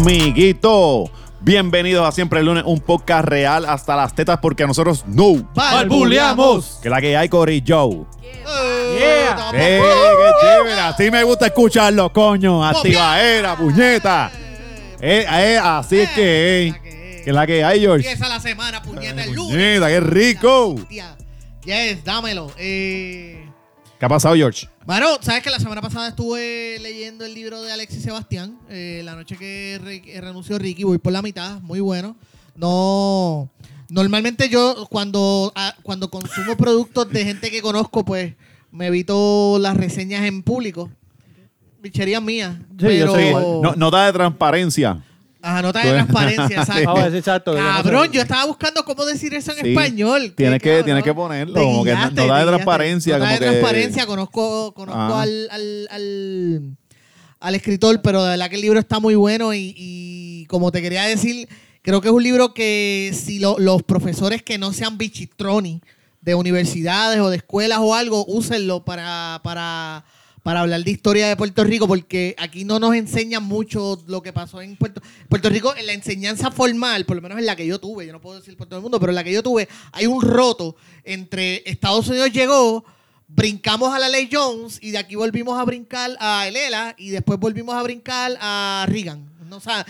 amiguito. Bienvenidos a Siempre el Lunes, un podcast real hasta las tetas porque a nosotros no. ¡Balbuleamos! Que la que hay, Cory Joe. Yeah. Sí, Uh, qué chévere. Así me gusta escucharlo, coño. Activa era, puñeta. Eh, eh, así es que, eh. Que la que hay, George. Empieza la semana, puñeta, el lunes. Puñeta, qué rico. Hostia. Yes, dámelo. Eh, ¿Qué ha pasado, George? Mano, sabes que la semana pasada estuve leyendo el libro de Alexis Sebastián, eh, la noche que re- que renunció Ricky, voy por la mitad, muy bueno. No, normalmente yo cuando, ah, cuando consumo productos de gente que conozco, pues me evito las reseñas en público. Bichería mía. yo pero, soy Sí, igual. no- nota de transparencia. Ajá, nota de Pues, transparencia, exacto. Ah, es exacto. Cabrón, yo estaba buscando cómo decir eso en Sí. español. Tienes Qué que- cabrón. tienes que ponerlo, Te como que no- no guiaste, da de te guiaste. transparencia, No da como de que- transparencia, conozco, conozco Ah. al, al, al, al escritor, pero de verdad que el libro está muy bueno y, y como te quería decir, creo que es un libro que si lo- los profesores que no sean bichitroni de universidades o de escuelas o algo, úsenlo para... para para hablar de historia de Puerto Rico, porque aquí no nos enseñan mucho lo que pasó en Puerto, Puerto Rico. En la enseñanza formal, por lo menos en la que yo tuve, yo no puedo decir por todo el mundo, pero en la que yo tuve, hay un roto entre Estados Unidos llegó, brincamos a la ley Jones y de aquí volvimos a brincar a Elela y después volvimos a brincar a Reagan. No, o sea,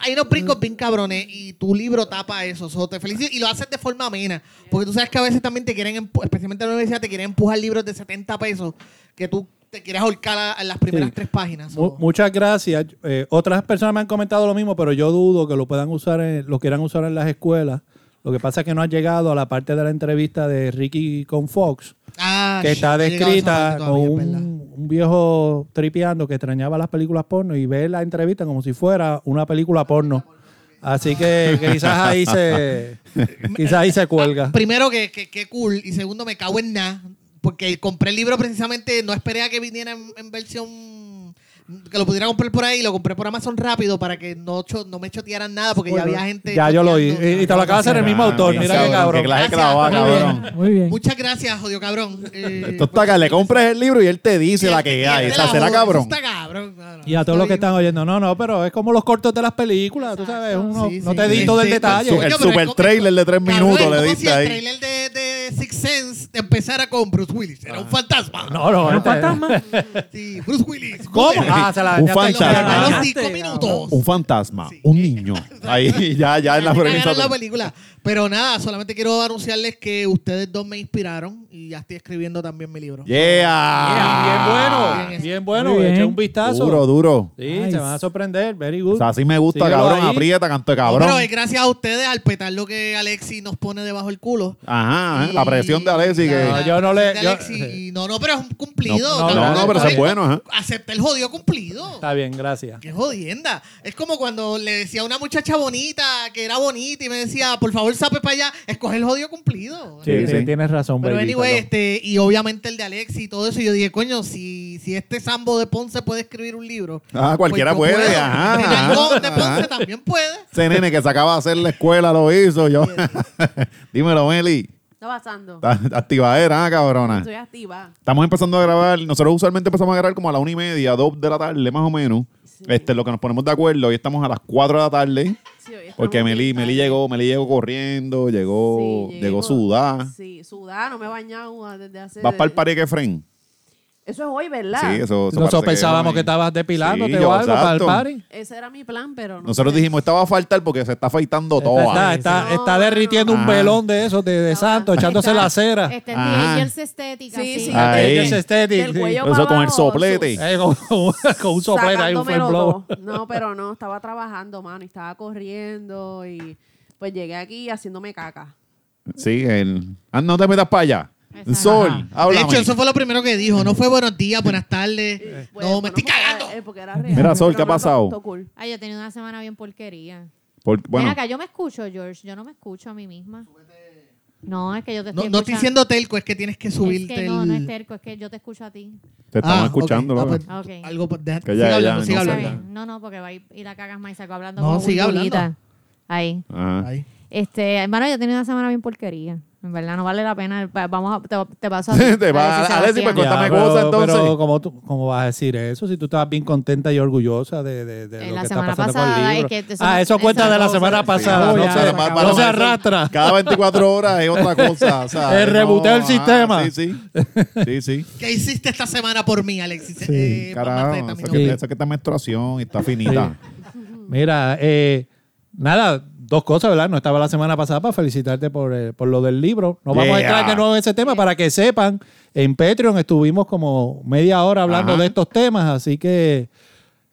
hay unos brincos bien cabrones y tu libro tapa eso. So, te felicito y lo haces de forma amena. Porque tú sabes que a veces también te quieren, empu- especialmente en la universidad, te quieren empujar libros de 70 pesos que tú te quieres ahorcar a- a las primeras Sí. tres páginas. Mu- So, muchas gracias. Eh, otras personas me han comentado lo mismo, pero yo dudo que lo puedan usar, en- lo quieran usar en las escuelas. Lo que pasa es que no ha llegado a la parte de la entrevista de Ricky con Fox, ah, que shit, está no he llegado a esa descrita parte con todavía, es verdad. un, un viejo tripeando que extrañaba las películas porno y ve la entrevista como si fuera una película porno. Así que quizás ahí se, quizás ahí se cuelga. Primero, que, que, que cool. Y segundo, me cago en nada. Porque compré el libro precisamente, no esperé a que viniera en, en versión. Que lo pudiera comprar por ahí, lo compré por Amazon rápido para que no, cho- no me chotearan nada, porque ya había gente. Ya yo lo choteando. hice. Y te lo acaba de hacer el mismo autor. Ah, Mira qué Que cabrón. clase Gracias. clavada, Muy bien. cabrón. Muy bien. Muchas gracias, jodido cabrón. Eh, Esto está acá, le compras el libro y él te dice la que Este hay. la Esa será jode, cabrón. eso Está cabrón. No, no, Y a todos no los que digo. están oyendo, no, no, pero es como los cortos de las películas, tú sabes, uno Ah, Sí, no sí. te di Sí, todo el sí, detalle. Coño, El pero super es como- trailer de tres Cabrón, minutos le como si diste El ahí. trailer de, de Six Sense empezara con Bruce Willis. Era Ah. un fantasma. No, no, ¿Un este- fantasma? Sí, Bruce Willis. ¿Cómo? Ah, se la Un dañaste el Se fantasma. nombre. ganó Ah, cinco sí, minutos. Un fantasma, un niño. Ahí ya, ya en la Ya ganaron premisa. la película. Pero nada, solamente quiero anunciarles que ustedes dos me inspiraron y ya estoy escribiendo también mi libro. Yeah. Bien bueno, Ah. bien bueno, Muy bien. eche un vistazo. Duro, duro. Sí, Nice. se van a sorprender, very O good. sea, así me gusta, Síguelo cabrón. ahí. Aprieta, canto de No, cabrón. pero es gracias a ustedes al petar lo que Alexi nos pone debajo el culo. Ajá, ¿eh? Y- la presión de Alexi la- que. No, yo no la le- presión de yo- Alexi, y no, no, pero es un cumplido. No, no, cabrón. no, pero eso es Oye, bueno, ajá. Acepta el jodido cumplido. Está bien, gracias. Qué jodienda. Es como cuando le decía a una muchacha bonita que era bonita y me decía, por favor, sape para allá, escoge el jodido cumplido. Sí, Sí, sí, sí. tienes razón, Pero baby, anyway, perdón. este, y obviamente el de Alexi y todo eso, y yo dije, coño, si, si este Sambo de Ponce puede escribir un libro. Ah, cualquiera pues yo puede, puedo. ajá, Ah. Y ajá, Django de ajá. Ponce también puede. Ese nene que se acaba de hacer la escuela lo hizo. Yo. Dímelo, Meli. Está pasando. Ta- Activa era, ah, cabrona. Estoy activa. Estamos empezando a grabar. Nosotros usualmente empezamos a grabar como a las una y media, dos de la tarde, más o menos. Este, lo que nos ponemos de acuerdo. Hoy estamos a las cuatro de la tarde. Sí, hoy estamos Porque Meli, bien Meli tarde. llegó, Meli llegó corriendo, llegó, Sí, llegó sudada. Sí, sudá, no me he bañado desde hace. ¿Vas para el parque Efren? Eso es hoy, ¿verdad? Sí, eso, eso Nosotros parece que pensábamos hoy. que estabas depilándote Sí, yo, o algo para el exacto. party. Ese era mi plan, pero no. Nosotros sé. dijimos, esta va a faltar porque se está afeitando Está, toda. está, está- No, está no, no. derritiendo un Ah. velón de esos, de, de santo, echándose la cera. Este Ajá. es estética. Sí, Sí, sí. Ahí. Ella es estética. Del cuello Eso para con el abajo, soplete. su- Eh, con, con un soplete ahí, un flare sacándomelo blow. todo. No, pero no, estaba trabajando, mano, y estaba corriendo y pues llegué aquí haciéndome caca. Sí, el... Ah, no te metas para allá. Exacto. Sol, háblame. De hecho, eso fue lo primero que dijo. No fue buenos días, buenas tardes. Pues, no, bueno, me estoy porque era- cagando. eh, porque era real. Mira, Sol, Pero ¿qué ha no, pasado? todo cool. Ay, yo he tenido una semana bien porquería. Por- Ven bueno, acá, yo me escucho, George. Yo no me escucho a mí misma. No, es que yo te estoy No, no estoy escuchando. siendo telco, es que tienes que subirte Es que no, el... no es terco, es que yo te escucho a ti. te estamos Ah, escuchando. ok. Ah, loca. pues, Ah, ok. Algo, pues, deja- Que sigue ya, hablando, ya, sigue no Está habla. hablando. bien. No, no, porque va a ir- y la cagas más y saco hablando No, como sigue hablando. burbujita. Ahí. Ajá. Ahí. Este, hermano, yo he tenido una semana bien porquería. En verdad, no vale la pena. Pa- Vamos a, te, te paso a Te va- Alexis, Alexis Sebastián. pues, Cuéntame pero, cosas, entonces. Pero ¿cómo, tú- cómo vas a decir eso si tú estabas bien contenta y orgullosa de, de, de Eh, lo la que está semana pasando con pasada, el libro? es que eso ah, no- eso cuenta esa de la cosa. semana pasada. Sí, no, o sea, se, más- no más- se más- arrastra. Cada 24 horas es otra cosa. o sea, El no, reboteo del ajá, sistema. Sí, sí. Sí, sí. ¿Qué hiciste esta semana por mí, Alexis? Eh, Carajo, mamaceta, mi eso novia. que, eso que está menstruación y está finita. Mira, eh, nada, dos cosas, ¿verdad? No estaba la semana pasada para felicitarte por, eh, por lo del libro. No vamos a Yeah. entrar de nuevo en ese tema para que sepan. En Patreon estuvimos como media hora hablando Ajá. de estos temas, así que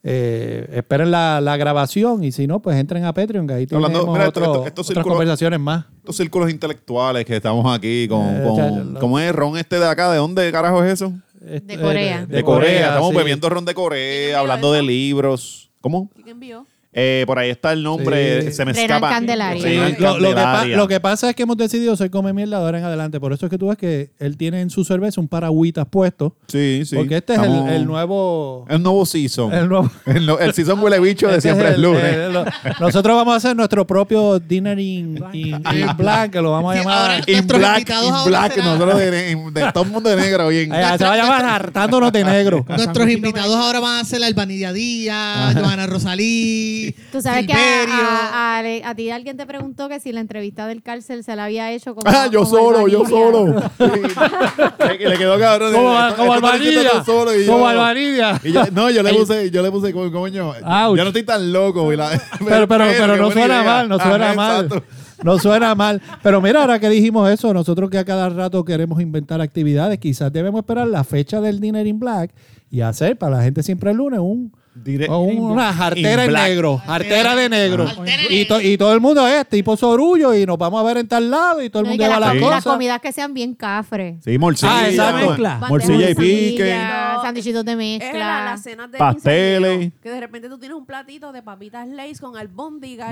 eh, esperen la, la grabación y si no, pues entren a Patreon, que ahí tenemos Hablando- mira, esto- otro- esto- esto otras circuló- conversaciones más. Estos círculos intelectuales que estamos aquí con. Eh, con- ya, ya, lo- ¿Cómo es el ron este de acá? ¿De dónde carajo es eso? Este, Corea. De, Corea. Estamos sí. bebiendo ron de Corea, Mira hablando eso. de libros. ¿Cómo? ¿Quién envió? Eh, por ahí está el nombre, eh, Sí. se me Renan escapa. Candelaria. Sí, Lo- Renan lo, lo que pa- Candelaria. lo que pasa es que hemos decidido ser come mierda de ahora en adelante. Por eso es que tú ves que él tiene en su cerveza un paragüitas puesto. Sí, sí. Porque este Estamos- es el, el nuevo. El nuevo season. El nuevo. El, no- el season huele bicho de Este siempre es es el- lunes. el- lo- nosotros vamos a hacer nuestro propio dinner in, in- in black, que lo vamos a Sí, ahora- llamar. in Nuestros black, invitados in ahora black, serán- nosotros de, de- todo el mundo de negro bien. Eh, se va a llamar hartándonos de negro. Nuestros invitados ahora van a ser la Albanidia Díaz, Johanna Rosalí, Tú sabes que a, Silverio. a- a Ale- a ti alguien te preguntó que si la entrevista del cárcel se la había hecho como. Ah, yo como solo, yo solo. Albanidia. Sí. le, le quedó cabrón. Como, Esto- como esto te lo Albanilla. quito tú solo y Como yo- Albanilla. y yo- no, yo le puse, yo le puse co- coño. Ouch. Yo no estoy tan loco. y la- pero, pero, pero qué no buena suena idea. mal, no suena Ajá, mal. exacto. No suena mal. Pero mira, ahora que dijimos eso, nosotros que a cada rato queremos inventar actividades, quizás debemos esperar la fecha del Dinner in Black y hacer para la gente siempre el lunes un, Dire- o un- una In jartera en black. Ah. negro. Jartera de negro. Jartera en Y, to- y todo el mundo es tipo sorullo y nos vamos a ver en tal lado y todo el No, y mundo que lleva las la comi- cosa. las comidas que sean bien cafres. Sí, morcilla. Ah, esa mezcla. Morcilla y Bandejas de pique. morcilla, Sándwichitos de Es la, mezcla. las cenas de Pasteles. quinceañero, Que de repente tú tienes un platito de papitas Lays con albóndigas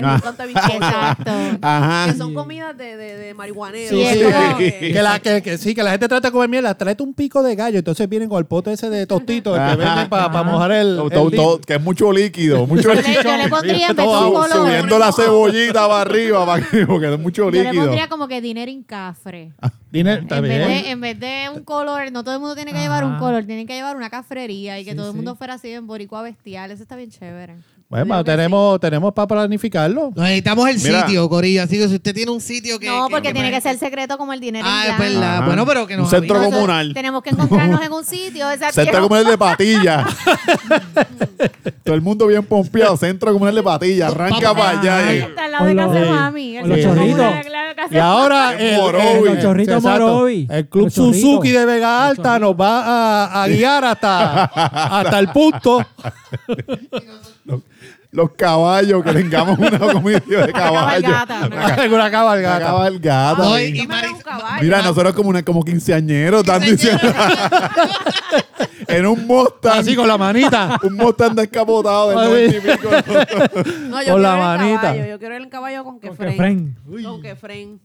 Ah. y un canto de bizcocho. Exacto. Ajá. Que son comidas de, de, de marihuaneros. Sí, es ¿no? como- Que- Que la, que, que sí, que la gente trata de comer mierda, tráete un pico de gallo, entonces vienen con el pote ese de tostito, el que Ajá. venden para mojar el, Todo- el todo- líquido. todo- que es mucho líquido, mucho Yo le, yo le pondría en vez de Todo un sub- color, subiendo la cebollita para arriba, para que- porque es mucho Yo le líquido. pondría como que dinero en cafre. Dinero, está en, bien. vez de, en vez de un color, no todo el mundo tiene que llevar un color, tienen que llevar una cafrería y que todo el mundo fuera así en boricua bestial. Eso está bien chévere. Bueno, tenemos, tenemos para planificarlo. Nos necesitamos el Mira. sitio, Corilla. Así que si usted tiene un sitio que. no, porque tiene que parezca- ser secreto como el dinero Ah, en es blanco. verdad. Ajá. Bueno, pero que Un nos centro avisen. común. comunal. Tenemos que encontrarnos en un sitio. esa Centro tierra- Comunal de Patilla. Todo el mundo bien pompeado. Centro Comunal de Patilla. Arranca Vamos. para allá. eh. Está al lado de Con casa de los- mami. con los centro chorritos. comunal al lado de casa Y de- ahora El el, Morovi. el- El chorrito exacto. Morovi. El Club El chorrito. Suzuki de Vega Alta nos va a, a guiar hasta, hasta el punto. Los caballos, que tengamos una comida de caballo. cabalgata, una Una Una cabalgata. cabalgata. No, eh. y- y Tómala Mari- un caballo. Mira, nosotros como, una- como quinceañeros están diciendo en un Mustang. Así con la manita. Un Mustang descapotado de Ay. noventa y pico. No, yo Con quiero la el manita. caballo. Yo quiero el caballo con Con Kefren. Efraín. Con Kefren.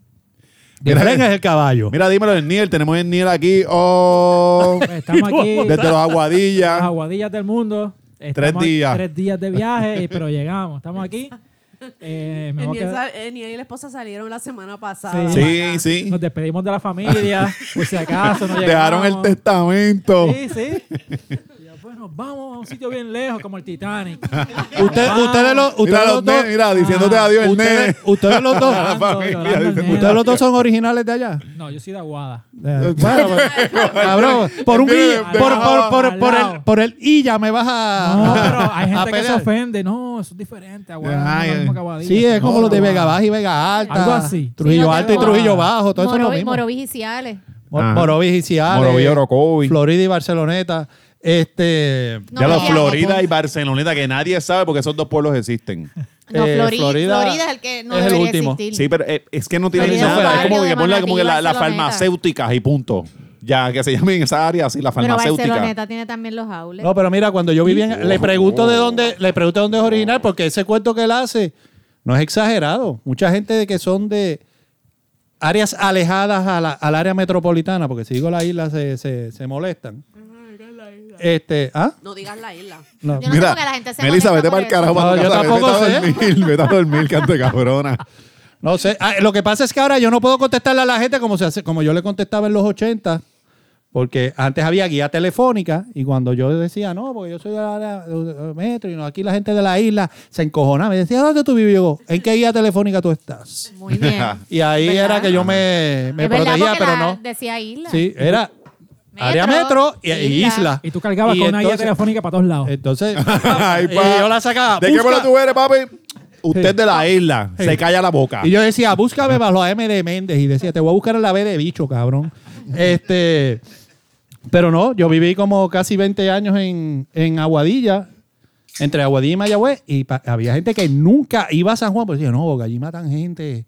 De frente es el caballo. Mira, dímelo, el Niel. Tenemos el Niel aquí. Oh, Pues estamos aquí, desde los Aguadillas. las aguadillas del mundo. Estamos días. Tres días de viaje, y- pero llegamos. Estamos aquí. Eh, me Eh, voy Ni a él, quedar- sa- eh, ni él y la esposa salieron la semana pasada. Sí. Sí, sí. Nos despedimos de la familia, por si acaso no Dejaron el llegamos. testamento. Sí, sí. Y yo, pues nos vamos a un sitio bien lejos, como el Titanic. Usted, Vamos. ustedes los, Mira, ustedes los los nenes, dos, Ah, mira, diciéndote adiós el nene. ustedes, ustedes los dos, La familia Llorando, diciendo- llorando el ustedes los dos son originales de allá. No, yo soy de Aguada. Eh, Bueno, pues, cabrón, por un Viene de- i, por, por, por, por Al el, lado. por el i ya me vas a. No, pero hay a gente que se pelear. ofende. No, eso es diferente. Aguada no es Ay, eh. lo mismo que Aguadilla. Sí, es como No, los de Aguada. Vega Baja y Vega Alta. Algo así. Trujillo Sí, los de Alto y Moro- Trujillo Bajo, todo eso es lo Morovi- mismo. Morovis y Ciales. Ajá. Mor- Morovis y Ciales. Morovis y Orocovi. Florida y Barceloneta. Este. No, ya los María, Florida Coco. y Barceloneta, que nadie sabe porque esos dos pueblos existen. No, Eh, Florida, Florida Florida, es el que no es el debería último. existir. Sí, pero eh, es que no tiene Florida nada. es un Es como barrio que de ponla como que la- las Manatí, Barceloneta. farmacéuticas y punto. Ya que se llamen esa área así, las pero farmacéuticas. Barceloneta tiene también los outlets. No, pero mira, cuando yo viví en. Le pregunto de dónde, le pregunto de dónde es original, porque ese cuento que él hace no es exagerado. Mucha gente de que son de áreas alejadas a la- al área metropolitana, porque si digo la isla se, se, se molestan. Este, ¿ah? No digas la isla. Yo no sé Mira, por qué la gente se Melissa, vete molesta por para el carajo. eso. No, para tu yo casa, tampoco vete a sé. dormir, vete a dormir, cante cabrona. No sé. Ah, lo que pasa es que ahora yo no puedo contestarle a la gente como, se hace, como yo le contestaba en los 80. Porque antes había guía telefónica y cuando yo decía, no, porque yo soy de la área de- de metro y no, aquí la gente de la isla se encojonaba. Me decía, ¿dónde tú vives? Y yo, ¿en qué guía telefónica tú estás? Muy bien. Y ahí ¿Verdad? era que yo me, me Es verdad, protegía, porque pero la- no. Decía isla. Sí, era Metro, área metro y, y isla. isla. Y tú cargabas Y con una guía entonces- telefónica para todos Eh. lados. Entonces, Ay, y pa. yo la sacaba. ¿De qué "Busca-" pueblo tú eres, papi? Usted de la isla. Sí. Se calla la boca. Y yo decía, búscame bajo la M de Méndez. Y decía, te voy a buscar en la B de bicho, cabrón. Este, pero no, yo viví como casi 20 años en, en Aguadilla, entre Aguadilla y Mayagüez, y pa- había gente que nunca iba a San Juan, porque decía, no, porque allí matan gente.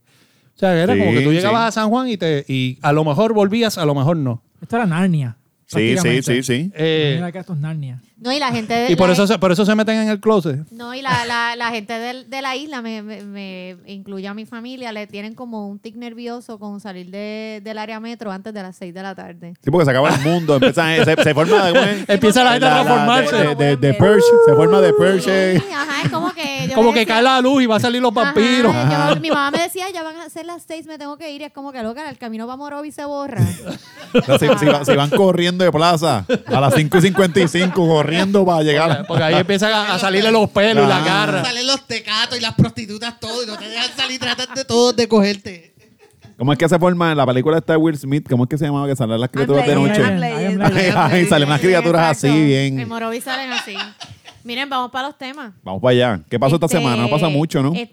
O sea, era como Sí, que tú llegabas sí. a San Juan y, te, y a lo mejor volvías, a lo mejor no. Esto era Narnia. sí, sí, sí, sí. Eh, Mira que esto es Narnia. No, y la gente. y por la eso, gen- se- por eso se meten en el closet. No, y la, la, la gente del- de, la isla, me, me, me incluye a mi familia, le tienen como un tic nervioso con salir de, del área metro antes de las 6 de la tarde. Sí, porque se acaba el mundo. Empiezan, se, se forma de, ¿cómo es? Empieza la gente a La- la- transformarse. de, de, de- de Perch. Se forma de Perch. eh. Sí, ajá, es como que. yo como le que decía- cae la luz y va a salir los Ajá, vampiros. yo- mi mamá me decía, ya van a ser las 6, me tengo que ir. Y es como que loca, el camino va a Morovis se borra. No, si, si va- si van corriendo de plaza a las 5 y 55, corriendo para llegar. a- Porque ahí empiezan a, a salirle los pelos y Ah. la garra. Salen los tecatos y las prostitutas, todo, y no te dejan salir, tratan de todos de cogerte. ¿Cómo es que se forma en la película está Will Smith? ¿Cómo es que se llamaba que salen las criaturas de playing, noche? I'm Ay, ay, salen unas criaturas así, En bien. Morovis salen así. Miren, vamos para los temas. Vamos para allá. ¿Qué pasó esta Este, semana? No pasa mucho, ¿no? eh,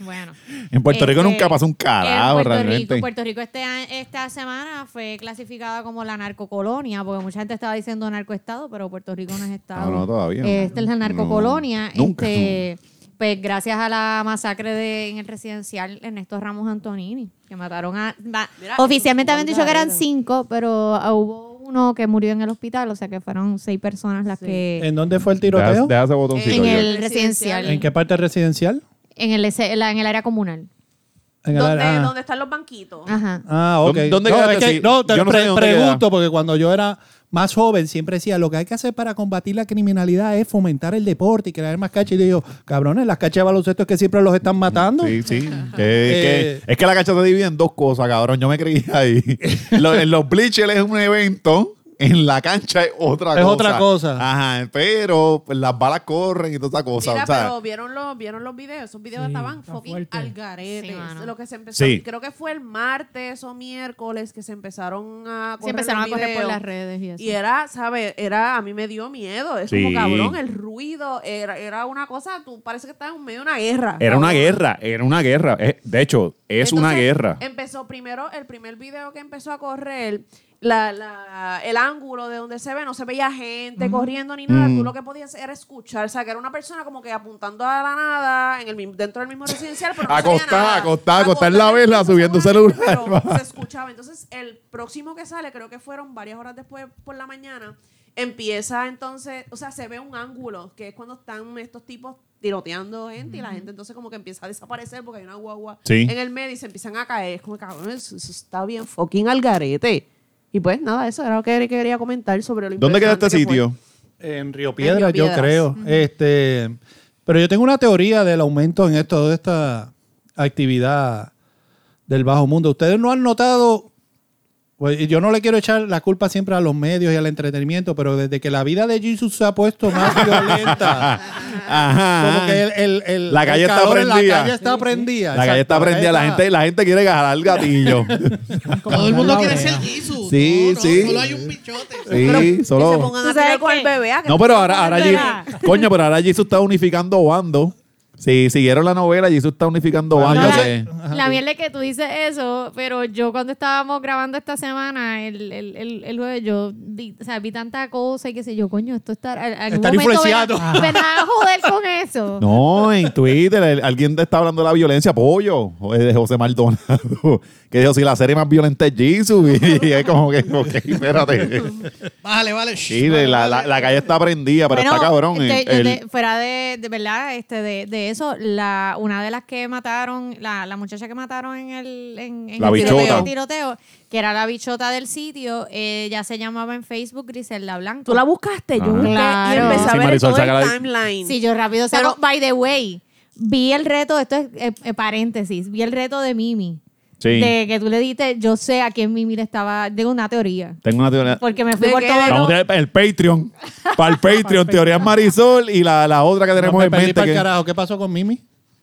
bueno. Este, En Puerto Rico nunca pasó un carajo, en Puerto realmente. Rico, Puerto Rico este a- esta semana fue clasificada como la narcocolonia, porque mucha gente estaba diciendo narcoestado, pero Puerto Rico no es estado. No, no, todavía no. Esta es la narcocolonia. No, nunca, este, Pues gracias a la masacre de, en el residencial Ernesto Ramos Antonini, que mataron a... va- Mira, oficialmente habían dicho que eran Margarita. cinco, pero ah, hubo uno que murió en el hospital, o sea que fueron seis personas las Sí. que... ¿En dónde fue el Deja, tiroteo? deja ese botoncito. En yo. el residencial. ¿En qué parte residencial? En el, ese- la- en el área comunal. En el ¿Dónde, área- ah. dónde están los banquitos? Ajá. Ah, ok. ¿Dónde- dónde no, quedaste? es que- Sí, no, te yo no sé pre- dónde pregunto, queda. porque cuando yo era más joven siempre decía, lo que hay que hacer para combatir la criminalidad es fomentar el deporte y crear más cachas. Y yo digo, cabrones, las cachas de baloncesto es que siempre los están matando. Sí, sí. Que- Eh. que- es que la cacha te divide en dos cosas, cabrón. Yo me creía ahí. Lo- en los bleachers es un evento, en la cancha es otra cosa. Es otra cosa. Ajá, pero pues, las balas corren y toda esa cosa. Mira, o sea, pero vieron los, vieron los videos. Esos videos Sí, estaban está fucking fuerte. al garete. Sí, mano. lo que se empezó, Sí. creo que fue el martes o miércoles que se empezaron a correr Se empezaron a los correr por videos. las redes y eso. Y era, ¿sabes? Era, a mí me dio miedo. Es Sí. como cabrón, el ruido. Era, era una cosa, tú parece que estabas en medio de una guerra. Era una cabrón. guerra, era una guerra. Eh, De hecho, es una Entonces, guerra. Empezó primero, el primer video que empezó a correr, la, la- el ángulo de donde se ve, no se veía gente corriendo ni nada. Mm. Tú lo que podías era escuchar. O sea, que era una persona como que apuntando a la nada en el, mi- dentro del mismo residencial. Pero no se veía Acostada, nada. acostada, acostada en la el vela, piso, subiendo seguramente, celular. pero se escuchaba. Entonces, el próximo que sale, creo que fueron varias horas después por la mañana, empieza entonces, o sea, se ve un ángulo, que es cuando están estos tipos tiroteando gente y la gente entonces como que empieza a desaparecer porque hay una guagua Sí. en el medio y se empiezan a caer. Es como, cabrón, eso, eso está bien fucking al garete. Y pues nada, eso era lo que quería comentar sobre lo ¿Dónde queda este impresionante que sitio? En Río Piedras, Piedras, yo Piedras. creo. este, pero yo tengo una teoría del aumento en esto, toda esta actividad del bajo mundo. Ustedes no han notado, pues, y yo no le quiero echar la culpa siempre a los medios y al entretenimiento, pero desde que la vida de Jesus se ha puesto más violenta, Ajá. como que el, el- el- La el calle está calor en prendida. La calle está prendida. la calle exacto, está prendida, la está- gente, la gente quiere agarrar el gatillo. Todo el mundo Como quiere la ser oreja. Jesús. Sí, no, sí. No, solo hay un pichote. sí, fue? Que se solo. pongan ¿Tú a sabes tirar con qué? el bebé. a que No, se pero pongan ahora, a ahora tirar. Jesús- coño, pero ahora Jesús está unificando bandos. Si siguieron la novela, Jesús está unificando Bueno, bandos. No, Eh, la, la mierda es que tú dices eso, pero yo cuando estábamos grabando esta semana, el, el, el, el jueves, yo vi, o sea, vi tanta cosa y qué sé yo, coño, esto está... al- algún Estar momento influenciado. Ven, ven a joder con eso. No, en Twitter el- alguien te está hablando de la violencia, pollo, o es de José Maldonado, que dijo, si la serie más violenta es Jesus, y, y es como que, ok, espérate. Vale, vale. shh, Sí, vale, la, la- vale. la calle está prendida, pero Bueno, está cabrón. este, el- yo te- fuera de, de verdad, este, de, de eso, la, una de las que mataron, la, la muchacha que mataron en el, en, en La el tiroteo- bichota. tiroteo, que era la bichota del sitio, ella se llamaba en Facebook Griselda Blanco. Tú la buscaste, yo Ah. busqué Claro. y empecé Sí, a ver Marisol, todo el sácala ahí. timeline. Sí, yo rápido saco. Pero- by the way, vi el reto, esto es eh, eh, paréntesis, vi el reto de Mimi. Sí. De que tú le diste, yo sé a quién Mimi le estaba, tengo una teoría. Tengo una teoría. Porque me fui ¿De por qué? todo. No, Vamos a tener el Patreon. Para el Patreon, Teorías Marisol y la, la otra que tenemos me en perdí mente. pa'l que- carajo. ¿Qué pasó con Mimi?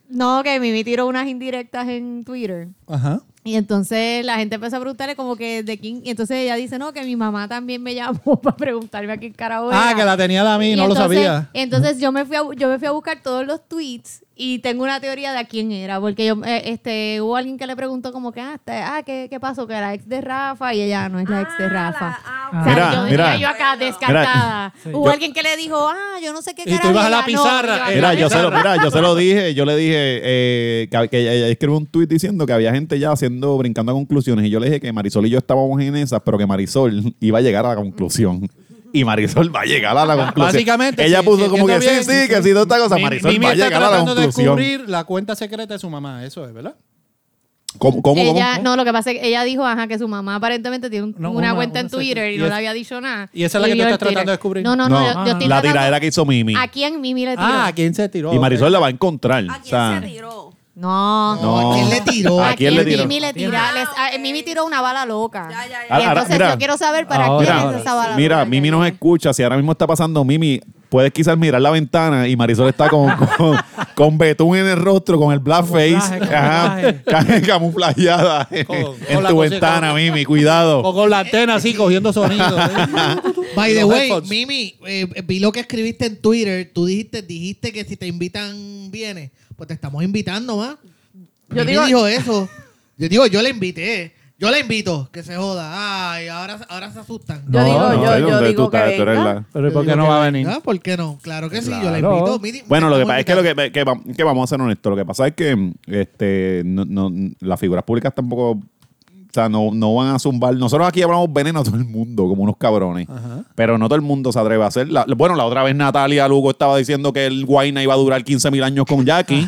No, que Mimi tiró unas indirectas en Twitter. Ajá. Y entonces la gente empezó a preguntarle como que de quién. Y entonces ella dice, no, que mi mamá también me llamó para preguntarme a qué carajo Ah, era. que la tenía de mí, Y no lo entonces- sabía. Entonces yo me fui a, bu- yo me fui a buscar todos los tweets y tengo una teoría de a quién era, porque yo eh, este hubo alguien que le preguntó como que ah, está- ah, ¿qué, qué pasó? Que era ex de Rafa y ella no es la Ah, ex de Rafa. O sea, Mira, yo, mira. yo acá descartada. Hubo alguien que le dijo, ah, yo no sé qué Y tú carajo, ibas a la ella, no, pizarra, yo acá- Mira, yo se lo, Pizarra. mira, yo se lo dije, yo le dije eh, que, que ella, ella escribió un tuit diciendo que había gente ya haciendo, brincando a conclusiones. Y yo le dije que Marisol y yo estábamos en esas, pero que Marisol iba a llegar a la conclusión. Y Marisol va a llegar a la conclusión. Básicamente, Ella sí, puso sí, como que entiendo sí, bien. sí, que sí, toda esta cosa. Marisol Mimi va a está llegar a la tratando de conclusión. descubrir la cuenta secreta de su mamá, eso es, ¿verdad? ¿Cómo, cómo, cómo? Ella, no, lo que pasa es que ella dijo, ajá, que su mamá aparentemente tiene un- No, una, una- cuenta en una secre- Twitter y y no es- le había dicho nada. y esa es la Y que tú vio el estás tratando Twitter. de descubrir. No, no, no, No, yo, yo estoy la tratando- tiradera que hizo Mimi. ¿A quién Mimi le tiró? Ah, ¿a quién se tiró? Y Marisol la va a encontrar. ¿A o quién sea, se tiró? No. No. ¿A quién le tiró? ¿A quién le tiró? Mimi le tira, Ah, les- a- ok. Mimi tiró una bala loca. Ya, ya, ya. Y Ahora, ahora, entonces mira. yo quiero saber para Ahora, quién ahora. es esa bala Mira, loca. Mimi nos escucha. Si ahora mismo está pasando Mimi, puedes quizás mirar la ventana y Marisol está con, con, con betún en el rostro, con el blackface. Camuflaje, Ajá, camuflajeada en, Con- con en la tu cosa- ventana, con- Mimi. O Cuidado. con la antena así cogiendo sonido. By the Los way, headphones. Mimi, eh, vi lo que escribiste en Twitter. Tú dijiste, dijiste que si te invitan, vienes. Pues te estamos invitando, ¿va? Yo Yo digo- dijo eso. Yo digo, yo la invité. Yo la invito, que se joda. Ay, ahora, ahora se asustan. Yo digo, No, yo, yo tú digo que estás, tú eres venga. la- Pero ¿y Yo por qué digo no que va a venga, venir? Ah, ¿Por qué no? Claro que sí, yo la Claro. invito. Mimi, Bueno, lo que estamos pasa es que lo que, invitando. que va- que vamos a ser honestos, lo que pasa es que este, no- no- las figuras públicas tampoco, o sea, no, no van a zumbar. Nosotros aquí hablamos veneno a todo el mundo, como unos cabrones, pero no todo el mundo se atreve a hacer. la- bueno, la otra vez Natalia Lugo estaba diciendo que el Guayna iba a durar 15 mil años con Jackie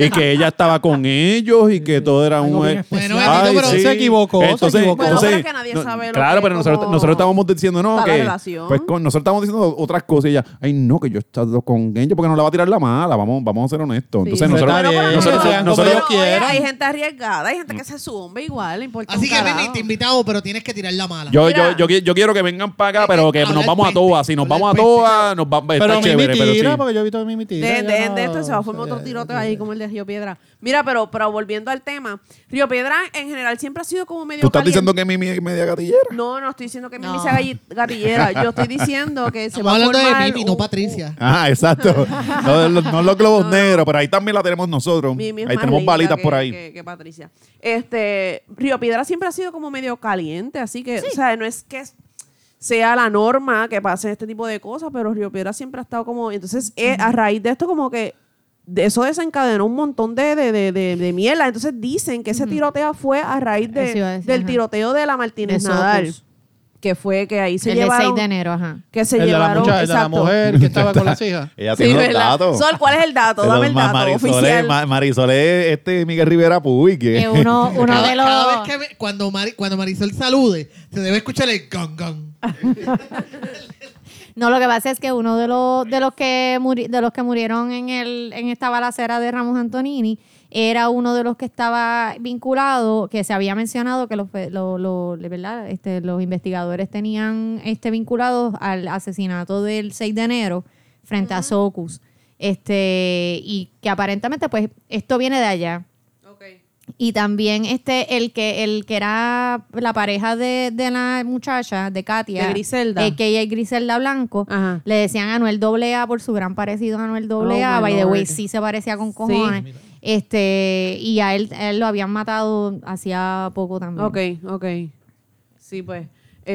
y que ella estaba con ellos y que todo era Algo un... e-, bien Bueno, especial. Betito, pero se equivocó, se equivocó. Bueno, pero es que nadie no, sabe lo claro, que- pero nosotros, cómo nosotros estábamos diciendo, no, está la que... relación. Pues con- nosotros estamos diciendo otras cosas y ella, ay, no, que yo he estado con ella porque no la va a tirar la mala, vamos, vamos a ser honestos. Sí, Entonces sí. nosotros, Pero, pero, nosotros, pero, nosotros- pero, oye, quieran. hay gente arriesgada, hay gente que se zumba igual, le importa un Así que, Mimi, carajo. te invitamos, pero tienes que tirar la mala. yo, yo, Mira. yo, qui- yo quiero que vengan para acá, pero que Habla nos el vamos a peste, todas. Si nos habla el vamos a peste. todas, nos va, está Pero Mimi chévere, pero sí. tira, porque yo he visto a Mimi tira. De, yo de- no- de esto se va a formar otro tiroteo ahí como el de Río Piedra. Mira, pero, pero volviendo al tema, Río Piedra en general siempre ha sido como medio Tú estás caliente. diciendo que Mimi es media gatillera. No, no estoy diciendo que Mimi No. sea galli- gatillera. Yo estoy diciendo que se Estamos va a hablando formar... de Mimi, no un- Patricia. Ah, exacto. No, no- no los globos negros, pero ahí también la tenemos nosotros. Mimi es Ahí más tenemos linda balitas que- por ahí. Que, que Patricia. Este, Río Piedra siempre ha sido como medio caliente, así que, o sea, no es que sea la norma que pasen este tipo de cosas, pero Río Piedra siempre ha estado como. Entonces, eh, a raíz de esto, como que de eso desencadenó un montón de, de, de, de- de mierda. Entonces, dicen que ese tiroteo fue a raíz de- Eso iba a decir, del ajá. tiroteo de la Martínez De Nadal, Socus. que fue que ahí se el del 6 llevaron. de enero, ajá. que se El de la llevaron. muchacha, el de la exacto. mujer que estaba con las hijas. Ella Sí, tiene los ¿verdad? datos. Sol, ¿cuál es el dato? Pero Dame el Ma- dato Marisol, oficial. Es, Ma- Marisol es este Miguel Rivera Puy. Que, Que uno, uno Cada, de los. cada vez que me- cuando, Mari- cuando Marisol salude, se debe escuchar el gong gong. No, lo que pasa es que uno de los, de los que muri- de los que murieron en el, en esta balacera de Ramos Antonini era uno de los que estaba vinculado, que se había mencionado que los fe- lo- lo- de ¿verdad? Este, los investigadores tenían este vinculados al asesinato del 6 de enero frente a Socus. Este, y que aparentemente, pues, esto viene de allá. Ok. Y también este, el que, el que era la pareja de, de la muchacha, de Katia. De Griselda. eh, que ella es Griselda Blanco. Ajá. Le decían Anuel AA por su gran parecido a Anuel AA. Oh, my By the way, Lord. sí se parecía con cojones. Este, y a él, a él lo habían matado hacía poco Mm. también. Ok, ok. Sí, pues.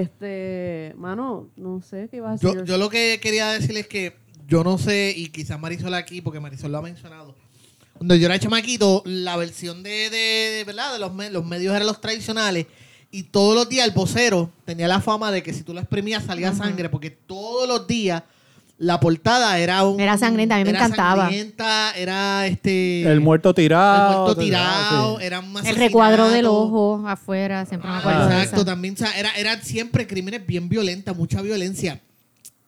Este, mano, no sé qué iba a decir. Yo, yo lo que quería decirles es que yo no sé, y quizás Marisol aquí, porque Marisol lo ha mencionado. Cuando yo era chamaquito, la versión de, de, de- ¿verdad? de los, me- los medios eran los tradicionales. Y todos los días el vocero tenía la fama de que si tú lo exprimías salía sangre, porque todos los días la portada era un... Era sangrienta, a mí me era encantaba. sangrienta, era este... El muerto tirado. el muerto todo, tirado, sí. era un El recuadro del asesinato. ojo afuera, siempre me acuerdo de Ah, Exacto, esa. también o sea, era, era siempre crímenes bien violentos, mucha violencia.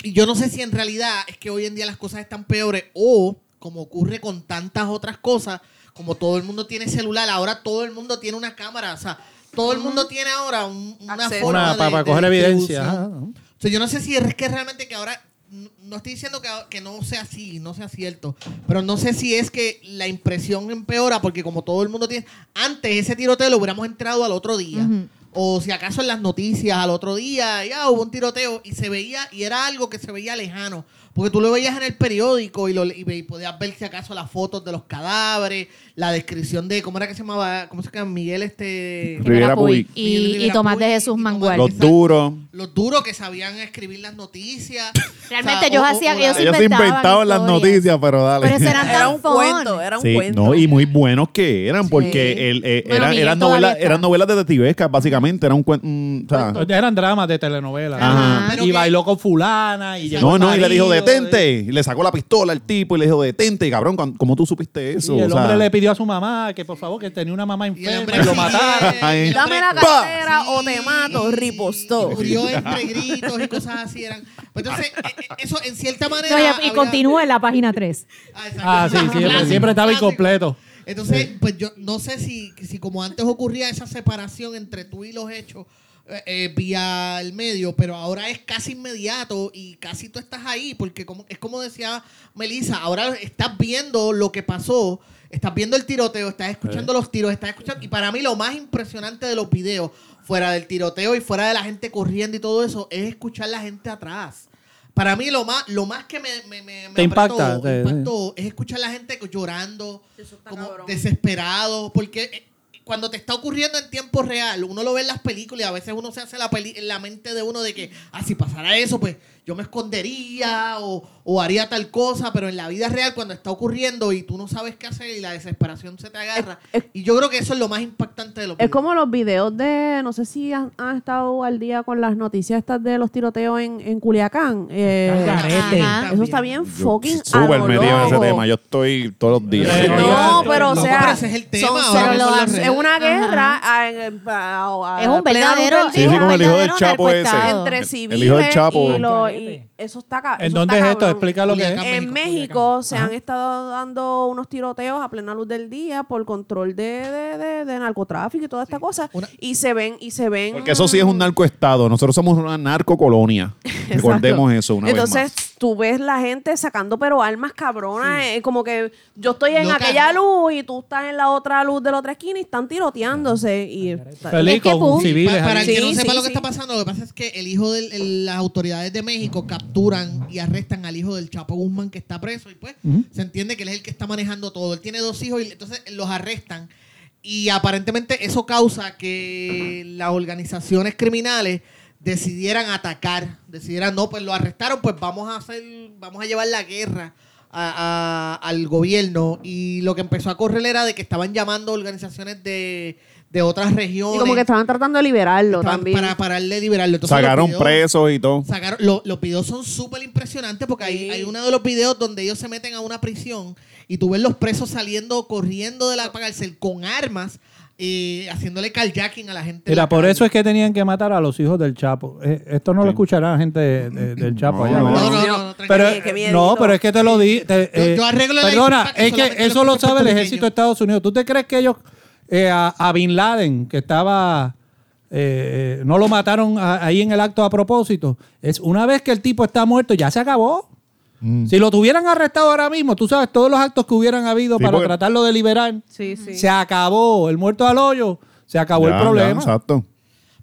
Y yo no sé si en realidad es que hoy en día las cosas están peores o, como ocurre con tantas otras cosas, como todo el mundo tiene celular, ahora todo el mundo tiene una cámara, o sea, todo el mundo tiene ahora un- una Acceso. forma Una- de- para, para de coger evidencia. distribución. Ajá, ¿no? O sea, yo no sé si es que realmente que ahora, no- no estoy diciendo que, que no sea así, no sea cierto, pero no sé si es que la impresión empeora porque como todo el mundo tiene, antes ese tiroteo lo hubiéramos entrado al otro día. Ujú. O si acaso en las noticias al otro día, ya hubo un tiroteo y se veía, y era algo que se veía lejano. Porque tú lo veías en el periódico y, lo, y, ve- y podías ver si acaso las fotos de los cadáveres, la descripción de, ¿cómo era que se llamaba? ¿Cómo se llama? Miguel este... Rivera Puig. Miguel Y, y Rivera Tomás de Puig, Jesús y Tomás Mangual. Los Exacto. duros. los duros que sabían escribir las noticias. Realmente O sea, ellos o- hacían- o ellos la- Ellos se inventaban inventaban las historias. noticias, pero dale. Pero ese eran Era un tan cuento, eh, era un Sí, cuento. no, y muy buenos que eran, Sí. porque el, eh, Bueno, eran, Miguel eran todavía novelas, está. eran novelas detectivescas, básicamente. Era un cuen- mm, o sea, Eran dramas de telenovelas. Ajá. Pero Y que- bailó con fulana. Y llegó no, el no, y le dijo, marido, detente. Y le sacó la pistola al tipo y le dijo, detente. Y cabrón, ¿cuán- ¿cómo tú supiste Y eso? el O sea, hombre le pidió a su mamá que por favor, que tenía una mamá Y el enferma hombre y lo sigue, mataron. Ay. el Dame hombre- la ¡Pah! cartera o te mato, Sí, ripostó. y Murió entre gritos y cosas así eran. Pues entonces, eh, eh, eso en cierta manera. No, y- y había- continúa en la página 3. Ah, exacto. Ah, sí, siempre, Clásico, siempre estaba clásico. incompleto. Entonces, pues yo no sé si, si como antes ocurría esa separación entre tú y los hechos eh, eh, vía el medio, pero ahora es casi inmediato y casi tú estás ahí, porque como, es como decía Melissa, ahora estás viendo lo que pasó, estás viendo el tiroteo, estás escuchando los tiros, estás escuchando, y para mí lo más impresionante de los videos, fuera del tiroteo y fuera de la gente corriendo y todo eso, es escuchar la gente atrás. Para mí lo más, lo más que me, me, me- me Te impacta, apretó, te- impactó es escuchar a la gente llorando, Eso está como cabrón. desesperado, porque eh, cuando te está ocurriendo en tiempo real, uno lo ve en las películas y a veces uno se hace la, peli- en la mente de uno de que, ah, si pasara eso, pues yo me escondería o, o haría tal cosa, pero en la vida real cuando está ocurriendo y tú no sabes qué hacer y la desesperación se te agarra. Es- es- y yo creo que eso es lo más impactante de lo Es como los videos de, no sé si han, han estado al día con las noticias estas de los tiroteos en, en Culiacán. Eh, Al garete. Ajá. Eso está bien yo fucking Súper a lo metido en ese loco. tema. Yo estoy todos los días. Pero No, pero o No, sea, pero ese es el tema, son- ahora pero mismo lo- las redes. es una Ajá. guerra a- en- a- a- Es plena luz un del verdadero. día Sí, sí, como el hijo del verdadero Chapo ese. narcoestado. entre El hijo del civiles Chapo. y, lo- y eso está ca- ¿En eso dónde es está esto? cabrón. Explica lo que es. Culiacán. En México, México se han estado dando unos tiroteos a plena luz del día por control de, de, de- de narcotráfico y toda esta cosa Una- y se ven y se ven Porque eso sí es un narcoestado. Nosotros somos una narcocolonia. Exacto. Recordemos eso una Entonces, vez más. tú ves la gente sacando, pero armas cabronas. eh, como que yo estoy en Loca, aquella ¿no? luz y tú estás en la otra luz de la otra esquina y están Ah. tiroteándose. Y está- Feliz Es que con pum. civiles. Pa- para ahí. el que no Sí, sepa sí, lo que sí. está pasando, lo que pasa es que el hijo de las autoridades de México capturan y arrestan al hijo del Chapo Guzmán que está preso y pues se entiende que él es el que está manejando todo. Él tiene dos hijos y entonces los arrestan y aparentemente eso causa que las organizaciones criminales decidieran atacar, decidieran no, pues lo arrestaron, pues vamos a hacer, vamos a llevar la guerra a- a- al gobierno y lo que empezó a correr era de que estaban llamando organizaciones de, de otras regiones y como que estaban tratando de liberarlo estaban también. Para pararle de liberarlo. Entonces, Sacaron los videos- presos y todo. sacaron- lo- los videos son súper impresionantes porque hay, Sí. hay uno de los videos donde ellos se meten a una prisión y tú ves los presos saliendo, corriendo de la cárcel con armas, eh, haciéndole carjacking a la gente. Mira, por eso es que tenían que matar a los hijos del Chapo. Eh, esto no Sí. lo escuchará la gente de- de- del Chapo allá. No, ¿verdad? no, no, Dios, no, tranquilo. Pero, qué- qué miedito. no, pero es que te lo di. te- Yo- eh, yo arreglo la perdona, disculpa, que es solamente que lo eso lo escucho sabe el puertorriqueño. ejército de Estados Unidos. ¿Tú te crees que ellos, eh, a, a Bin Laden, que estaba, eh, eh, no lo mataron a- ahí en el acto a propósito? Es una vez que el tipo está muerto, ya se acabó. Mm. Si lo tuvieran arrestado ahora mismo, tú sabes, todos los actos que hubieran habido Sí, para porque- tratarlo de liberar, Sí, sí. se acabó. El muerto al hoyo, se acabó Ya, el ya, problema. exacto.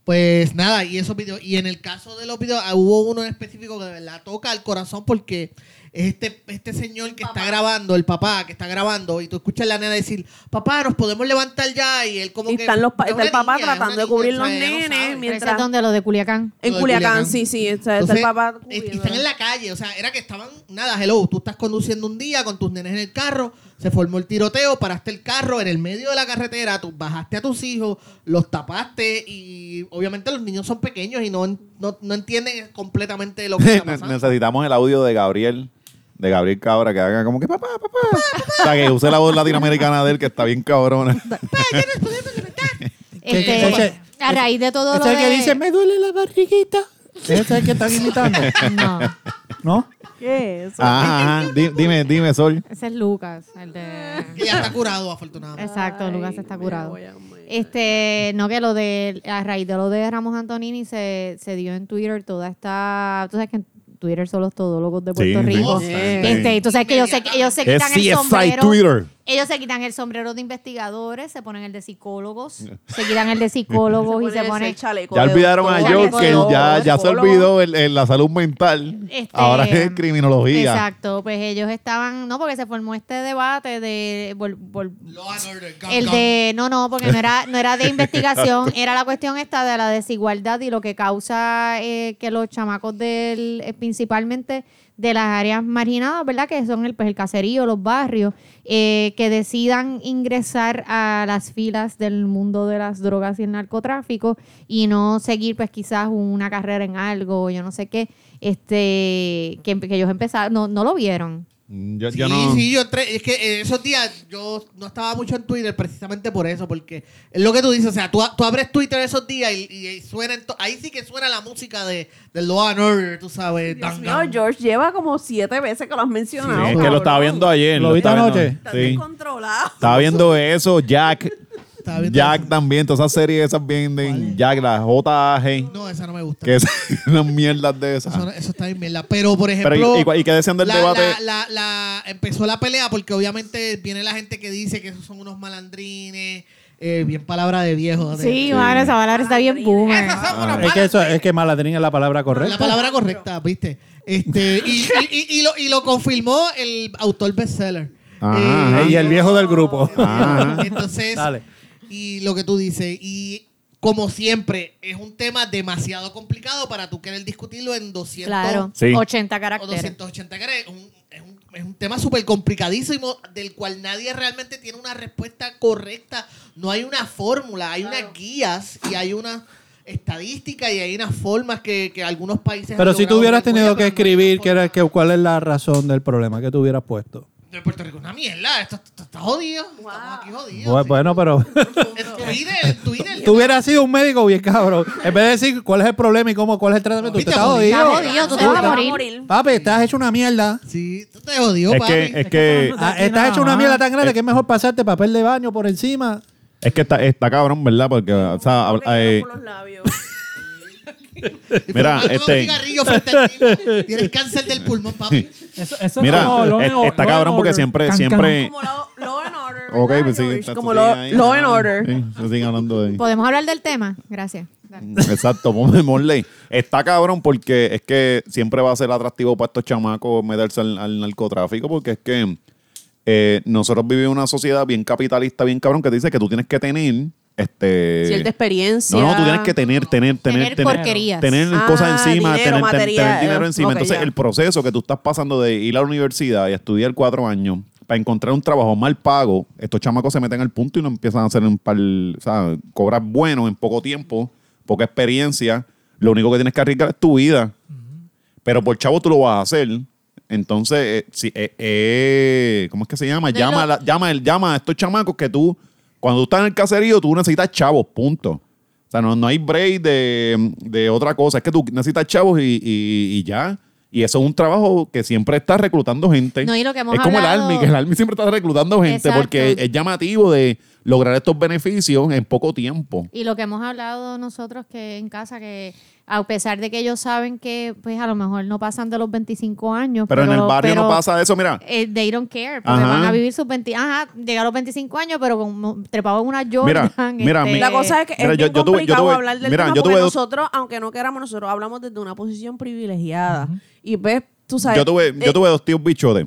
Pues nada, y esos videos. Y en el caso de los videos, ah, hubo uno en específico que de verdad toca al corazón porque es este, este señor que está grabando, el papá que está grabando, y tú escuchas a la nena decir, papá, nos podemos levantar ya, y él como Y que... están los pa- es está el una papá niña, es una tratando de niña, cubrir o sea, los ella no nenes, sabe. Pero ese Mientras- es donde lo de Culiacán. en Lo de Culiacán, Culiacán. sí, sí. Está, está Entonces, el papá. es- y están en la calle, o sea, era que estaban, nada, hello, tú estás conduciendo un día con tus nenes en el carro, se formó el tiroteo, paraste el carro en el medio de la carretera, tú bajaste a tus hijos, los tapaste y obviamente los niños son pequeños y no, no, no entienden completamente lo que está Ne- pasando. Necesitamos el audio de Gabriel, de Gabriel Cabra, que haga como que papá, papá. o sea, que use la voz latinoamericana de él, que está bien cabrona. Este, Ese- a raíz de todo lo Ese es el que de- dice, me duele la barriguita. Ese es el que están imitando. No. ¿No? ¿Qué es eso? Ajá, ajá. Di- Dime, dime, Sol. Ese es Lucas, el de... Que ya está curado, afortunadamente. Exacto, Ay, Lucas está me curado. voy a morir. Este, no que lo de, a raíz de lo de Ramos Antonini se, se dio en Twitter toda esta, tú sabes que en Twitter son los todólogos de Puerto sí. Rico. Sí. Este, y tú sabes que ellos se, ellos se Es quitan el CSI sombrero. Twitter. Ellos se quitan el sombrero de investigadores, se ponen el de psicólogos, se quitan el de psicólogos y se ponen... el chaleco. Ya de olvidaron a doctor, Joe Joe, que chaleco de ya, ya se psicólogo. olvidó el, el- la salud mental. Este, Ahora es criminología. Exacto, pues ellos estaban, no, porque se formó este debate de... vol- vol- Law and order, gum, El gum. de, no, no, porque no era, no era de investigación, era la cuestión esta de la desigualdad y lo que causa eh, que los chamacos del, eh, principalmente de las áreas marginadas, ¿verdad? Que son el, pues, el caserío, los barrios, eh, que decidan ingresar a las filas del mundo de las drogas y el narcotráfico y no seguir pues quizás una carrera en algo, yo no sé qué, este, que, que ellos empezaron, no, no lo vieron. Mm, Yo, Sí, yo no. sí, yo entré. Es que eh, esos días yo no estaba mucho en Twitter precisamente por eso, porque es lo que tú dices. O sea, tú, tú abres Twitter esos días y, y- y suena. en to- Ahí sí que suena la música de, del Law and Order, tú sabes. Dios dum, mío, dum. George lleva como siete veces que lo has mencionado. Sí, es que cabrón. lo estaba viendo ayer. ¿Lo viste estaba anoche? viendo- Estás Sí. descontrolado. Estaba viendo eso, Jack. Estaba viendo Jack eso. también, todas esas series esas bien de Jack, la JAG, No, esa no me gusta. que es unas mierdas de esas. Eso, no- eso está bien mierda. Pero, por Pero, ejemplo. ¿y- y, cu- y qué decían del la- debate? la- la- la- empezó la pelea porque obviamente viene la gente que dice que esos son unos malandrines. eh, bien palabra de viejo. de- Sí, madre, esa palabra está bien boomer. Esos son unos Es que, eso, es que maladrín es la palabra correcta. La palabra correcta, viste. Este, y, y- y- y lo, y lo confirmó el autor bestseller. Ajá, Eh, Y el viejo del grupo. Ah. Ajá. Entonces, Dale. y lo que tú dices, y como siempre, es un tema demasiado complicado para tú querer discutirlo en 200 Claro, Sí. 80 o caracteres. 280 caracteres. Es un- es un- es un tema súper complicadísimo del cual nadie realmente tiene una respuesta correcta. No hay una fórmula, hay unas guías y hay una estadística y hay unas formas que, que algunos países... Pero han si tú logrado hubieras una tenido cosa, pero no que hay escribir una que era, forma. que, cuál es la razón del problema que tú hubieras puesto. De Puerto Rico es una mierda, esto, esto está jodido. Estamos aquí jodidos. Bueno, bueno, pero En Twitter, en Twitter. tú hubieras sido un médico bien cabrón. En vez de decir cuál es el problema y cómo, cuál es el tratamiento, Viste, usted está jodido. jodido. Está jodido, tú te Se vas a va morir. Papi, estás hecho una mierda. Sí, tú te jodió, es papi. que, eh, es que, Ah, Aquí estás nada hecho una más. mierda tan grande que es mejor pasarte papel de baño por encima. es que está, está cabrón, ¿verdad? Porque, o sea, Porque hab- eh, por los labios. Y mira, fumando este- un cigarrillo frente al mismo. Tienes cáncer del pulmón, papi. Eso, eso es mira, como Law and es- Order, está Law and cabrón porque Order. siempre, Can, can. siempre. Como Law, Law and Order. Ok, ¿verdad, pues sí, George? está- Como sí, Law, ahí, Law and ajá. Order. Sí, se siguen hablando de ahí. ¿Podemos hablar del tema? Gracias. Dale. Exacto, ponme Morley. Está cabrón porque es que siempre va a ser atractivo para estos chamacos meterse al, al narcotráfico porque es que eh, nosotros vivimos en una sociedad bien capitalista, bien cabrón, que te dice que tú tienes que tener este... Cierta experiencia. No, no, tú tienes que tener, tener, tener, Tener porquerías. tener Ah, cosas encima, dinero, tener, tener- material. tener dinero encima. Ok, Entonces, ya. el proceso que tú estás pasando de ir a la universidad y estudiar cuatro años para encontrar un trabajo mal pago, estos chamacos se meten al punto y no empiezan a hacer un par, o sea, cobrar bueno en poco tiempo, poca experiencia. Lo único que tienes que arriesgar es tu vida. Pero por chavo tú lo vas a hacer. Entonces, eh, si, eh, eh, ¿cómo es que se llama? No, Llama, no. a la- llama, el- llama a estos chamacos que tú, cuando tú estás en el caserío, tú necesitas chavos, punto. O sea, no, no hay break de, de otra cosa. Es que tú necesitas chavos y, y- y ya. Y eso es un trabajo que siempre está reclutando gente. No, y lo que hemos es como hablado- el Army, que el Army siempre está reclutando gente Exacto. porque es llamativo de lograr estos beneficios en poco tiempo. Y lo que hemos hablado nosotros que en casa, que a pesar de que ellos saben que pues a lo mejor no pasan de los 25 años. Pero, en el barrio no pero, pasa eso, mira. eh, they don't care, porque Ajá. van a vivir sus 20, ajá, llegar a los 25 años, pero como trepado en una Mira, Jordan. este, mira, mi- La cosa es que Mira, es yo- bien yo tuve- yo complicado tuve- hablar del mira, tema yo porque tuve dos- nosotros, aunque no queramos, nosotros hablamos desde una posición privilegiada. Y ves, tú sabes... Yo tuve, yo eh, tuve dos tíos bichotes.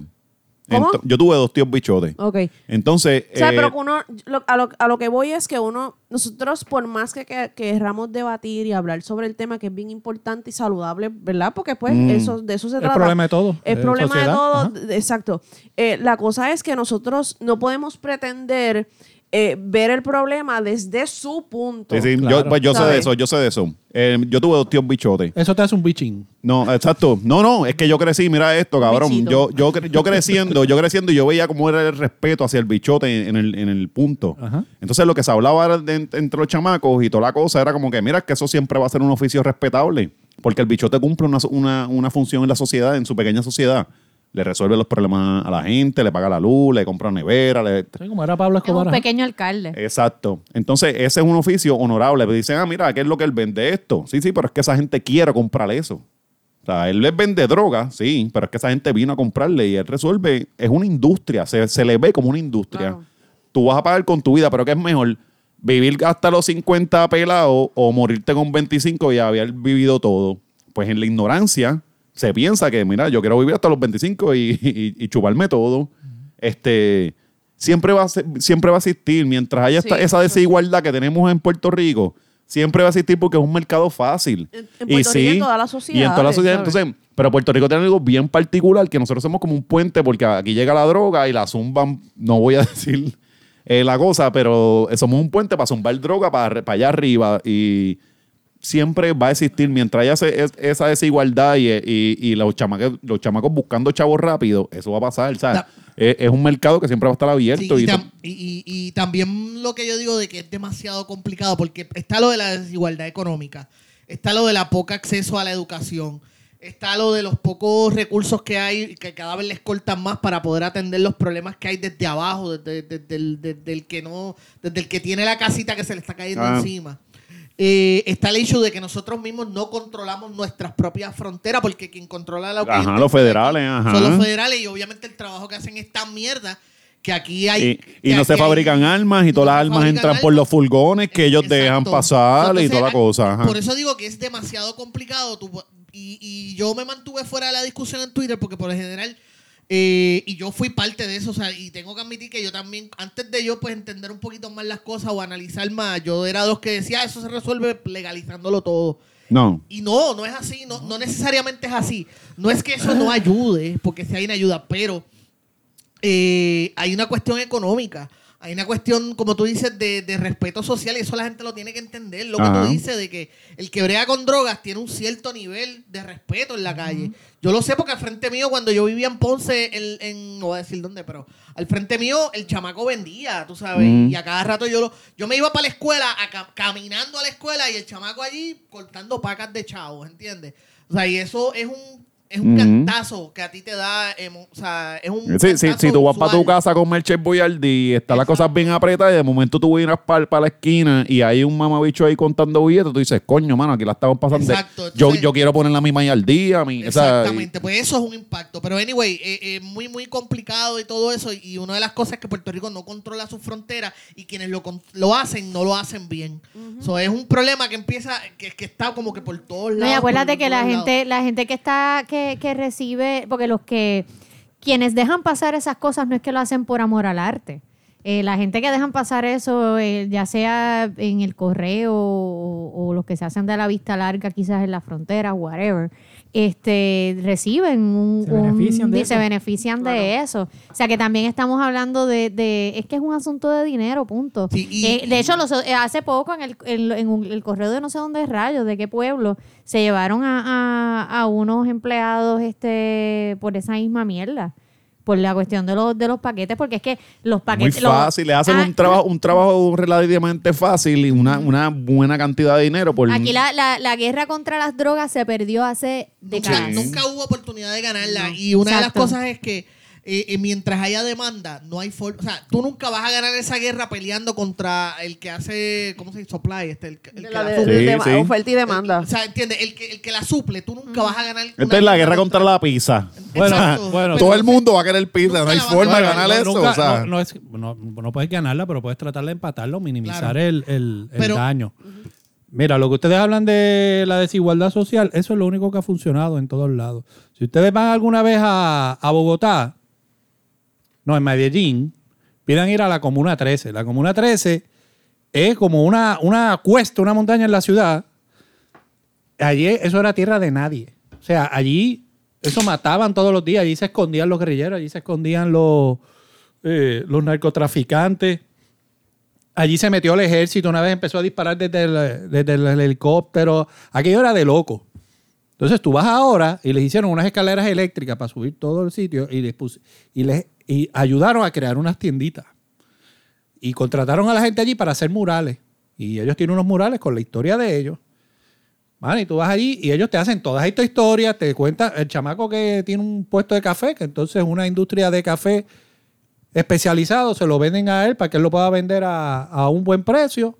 ¿Cómo? Ento- yo tuve dos tíos bichotes. Ok. Entonces. O sea, eh, pero que uno, lo- a, lo, a lo que voy es que uno, nosotros por más que, que- querramos debatir y hablar sobre el tema que es bien importante y saludable, ¿verdad? Porque pues Mm. eso, de eso se trata. problema de todo, Es de problema sociedad, de todo, ajá. de- exacto. Eh, la cosa es que nosotros no podemos pretender eh, ver el problema desde su punto. sí, sí, Claro. yo, pues yo sé ¿Sabes? de eso, yo sé de eso. Eh, yo tuve dos tíos bichotes. Eso te hace un bichín. No, exacto. No, no, es que yo crecí, mira esto, cabrón. Bichito. Yo, yo, cre- yo creciendo, yo creciendo y yo veía cómo era el respeto hacia el bichote en el, en el punto. Ajá. Entonces lo que se hablaba era de- entre los chamacos y toda la cosa era como que, mira, que eso siempre va a ser un oficio respetable. Porque el bichote cumple una, una- una función en la sociedad, en su pequeña sociedad. Le resuelve los problemas a la gente, le paga la luz, le compra nevera, le, Sí, como era Pablo Es un Escobar. ajá. pequeño alcalde. Exacto. Entonces, ese es un oficio honorable. Dicen, ah, mira, ¿qué es lo que él vende esto? Sí, sí, pero es que esa gente quiere comprar eso. O sea, él les vende droga, sí, pero es que esa gente vino a comprarle y él resuelve. Es una industria, se, se le ve como una industria. Claro. Tú vas a pagar con tu vida, pero ¿qué es mejor? ¿Vivir hasta los 50 pelados o morirte con 25 y haber vivido todo? Pues en la ignorancia se piensa que, mira, yo quiero vivir hasta los 25 y, y- y chuparme todo. Este, siempre va, a ser- siempre va a existir, mientras haya esta- Sí. esa desigualdad que tenemos en Puerto Rico, siempre va a existir porque es un mercado fácil. En- en Puerto Rico y en todas las Y en todas las sociedades. sociedades, ¿sabes? Entonces, pero Puerto Rico tiene algo bien particular, que nosotros somos como un puente, porque aquí llega la droga y la zumban, no voy a decir eh, la cosa, pero somos un puente para zumbar droga para, para allá arriba y siempre va a existir mientras haya ese- es- esa desigualdad y, y- y los, chamacos, los chamacos buscando chavos rápido, eso va a pasar, ¿sabes? Ta- Es, es un mercado que siempre va a estar Sí, abierto. y, y tam- y- y- y también lo que yo digo de que es demasiado complicado, porque está lo de la desigualdad económica, está lo de la poca acceso a la educación, está lo de los pocos recursos que hay, que cada vez les cortan más para poder atender los problemas que hay desde abajo, desde, desde el, desde el que no, desde el que tiene la casita que se le está cayendo Ah. encima. Eh, está el hecho de que nosotros mismos no controlamos nuestras propias fronteras, porque quien controla la Ajá, que- los federales, ajá. Son los federales y obviamente el trabajo que hacen es tan mierda que aquí hay y- y que no aquí se hay- fabrican armas y no todas las se armas fabrican entran por armas. los furgones que ellos Exacto. dejan pasar y Entonces, toda la ah, cosa. ajá. Por eso digo que es demasiado complicado. tú- y, y yo me mantuve fuera de la discusión en Twitter porque por lo general, eh, y yo fui parte de eso, o sea, y tengo que admitir que yo también, antes de yo pues entender un poquito más las cosas o analizar más, yo era de los que decía, "Ah, eso se resuelve legalizándolo todo. No. Y no, no es así, no, no necesariamente es así. No es que eso no ayude, porque si hay una ayuda, pero eh, hay una cuestión económica, hay una cuestión, como tú dices, de, de respeto social, y eso la gente lo tiene que entender. Lo que Ajá. tú dices de que el que brega con drogas tiene un cierto nivel de respeto en la calle. Yo lo sé porque al frente mío, cuando yo vivía en Ponce, en, en- no voy a decir dónde, pero al frente mío el chamaco vendía, tú sabes, Mm. y a cada rato yo lo, yo me iba para la escuela, a ca- caminando a la escuela, y el chamaco allí cortando pacas de chavos, ¿entiendes? O sea, y eso es un, es un Ujú. cantazo que a ti te da, emo- o sea, es un Sí, sí, si cantazo tú vas para tu visual. casa a comer Chef Boyardee y están las Exacto. cosas bien apretadas y de momento tú vienes para la esquina y hay un mamabicho ahí contando billetes, tú dices, coño, mano, aquí la estamos pasando. de- Exacto, yo, entonces- yo quiero poner la misma ahí al día. Mi, o sea, Exactamente, pues eso es un impacto. Pero anyway, eh, eh, muy, muy complicado y todo eso. Y una de las cosas es que Puerto Rico no controla sus fronteras y quienes lo, con- lo hacen no lo hacen bien. So, es un problema que empieza, que, que está como que por todos lados. No, y acuérdate por que la todos lados. gente, la gente que está, que, que recibe, porque los que, quienes dejan pasar esas cosas no es que lo hacen por amor al arte. Eh, la gente que dejan pasar eso, eh, ya sea en el correo o, o los que se hacen de la vista larga, quizás en las fronteras, whatever, este, reciben un... Se benefician un- de se eso. benefician de eso. O sea que también estamos hablando de, de- es que es un asunto de dinero, punto. Sí, y- Eh, de hecho, los- eh, hace poco en el, en, lo- en un- el correo de no sé dónde rayos, de qué pueblo, se llevaron a, a- a unos empleados este por esa misma mierda. Por la cuestión de los, de los paquetes, porque es que los muy paquetes. los- fácil, le hacen Ah, un trabajo, un trabajo relativamente fácil y una, una buena cantidad de dinero por Aquí la, la- la guerra contra las drogas se perdió hace nunca, décadas. nunca hubo oportunidad de ganarla. No, Y una exacto. de las cosas es que eh, eh, mientras haya demanda, no hay forma. O sea, tú nunca vas a ganar esa guerra peleando contra el que hace, ¿cómo se dice? Supply, este, el, que- el De que la la de- Sí, de- de- sí. Oferta y demanda. O sea, entiende, el que, el que la suple, tú nunca vas a ganar. Esta una es la guerra contra la pizza. Bueno, Exacto. bueno, Todo Pero- el mundo va a querer pizza, no hay Nunca la forma van de a ganar No, eso. nunca- o sea. no, no es- no- no puedes ganarla, pero puedes tratar de empatarlo, minimizar Claro. el, el- el Pero- daño. Mira, lo que ustedes hablan de la desigualdad social, eso es lo único que ha funcionado en todos lados. Si ustedes van alguna vez a, a Bogotá, no, en Medellín, pidan ir a la Comuna 13. La Comuna 13 es como una, una cuesta, una montaña en la ciudad. Allí eso era tierra de nadie. O sea, allí eso mataban todos los días. Allí se escondían los guerrilleros, allí se escondían los, eh, los narcotraficantes. Allí se metió el ejército, una vez empezó a disparar desde el, desde el helicóptero. Aquello era de loco. Entonces tú vas ahora y les hicieron unas escaleras eléctricas para subir todo el sitio y les, pus- y les y ayudaron a crear unas tienditas. Y contrataron a la gente allí para hacer murales. Y ellos tienen unos murales con la historia de ellos. Mano, y tú vas allí y ellos te hacen todas estas historias, te cuentan el chamaco que tiene un puesto de café, que entonces una industria de café especializado se lo venden a él para que él lo pueda vender a, a un buen precio.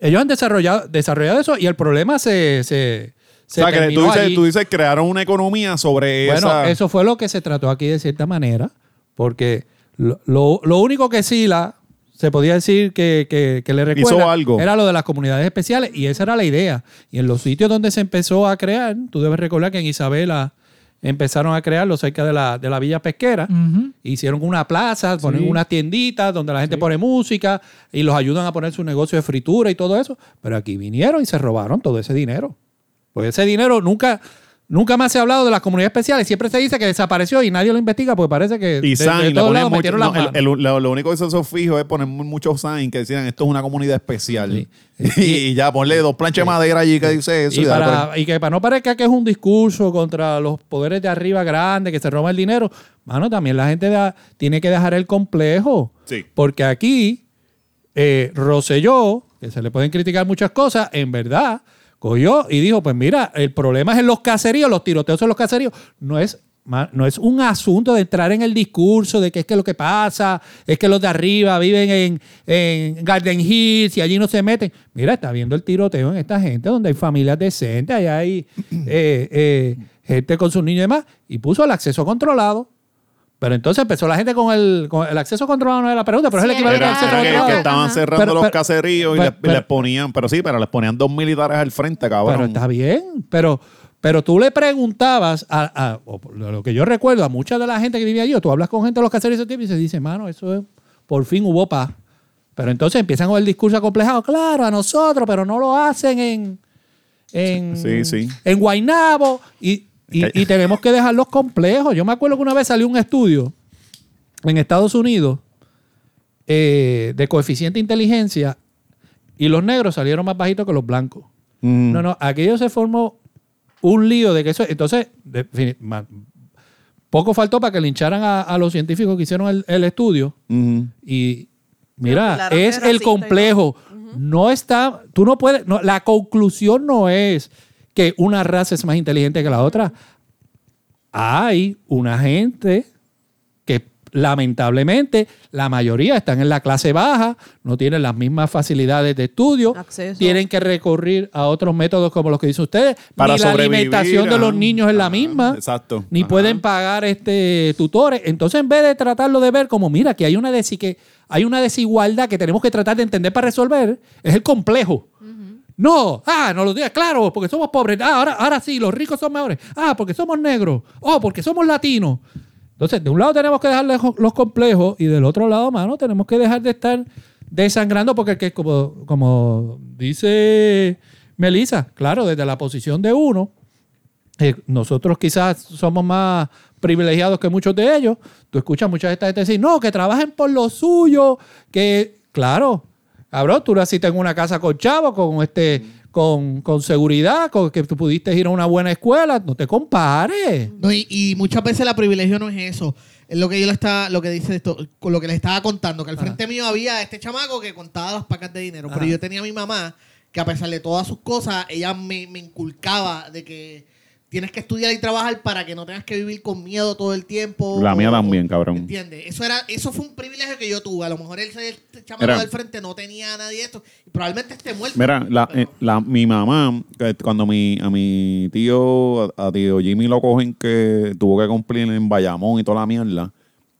Ellos han desarrollado, desarrollado eso y el problema se... se, se o sea, que tú terminó dices, allí. tú dices crearon una economía sobre Bueno, esa... eso fue lo que se trató aquí de cierta manera, porque lo, lo- lo único que sí la se podía decir que, que- que le recuerda algo. era lo de las comunidades especiales y esa era la idea. Y en los sitios donde se empezó a crear, tú debes recordar que en Isabela empezaron a crearlo cerca de la, de la villa pesquera, hicieron una plaza, ponen unas tienditas donde la gente pone música y los ayudan a poner su negocio de fritura y todo eso, pero aquí vinieron y se robaron todo ese dinero. Pues ese dinero nunca, nunca más se ha hablado de las comunidades especiales. Siempre se dice que desapareció y nadie lo investiga porque parece que y de, sign, de le todos ponían lados mucho- metieron no, las manos. el- el- lo, lo único que se hizo fijo es poner mu- muchos signs que decían esto es una comunidad especial. Y, ya ponle dos planchas de madera allí que dice eso. y, y dale por ahí. para, y que para no parezca que es un discurso contra los poderes de arriba grandes, que se roba el dinero, mano, también la gente da- tiene que dejar el complejo. Sí. Porque aquí, eh, Rosselló, que se le pueden criticar muchas cosas, en verdad, cogió y dijo, pues mira, el problema es en los caseríos, los tiroteos en los caseríos, no es... ma- No es un asunto de entrar en el discurso de que es que lo que pasa es que los de arriba viven en, en Garden Hills y allí no se meten. Mira, está viendo el tiroteo en esta gente donde hay familias decentes, allá hay eh, eh, gente con sus niños y demás, y puso el acceso controlado. Pero entonces empezó la gente con el, con el acceso controlado, no era la pregunta, pero es el Sí, equivalente Era, al Claro, era acceso que, claro. que controlado. estaban Ajá. cerrando Pero- los pero- caseríos y pero- les, les pero- ponían, pero sí, pero les ponían dos militares al frente, Pero cabrón. está bien, pero, pero tú le preguntabas, a, a- o por lo que yo recuerdo, a mucha de la gente que vivía allí, o tú hablas con gente de los caseros ese tiempo y se dice, mano, eso es, por fin hubo paz. Pero entonces empiezan con el discurso acomplejado, claro, a nosotros, pero no lo hacen en, en, Sí, sí. en Guaynabo y, y- y tenemos que dejar los complejos. Yo me acuerdo que una vez salió un estudio en Estados Unidos eh, de coeficiente de inteligencia y los negros salieron más bajitos que los blancos. Mm. No, no, aquello se formó un lío de que eso. Entonces, defini- ma- poco faltó para que lincharan a, a los científicos que hicieron el, el estudio. Mm. Y mira, claro, es que el racista y complejo. No está, tú no puedes, no, la conclusión no es que una raza es más inteligente que la otra. Hay una gente que lamentablemente la mayoría están en la clase baja, no tienen las mismas facilidades de estudio, Acceso. tienen que recurrir a otros métodos como los que dicen ustedes, Para ni la sobrevivir, alimentación de ajá. los niños es la Ajá, misma, exacto, ni ajá. pueden pagar este tutores. Entonces, en vez de tratarlo de ver como, mira, que hay una, desi- que hay una desigualdad que tenemos que tratar de entender para resolver, es el complejo. No, ah, no lo digas, claro, porque somos pobres. Ah, ahora, ahora sí, los ricos son mejores. Ah, porque somos negros. Oh, porque somos latinos. Entonces, de un lado tenemos que dejar lejos los complejos y del otro lado, mano, tenemos que dejar de estar desangrando porque, que como, como dice Melissa, claro, desde la posición de uno, eh, nosotros quizás somos más privilegiados que muchos de ellos. Tú escuchas mucha de esta gente decir, no, que trabajen por lo suyo, que, claro, cabrón, tú naciste en una casa con chavo, con este, con, con seguridad, con que tú pudiste ir a una buena escuela, no te compares. No, y, y muchas veces la privilegio no es eso. Es lo que yo le estaba, lo que dice esto, con lo que les estaba contando, que al frente mío había este chamaco que contaba las pacas de dinero. Pero yo tenía a mi mamá, que a pesar de todas sus cosas, ella me, me inculcaba de que tienes que estudiar y trabajar para que no tengas que vivir con miedo todo el tiempo. La O- mía también, o- cabrón. ¿Entiendes? Eso era, eso fue un privilegio que yo tuve. A lo mejor el, el chamaco Era- del frente no tenía a nadie de esto. Y probablemente esté muerto. Mira, la, eh, la- mi mamá, que cuando mi, a mi tío, a, a tío Jimmy lo cogen que tuvo que cumplir en Bayamón y toda la mierda,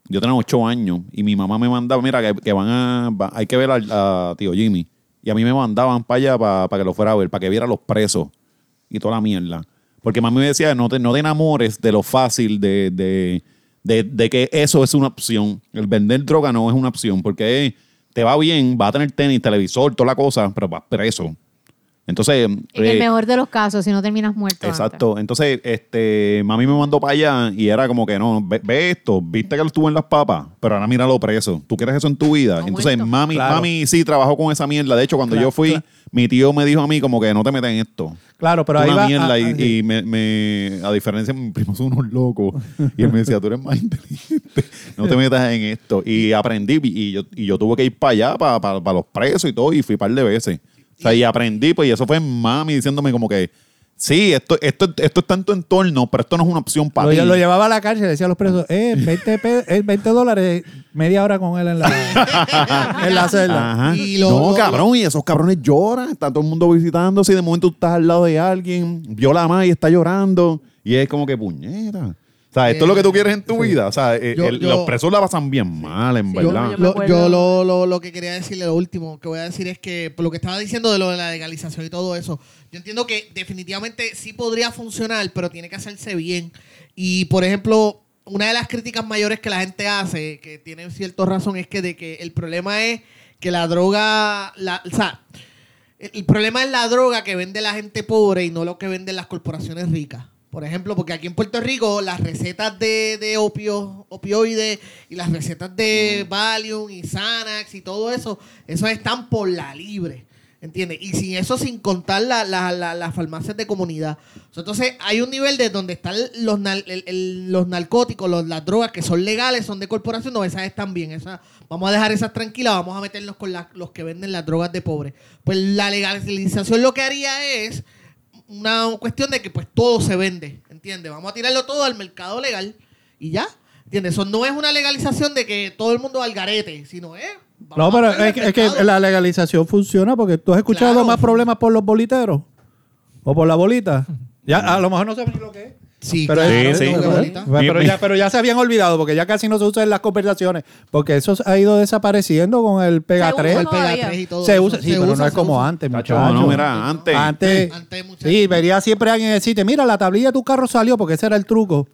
yo tenía ocho años y mi mamá me mandaba, mira, que, que van a, va- hay que ver al- a, tío Jimmy. Y a mí me mandaban para allá para que lo fuera a ver, para que viera a los presos y toda la mierda. Porque mami me decía, no te, no te enamores de lo fácil, de, de, de- de que eso es una opción. El vender droga no es una opción, porque eh, te va bien, vas a tener tenis, televisor, toda la cosa, pero vas preso. Entonces... En eh, el mejor de los casos, si no terminas muerto. antes. Exacto. Entonces, este, mami me mandó para allá y era como que no, ve, ve esto, viste que lo estuvo en las papas, pero ahora míralo preso. ¿Tú quieres eso en tu vida? No, Entonces, muerto. mami, Claro. mami sí trabajó con esa mierda. De hecho, cuando Claro, yo fui, claro. mi tío me dijo a mí como que no te metas en esto. Claro, pero Tú ahí una va- mierda ah, y, ah, sí. y me, me- a diferencia mis primos son unos locos y él me decía tú eres más inteligente no te metas en esto y aprendí y yo, y yo tuve que ir para allá para, para- para los presos y todo y fui un par de veces O sea, y aprendí, pues, y eso fue mami diciéndome como que, sí, esto, esto, esto está en tu entorno, pero esto no es una opción para Lo, ti. lo llevaba a la cárcel, decía a los presos, eh, 20, pe- eh, 20 dólares, media hora con él en la, en la celda. Ajá. Y lo- no, lo- cabrón, y esos cabrones lloran, está todo el mundo visitándose y de momento tú estás al lado de alguien, vio la mamá y está llorando y es como que puñeta. O sea, esto es Eh, lo que tú quieres en tu vida. O sea, eh, Yo- el- yo- los presos la pasan bien mal, en Sí, Yo, verdad. yo me lo, acuerdo. yo lo, lo- lo que quería decirle, lo último que voy a decir es que por lo que estaba diciendo de lo de la legalización y todo eso, yo entiendo que definitivamente sí podría funcionar, pero tiene que hacerse bien. Y por ejemplo, una de las críticas mayores que la gente hace, que tiene cierta razón, es que de que el problema es que la droga, la, o sea, el, el problema es la droga que vende la gente pobre y no lo que venden las corporaciones ricas. Por ejemplo, porque aquí en Puerto Rico las recetas de, de opio- opioides y las recetas de Valium y Xanax y todo eso, eso están por la libre. ¿Entiendes? Y sin eso, sin contar la- la- la- las farmacias de comunidad. So, Entonces, hay un nivel de donde están los, nar- el- el- los narcóticos, los- las drogas que son legales, son de corporación. No, esas están bien. Esas, vamos a dejar esas tranquilas, vamos a meternos con la- los que venden las drogas de pobres. Pues la legalización lo que haría es una cuestión de que pues todo se vende, ¿entiendes? Vamos a tirarlo todo al mercado legal y ya, ¿entiendes? Eso no es una legalización de que todo el mundo al garete, sino es... No, vamos a pero hacerlo es, que- al es que mercado. la legalización funciona porque tú has escuchado Claro. más problemas por los boliteros o por la bolita. Ya, a lo mejor no saben ni lo que es. Sí, Pero, claro, Sí, sí. tengo que pero- bonita. pero- pero ya, pero ya se habían olvidado porque ya casi no se usa en las conversaciones porque eso ha ido desapareciendo con el pega Se usa 3. El todavía. pega tres y todo Se eso. usa, Se sí, pero usa, no es se como usa. antes, Chacho, muchachos. no, mira, antes. Antes, Antes, muchachos. sí, vería siempre alguien decirte, mira, la tablilla de tu carro salió, porque ese era el truco.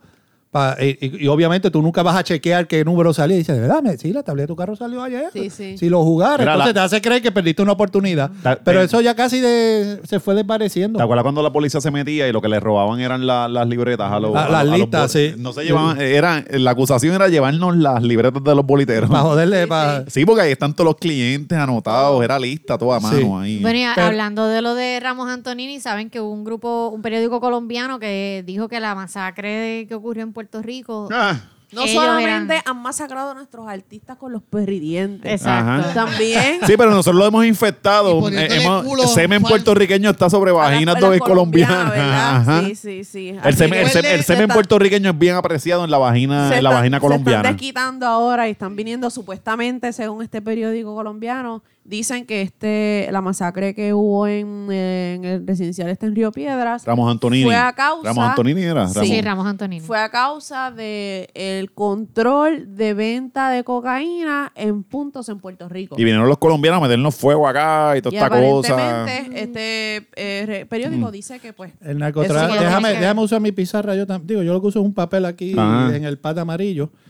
Pa- y, y- y obviamente tú nunca vas a chequear qué número salió. Y dices, de verdad, me- sí, la tablilla de tu carro salió ayer. Sí, sí. Si lo jugaras, Mira, entonces la- te hace creer que perdiste una oportunidad. Ta- Pero te- eso ya casi de- se fue despareciendo. ¿Te acuerdas cuando la policía se metía y lo que le robaban eran la- las libretas a los La- a- las a los listas, bol- sí. No se llevaban, era, la acusación era llevarnos las libretas de los boliteros. Para joderle, para... Sí, porque ahí están todos los clientes anotados, era lista toda a mano Sí. ahí. Bueno, y a- Pero- hablando de lo de Ramos Antonini, saben que hubo un grupo, un periódico colombiano que dijo que la masacre de- que ocurrió en Puerto Rico. Ah. No Ellos solamente eran- han masacrado a nuestros artistas con los perridientes. Exacto. Ajá. También. Sí, pero nosotros lo hemos Y infectado. poniéndole Eh, hemos- culo semen falso. puertorriqueño está sobre a vaginas las- a de las colombianas. colombianas, Ajá. ¿verdad? Sí, sí, sí. El Así semen, que el semen- el se semen está- puertorriqueño es bien apreciado en la vagina, se en la está- vagina Se colombiana. están desquitando ahora y están viniendo supuestamente, según este periódico colombiano, dicen que este la masacre que hubo en, eh, en el residencial está en Río Piedras Ramos Antonini. fue a causa Ramos Antonini era. Sí. Ramos. Sí, Ramos Antonini. fue a causa de el control de venta de cocaína en puntos en Puerto Rico. Y vinieron los colombianos a meternos fuego acá y toda Y esta cosa. Mm. aparentemente este eh, re- periódico dice que pues El Eso narcotráfico. fue lo Déjame, que- déjame usar mi pizarra. Yo tam- digo, yo lo que uso es un papel aquí Ajá. en el pata amarillo. Ah.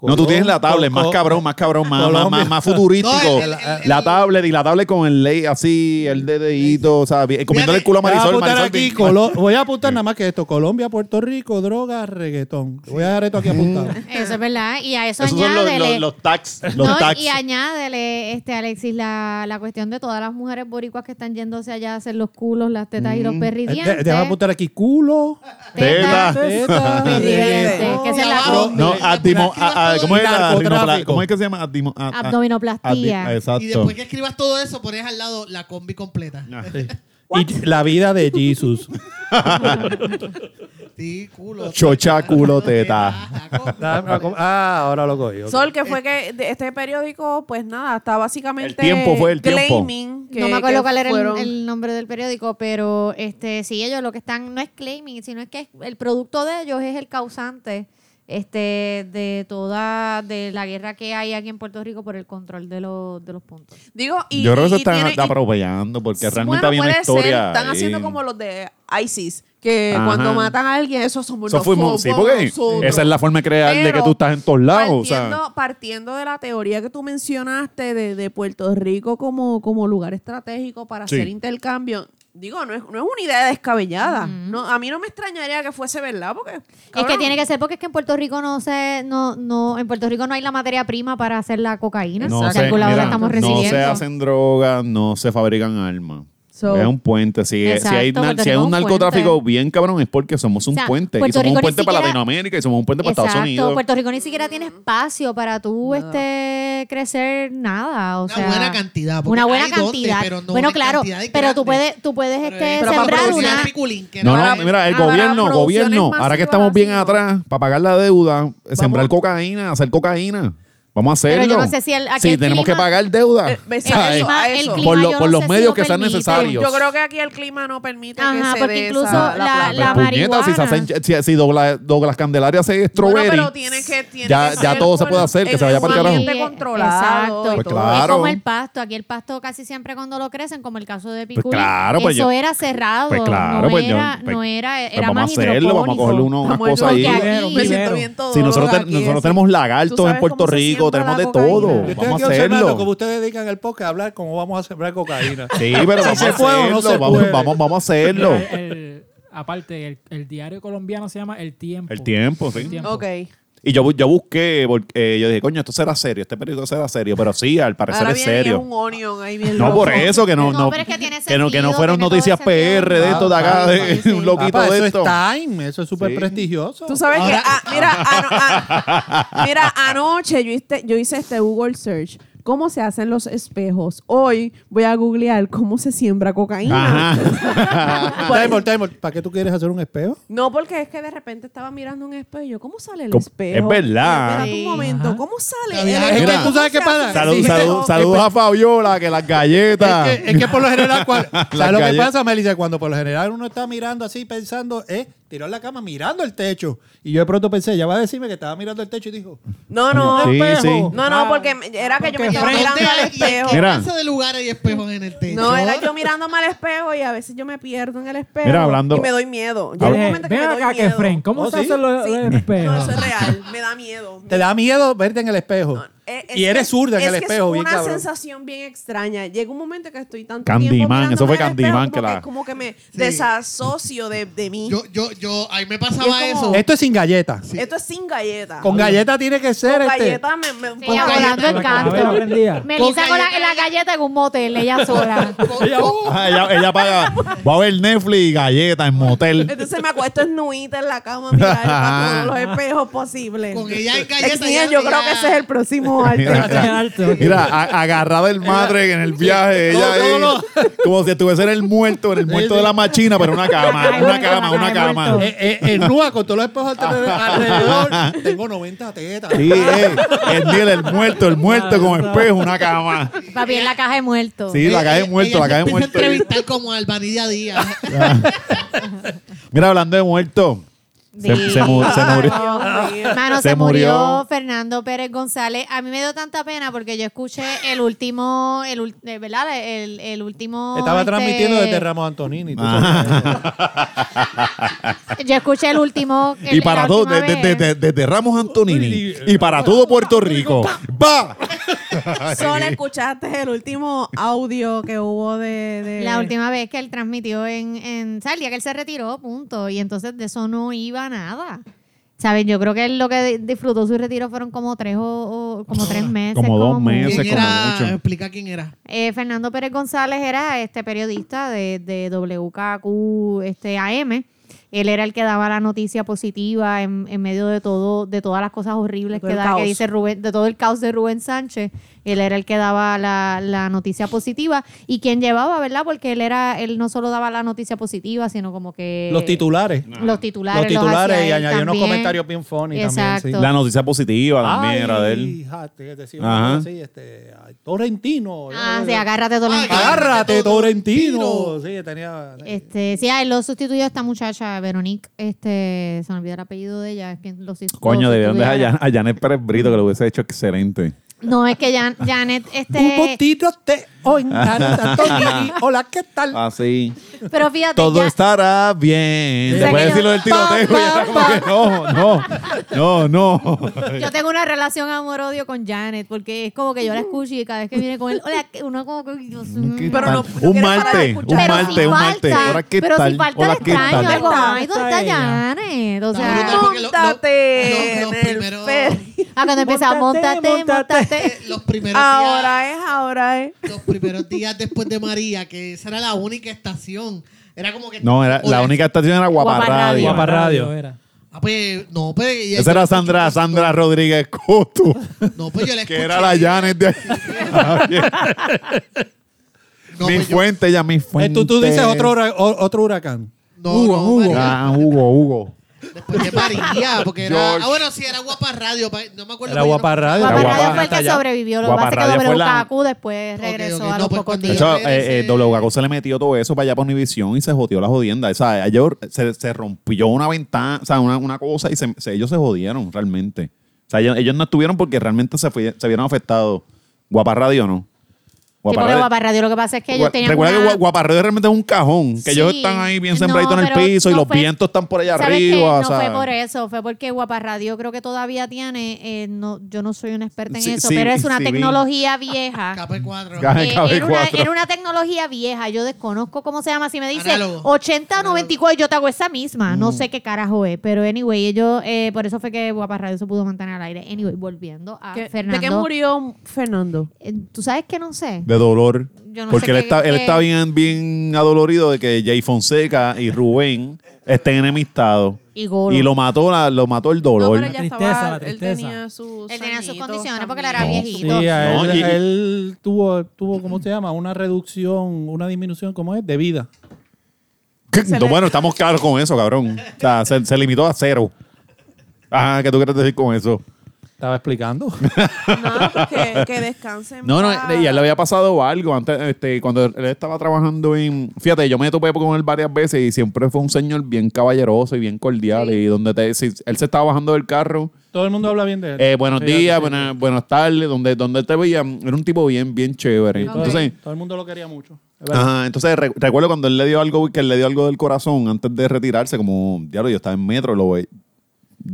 No, tú tienes la Colón, tablet, más Col- cabrón, más cabrón, más, más, Colombia. más, más futurístico. No, el- el- el- la el- tablet y la tablet con el ley así, el dedito, o sea, bien- comiéndole el culo a Voy a Marisol. apuntar Marisol aquí, bien- Colo- voy a apuntar nada más que esto. Colombia, Puerto Rico, droga, reggaetón. Voy a dejar esto aquí apuntado. Eh, Eso es verdad. Y a eso Esos son los, añádele. los, los tax. Los No, tax. y añádele, este, Alexis, la, la cuestión de todas las mujeres boricuas que están yéndose allá a hacer los culos, las tetas y los Eh, Déjame perridientes. apuntar aquí culo, Tetas, Teta. teta, perridientes, que esa es la Abajo. pro- No, Mira, ah, adimo, escribas a- a- todo ¿cómo, es y- la Narcotráfico. rinopla- ¿Cómo es que se llama? Adimo- a- a- Abdominoplastía. adi- Y Exacto. después que escribas todo eso, pones al lado la combi completa. y la vida de Jesus. Sí, culo. Chocha, culo, teta. ah, ahora lo cogí. ok. Sol, que fue que de este periódico, pues nada, está básicamente. El tiempo fue el tiempo. claiming que- no me acuerdo que cuál era el- fueron- el, nombre del periódico, pero este sí ellos lo que están no es claiming, sino es que es- el producto de ellos es el causante este de toda de la guerra que hay aquí en Puerto Rico por el control de los de los puntos. Digo, y. Yo creo que y- se y están tiene- y- aprovechando porque realmente Bueno, había una puede ser, historia. Están ahí. haciendo como los de ISIS, que Ajá. cuando matan a alguien, eso somos Eso fuimos, nosotros, sí, porque nosotros. esa es la forma de crear de que Pero tú estás en todos lados. o sea. Partiendo, partiendo de la teoría que tú mencionaste de, de Puerto Rico como, como lugar estratégico para Sí. hacer intercambio, digo, no es, no es una idea descabellada. no, a mí no me extrañaría que fuese verdad, porque. Es cabrón, que tiene que ser porque es que en Puerto Rico no se no no en Puerto Rico no hay la materia prima para hacer la cocaína, No o sea, se, calculado que mira, estamos no se recibiendo. hacen drogas, no se fabrican armas. So, es un puente. Si, Exacto, si hay, na- Puerto si hay Rico un es un narcotráfico puente. bien cabrón, es porque somos un O sea, puente. Puerto y somos Rico un ni puente para siquiera- Latinoamérica y somos un puente para Exacto, Estados Unidos. Puerto Rico ni siquiera tiene espacio para tú este crecer nada, o Una sea, buena cantidad, porque una buena hay donde, cantidad. pero no bueno, una claro, cantidad de pero grande. tú puedes tú puedes este pero para sembrar producir una piculín, que No, Ahora, no, mira, el ahora gobierno, producciones gobierno, masivas ahora que estamos bien así, ¿no? atrás, para pagar la deuda, sembrar cocaína, hacer cocaína. Vamos a Pero hacerlo. yo no sé si el- Si aquel tenemos que clima- pagar deuda. Eh, O ves, sea, a eh, eso, a el eso. clima Por lo- yo por no los sé si medios lo que sean permite. necesarios. Yo creo que aquí el clima no permite Ajá, que se porque dé incluso esa, la- planta. pues, la puñeta, si, se hacen- marihuana. si, si dobla, Douglas Candelaria hace strawberry, Bueno, pero tiene que, tiene ya, que ya ser todo se con- puede hacer, que en se vaya un para el carajo. ambiente controlado Exacto. y Pues todo. claro. Es como el pasto. Aquí el pasto casi siempre cuando lo crecen, como el caso de Piculín. claro, pues eso yo- era cerrado. pues claro, no, pues yo- era, pues- no era, Pues era vamos más a hacerlo, vamos a hidropónico. cogerle uno- unas Como el cosas ahí. Rocky Porque Aguilera, ahí- Me siento bien todo. Si nosotros, ten- aquí, nosotros así. tenemos Tú lagartos sabes en Puerto cómo se Rico, siembra tenemos la de cocaína. todo. Yo Yo estoy Vamos aquí a hacerlo. observando cómo ustedes dedican el podcast a hablar cómo vamos a sembrar cocaína. Sí, pero Si vamos a se puede o no hacerlo. se Vamos, puede. vamos, vamos a hacerlo. Mira, el- el- aparte, el, el diario colombiano se llama El Tiempo. El tiempo, sí. El tiempo. Ok. Y yo, bu- yo busqué, porque, eh, yo dije, coño, esto será serio, este periódico será serio, pero sí, al parecer Ahora es viene serio. un onion ahí bien No loco. por eso, que no, No, no, pero es que tiene no, que no sentido, fueron tiene todo noticias el sentido. PR de esto de acá, Claro, de sí, sí. un loquito Papá, de eso esto. es Time, eso es súper Sí. prestigioso. Tú sabes que, ah, mira, ano- ah, mira, anoche yo hice, yo hice este Google search. ¿Cómo se hacen los espejos? Hoy voy a googlear cómo se siembra cocaína. Ajá. Time, time, ¿para qué tú quieres hacer un espejo? No, porque es que de repente estaba mirando un espejo y yo, ¿cómo sale el ¿Cómo? espejo? Es verdad. Espérate un momento, ¿cómo sale el Mira, espejo? es que tú sabes qué ¿Cómo se pasa? hace Salud- el salud- espejo? saludos a Fabiola, que las galletas. Es que, es que por lo general, cual- Las ¿sabes lo que galletas. pasa, Melissa? Cuando por lo general uno está mirando así, pensando, eh, tiró en la cama, mirando el techo. Y yo de pronto pensé, ya va a decirme que estaba mirando el techo y dijo, No, no. Sí, espejo. sí. No, no, porque era que yo me Porque estaba frente mirando al espejo. Mira. clase de lugares y espejos en el techo? No, era yo mirándome al espejo y a veces yo me pierdo en el espejo. Mira, hablando- Y me doy miedo. Llega Eh, un momento que ven me doy acá, que miedo. Fren, ¿cómo Oh, se ¿sí? hacen los, Sí. los espejos? No, eso es real. Me da miedo. te da miedo verte en el espejo. Eh, es y que- eres zurda en es el que espejo, Es bien una cabrón. sensación bien extraña. Llega un momento que estoy tanto Candyman, tiempo mirándome eso fue al espejo Candyman como que la- Como que me desasocio de, de mí. Yo, yo, yo, ahí me Y pasaba es como- eso. Esto es sin galleta. Esto es sin galleta. Con galleta tiene que ser Ah. Con este. galleta me... me- Sí, con ella galleta. volando el Con la cabeza prendida. canto. Melissa con la, Con la galleta en un motel, ella sola. Con- con- oh, Ah, ella, ella paga. Va a ver Netflix, galletas en motel. Entonces me acuesto esnuita en la cama a mirar para todos los espejos posibles. Con ella en Ex galletas. niña, ya- yo ya- creo que ese es el próximo arte. Mira, Alto. mira, a- agarrada el madre en el viaje. Ella Todo, ahí, todo como si estuviese en el muerto, en el muerto de la machina, pero una cama, Ay, una muerto, cama, la una caja de cama. muerto. Eh, eh, en Nua, con todos los espejos alrededor- alrededor, tengo 90 tetas. Sí, eh, el Niel, el muerto, el muerto con espejo, una cama. Papi en la caja de muertos. Sí, la ella- cae muerto, ella la se cae empieza a muerto. entrevistar como al Vanilla Díaz. Mira, hablando de muerto. Se, Sí. se mu- se murió. Dios mío. Mano, Se se, murió. murió. Fernando Pérez González. A mí me dio tanta pena porque yo escuché el último, el, ul- eh, ¿verdad? El, el último. Estaba este, transmitiendo desde Ramos Antonini. tú Ah. Yo escuché el último. Y el- para la todo, última desde vez. Ramos Antonini. Y para todo Puerto Rico. ¡Va! Solo escuchaste el último audio que hubo de... de- La última vez que él transmitió en, en o sea, el día que él se retiró, punto. Y entonces de eso no iba nada. ¿Sabes? Yo creo que él lo que di- disfrutó su retiro fueron como tres o, o- como tres meses. Como dos meses. ¿Quién Ese como mucho. era? Explica quién era. Eh, Fernando Pérez González era este periodista de, de WKQ este, AM. Él era el que daba la noticia positiva en, en medio de todo, de todas las cosas horribles Todo que, el da, que caos. dice Rubén, de todo el caos de Rubén Sánchez. Él era el que daba la, la noticia positiva y quien llevaba, ¿verdad? Porque él era, él no solo daba la noticia positiva, sino como que sabes. eh, Los titulares. los titulares, Los titulares hacía y él añadió unos también. comentarios bien funny también, sí. Exacto. La noticia positiva también Ay, era de él. jate, decía Ajá. una cosa así, este, ay, Torrentino. eh, Ah, Yo- sí, agárrate todo Ay, Agárrate, Torrentino. Torrentino. Sí, tenía. Este, sí, ah, él lo sustituyó a esta muchacha, Veronique, este, se me olvidó el apellido de ella, es quien lo sus- Coño, lo debieron dejar a, sustituyó. Jan- a Janet Pérez Brito, que lo hubiese hecho excelente. No, es que Jan- Janet, Un este, tiro te en Antonini. Hola, ¿qué tal? Así. pero fíjate, Todo ya- estará bien. Sí. Después de Sí. decirlo del tiroteo, Pa, ya está como que no, no, no, no. yo tengo una relación amor-odio con Janet, porque es como que yo la escucho y cada vez que viene con él, hola, que- uno como que, Dios mío. Pero no- no un quiere parar de malte, un escuchar. Pero malte, si un falta, malte. Ahora, ¿qué pero tal? si falta Hola, el ¿qué extraño, tal? algo, ay, Está ¿dónde está ella. Janet? O Brutal, sea, porque lo- lo- Móntate lo- los en el primeros- ferry. Ah, cuando empieza, Móntate, montate, móntate". montate. Eh, Los primeros días. Ahora es, ahora es. Los primeros días después de María, que esa era la única estación. Era como que. No, era, o la única estación era Guapa Guapa Radio. Radio. Guapa Radio. era. Ah, pues, no, pues. y- Esa era Sandra, Sandra Rodríguez Coto, No, pues yo la que escuché. era la Janet de ahí. No, mi pues yo- fuente, ya mi fuente. Eh, tú, tú dices otro, hura- o- otro huracán. no, Hugo, no, Hugo. María, Ah, Hugo, Hugo. Después de María, porque era. George. Ah, bueno, sí, era Guapa Radio. pa- No me acuerdo. Era pero yo no- Guapa Radio. Guapa Guapa Guapa Radio fue el que Hasta allá. sobrevivió. Lo que Guapa pasa es Radio que fue la- WKQ después Ok, regresó ok, a no, pues, los pocos cuando De días. yo- hecho, Yo creo que eh, eh, ese- WKQ se le metió todo eso para allá para Univisión y se jodió la jodienda. O sea, ellos se, se rompió una ventana, o sea, una, una cosa y se- se- ellos se jodieron realmente. O sea, ellos, ellos no estuvieron porque realmente se, fue- se vieron afectados. Guapa Radio no. Sí, porque Guapa Radio lo que pasa es que ellos Gua- tenían Recuerda una... que Gua- Guapa Radio realmente es un cajón, que Sí. ellos están ahí bien No, sembraditos en el pero piso y no los fue- vientos están por allá ¿Sabes qué? arriba. No o sea. fue por eso, fue porque Guapa Radio creo que todavía tiene, eh, no, yo no soy una experta en Sí, eso, sí, pero es una sí, vi. tecnología vieja. KP4. Ga- Eh, Cabe era, una, cuatro. era una tecnología vieja, yo desconozco cómo se llama. Si me dice Análogo. 80 o 94, yo te hago esa misma. Mm. No sé qué carajo es, pero anyway, ellos, eh, por eso fue que Guapa Radio se pudo mantener al aire. Anyway, volviendo a ¿Qué- Ah, Fernando. ¿De qué murió Fernando? Eh, Tú sabes que no sé. de dolor. Yo no porque sé él, qué- está, él qué- está bien, bien adolorido de que Jay Fonseca y Rubén estén enemistados. Y Golo. lo mató, la- lo mató el dolor. No, pero ya Tristeza, estaba, la él tristeza. tenía sus Él tenía sus añitos condiciones porque él también. era No, viejito. Sí, a No, él, y- a él tuvo, tuvo, ¿cómo se llama? Una reducción, una disminución, ¿cómo es? De vida. ¿Qué? Bueno, estamos claros con eso, cabrón. O sea, se, se limitó a cero. Ajá, ¿qué tú quieres decir con eso? Estaba explicando. No, pues que, que descansen. No, no, y a él le había pasado algo antes, este, cuando él estaba trabajando en... Fíjate, yo me topé con él varias veces y siempre fue un señor bien caballeroso y bien cordial y donde te, si él se estaba bajando del carro... Todo el mundo habla bien de él. Eh, buenos Sí, días, sí, buena- buenas tardes, donde, donde él te veía, era un tipo bien, bien chévere. Ok. Todo, Entonces, todo el mundo lo quería mucho. Es verdad. ajá, entonces re- recuerdo cuando él le dio algo, que él le dio algo del corazón antes de retirarse, como, diablo, yo estaba en metro, lo ve-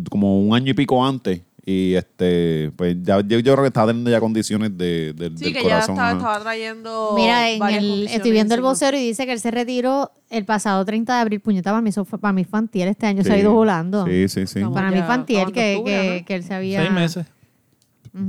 como un año y pico antes. Y este, pues ya, yo, yo creo que estaba teniendo ya condiciones de, de- Sí, del que ya corazón. estaba, ajá. estaba trayendo. Mira, en varias el- condiciones estoy viendo el encima. vocero y dice que él se retiró el pasado 30 de abril. Puñeta, para mí, eso fue- para mí infantil este año se ha Sí. ido volando. Sí, sí, sí. Estamos Para mí ya infantil acabando que, octubre, que- ¿no? que él se había... Seis meses.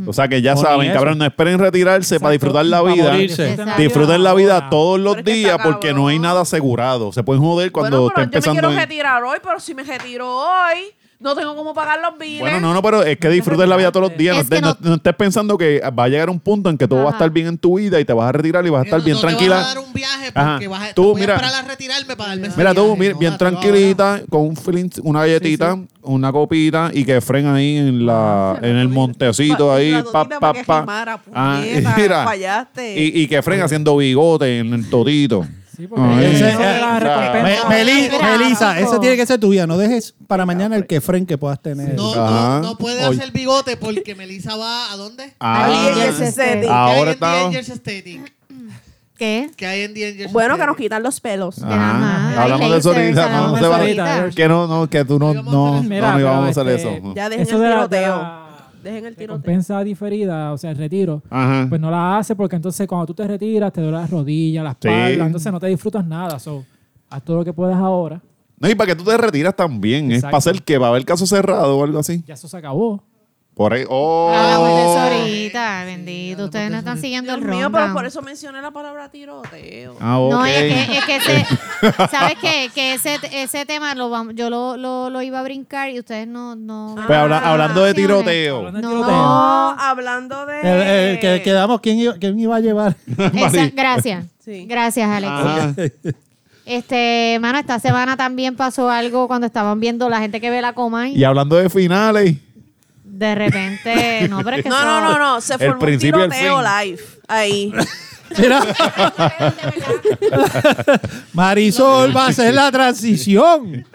O sea que ya Bueno, y saben, eso. cabrón, no esperen retirarse para disfrutar la Para vida. morirse. Exacto. Disfruten la vida todos los Porque está días porque no hay cabrón. nada asegurado. Se pueden joder cuando bueno, esté pero yo me empezando. quiero en- retirar hoy, pero si me retiro hoy, no tengo cómo pagar los biles. Bueno, no, no, pero es que disfrutes la vida todos los días. No, Es que estés- no- no- no estés pensando que va a llegar un punto en que todo va a Ajá. estar bien en tu vida y te vas a retirar y vas a estar No, bien no Te vas a tranquila. dar un viaje Ajá. porque vas a, Tú, te voy a mira. esperar a retirarme para darme ese Mira tú, viaje. mira, No, bien tú ahora- tranquilita, con un feeling, una galletita, una copita y que fren ahí en la, en el montecito Ah, Pa- ahí, la pa, totita pa, para que pa. rimara, Ah, y puñeta, mira, fallaste. Y, y que fren haciendo bigote en el totito. Sí, porque Ay. eso Ese- de la o sea, recompensa. Me- Meli- Bravo. Melissa, esa tiene que ser tuya. No dejes para mañana el que fren que puedas tener. No, Ajá. no, no puede Oye. hacer bigote porque Melissa va a dónde? Ah, Ahí Ay, es este. ahora ese- ¿Qué hay en está. The Angels Aesthetic? ¿Qué? ¿Qué hay en The Angels Bueno, que nos Aesthetic? quitan los pelos. Ah, Ajá. hablamos Ay, de eso lasers, ahorita, hablamos no, no de se eso va- ahorita. Que no, no, que tú no, no, no, Mira, no pero, íbamos a hacer este, eso. Ya dejen Eso el de la- tiroteo. de la- Dejen el tiroteo. Recompensa diferida, o sea, el retiro. Ajá. Pues no la hace porque entonces cuando tú te retiras te duele las rodillas, la Sí. espalda, entonces no te disfrutas nada. So, haz todo lo que puedas ahora. No, y para que tú te retiras también. Es para Exacto. hacer que va a haber caso cerrado o algo así. Ya eso se acabó. Por ahí. ¡Oh! Hablamos de Ah, eso ahorita, bendito. Ustedes no están siguiendo Dios el mío, round. pero por eso mencioné la palabra tiroteo. Ah, ok. No, es que, es que ese, ¿sabes qué? Que ese, ese tema lo vamos, yo lo, lo, lo iba a brincar y ustedes no... no Pues habla- Ah. Ah, hablando de opciones. tiroteo. Hablando de No. tiroteo. No, hablando de. El- el que quedamos, ¿quién iba, quién iba a llevar? Esa- gracias. Sí. Gracias, Alex. Ajá. Este, mano, esta semana también pasó algo cuando estaban viendo la gente que ve la Comay. Y hablando de finales. De repente, no, pero es que No, eso- no, no, no. Se El formó un principio y el tiroteo fin. live. Ahí. Mira, Marisol va a hacer la transición.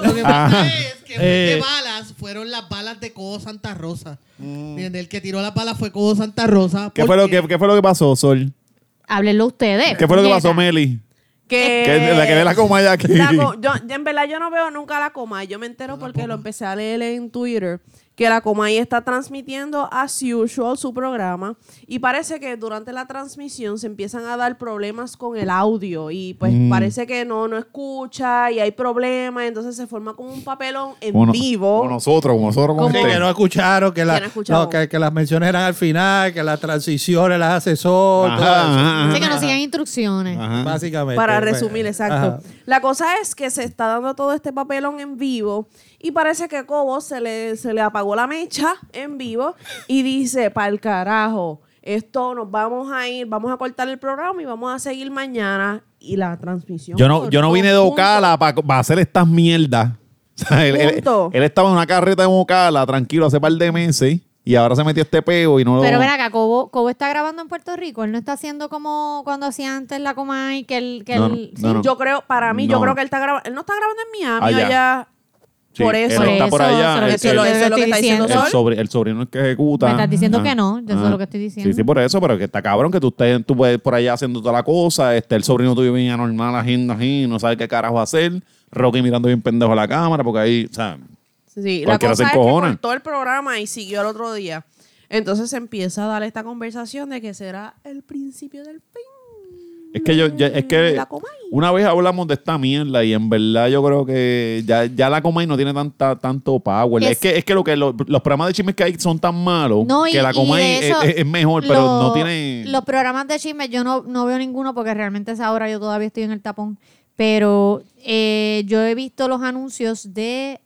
Lo que pasa es que Eh. de balas fueron las balas de Codo Santa Rosa. ¿Entiendes? El que tiró las balas fue Codo Santa Rosa. Mm. ¿Qué fue, lo porque- que, ¿Qué fue lo que pasó, Sol? Háblenlo ustedes. ¿Qué fue lo que puñeta. pasó, Meli? Que. Que es la que ve la coma ya aquí. La co- yo- yo en verdad yo no veo nunca la coma. Yo me entero porque lo empecé a leer en Twitter. que la Comay está transmitiendo as usual su programa y parece que durante la transmisión se empiezan a dar problemas con el audio y pues parece que no, no escucha y hay problemas, entonces se forma como un papelón en Como no- vivo. como nosotros, como nosotros, como Como- ustedes. que no escucharon, que, la- Que no escucharon. no, que- que las menciones eran al final, que las transiciones las hace sol, Ajá, todo eso. ajá, ajá. Así que nos sigan instrucciones. Ajá. básicamente. Para pues, resumir, exacto. ajá. La cosa es que se está dando todo este papelón en vivo y parece que Cobo se le, se le apagó la mecha en vivo y dice, para el carajo, esto nos vamos a ir, vamos a cortar el programa y vamos a seguir mañana y la transmisión. Yo no, yo no cortó, vine de punto. Ocala para hacer estas mierdas. O sea, él, él- Punto. él estaba en una carreta en Ocala, tranquilo, hace par de meses, y ahora se metió este peo y no Pero ven acá, Cobo, Cobo está grabando en Puerto Rico. Él no está haciendo como cuando hacía antes la Comay, que él. Que No, él- no, Ah, no. Yo creo, para mí, yo No. creo que él está grabando, él no está grabando en Miami Allá. allá. Sí, por eso. Él está por allá, eso es que- es lo que Eso es lo que estoy está diciendo. diciendo el, Sol. sobri- el sobrino es el que ejecuta. Me estás diciendo Ajá. que no, yo eso es lo que estoy diciendo. Sí, sí, por eso, pero que está cabrón que tú estés tú puedes por allá haciendo toda la cosa. Este, el sobrino tuyo bien anormal, agenda así, no sabe qué carajo hacer. Rocky mirando bien pendejo a la cámara, porque ahí, o sea, Sí, sí. la Cualquiera cosa se es que encojona. cortó el programa y siguió el otro día. Entonces se empieza a dar esta conversación de que será el principio del fin. Es que yo, ya- es que La Comay. una vez hablamos de esta mierda y en verdad yo creo que ya, ya la Comay no tiene tanta, tanto power. Que Es que, es que lo que lo- los programas de chismes que hay son tan malos No, y- que la y Comay de es, eso, es- es mejor, pero lo- no tiene. Los programas de chisme yo no, no veo ninguno porque realmente a esa hora yo todavía estoy en el tapón. Pero eh, yo he visto los anuncios de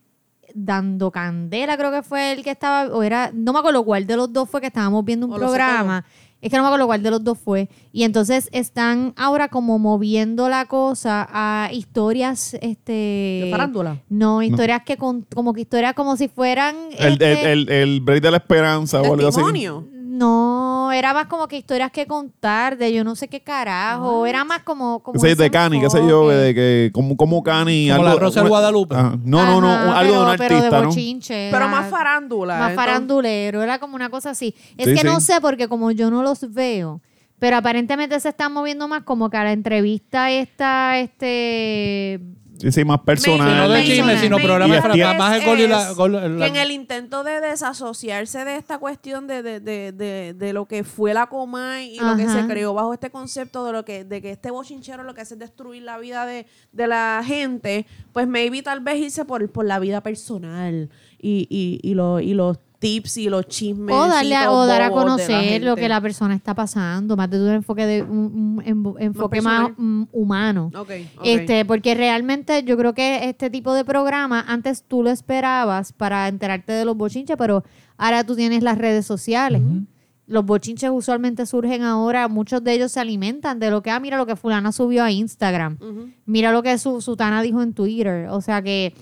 Dando Candela, creo que fue el que estaba, o era, no me acuerdo cuál de los dos fue que estábamos viendo un O lo sé programa. Es que no me acuerdo cuál de los dos fue. Y entonces están ahora como moviendo la cosa a historias, este... De farándula. No, historias que con- como que historias como si fueran... el, este, el, el, el break de la esperanza o algo así. Testimonio. no, era más como que historias que contar de yo no sé qué carajo. Era más como. como Qué sé yo, ese de Cani, qué sé yo, enfoque. de que como, como Cani. Como la algo- Rosa de Guadalupe. Ajá. No, no, no, Ajá, algo de un pero- pero artista, ¿no? bochinche, Pero era más farándula. Más entonces- farandulero, era como una cosa así. Es Sí, que no sí. sé, porque como yo no los veo. Pero aparentemente se están moviendo más como que a la entrevista esta, este... Sí, sí, más personal. Sí, no de chisme, sino Me programas interesa para más el gol y la. es gol- la- que en el intento de desasociarse de esta cuestión de, de, de, de, de lo que fue la coma y lo que Ajá. se creó bajo este concepto de lo que de que este bochinchero lo que hace es destruir la vida de, de la gente, pues maybe tal vez irse por, por la vida personal y, y, y, lo- y los tips y los chismes. O, darle a- y los o dar a bobos de la conocer lo gente. que la persona está pasando, más de un enfoque, de, un, un envo- enfoque más, personal. mm, humano. Ok, ok. Este, porque realmente yo creo que este tipo de programa antes tú lo esperabas para enterarte de los bochinches, pero ahora tú tienes las redes sociales. Los bochinches usualmente surgen ahora, muchos de ellos se alimentan de lo que, ah, mira lo que fulana subió a Instagram, mira lo que su, Sutana dijo en Twitter, o sea que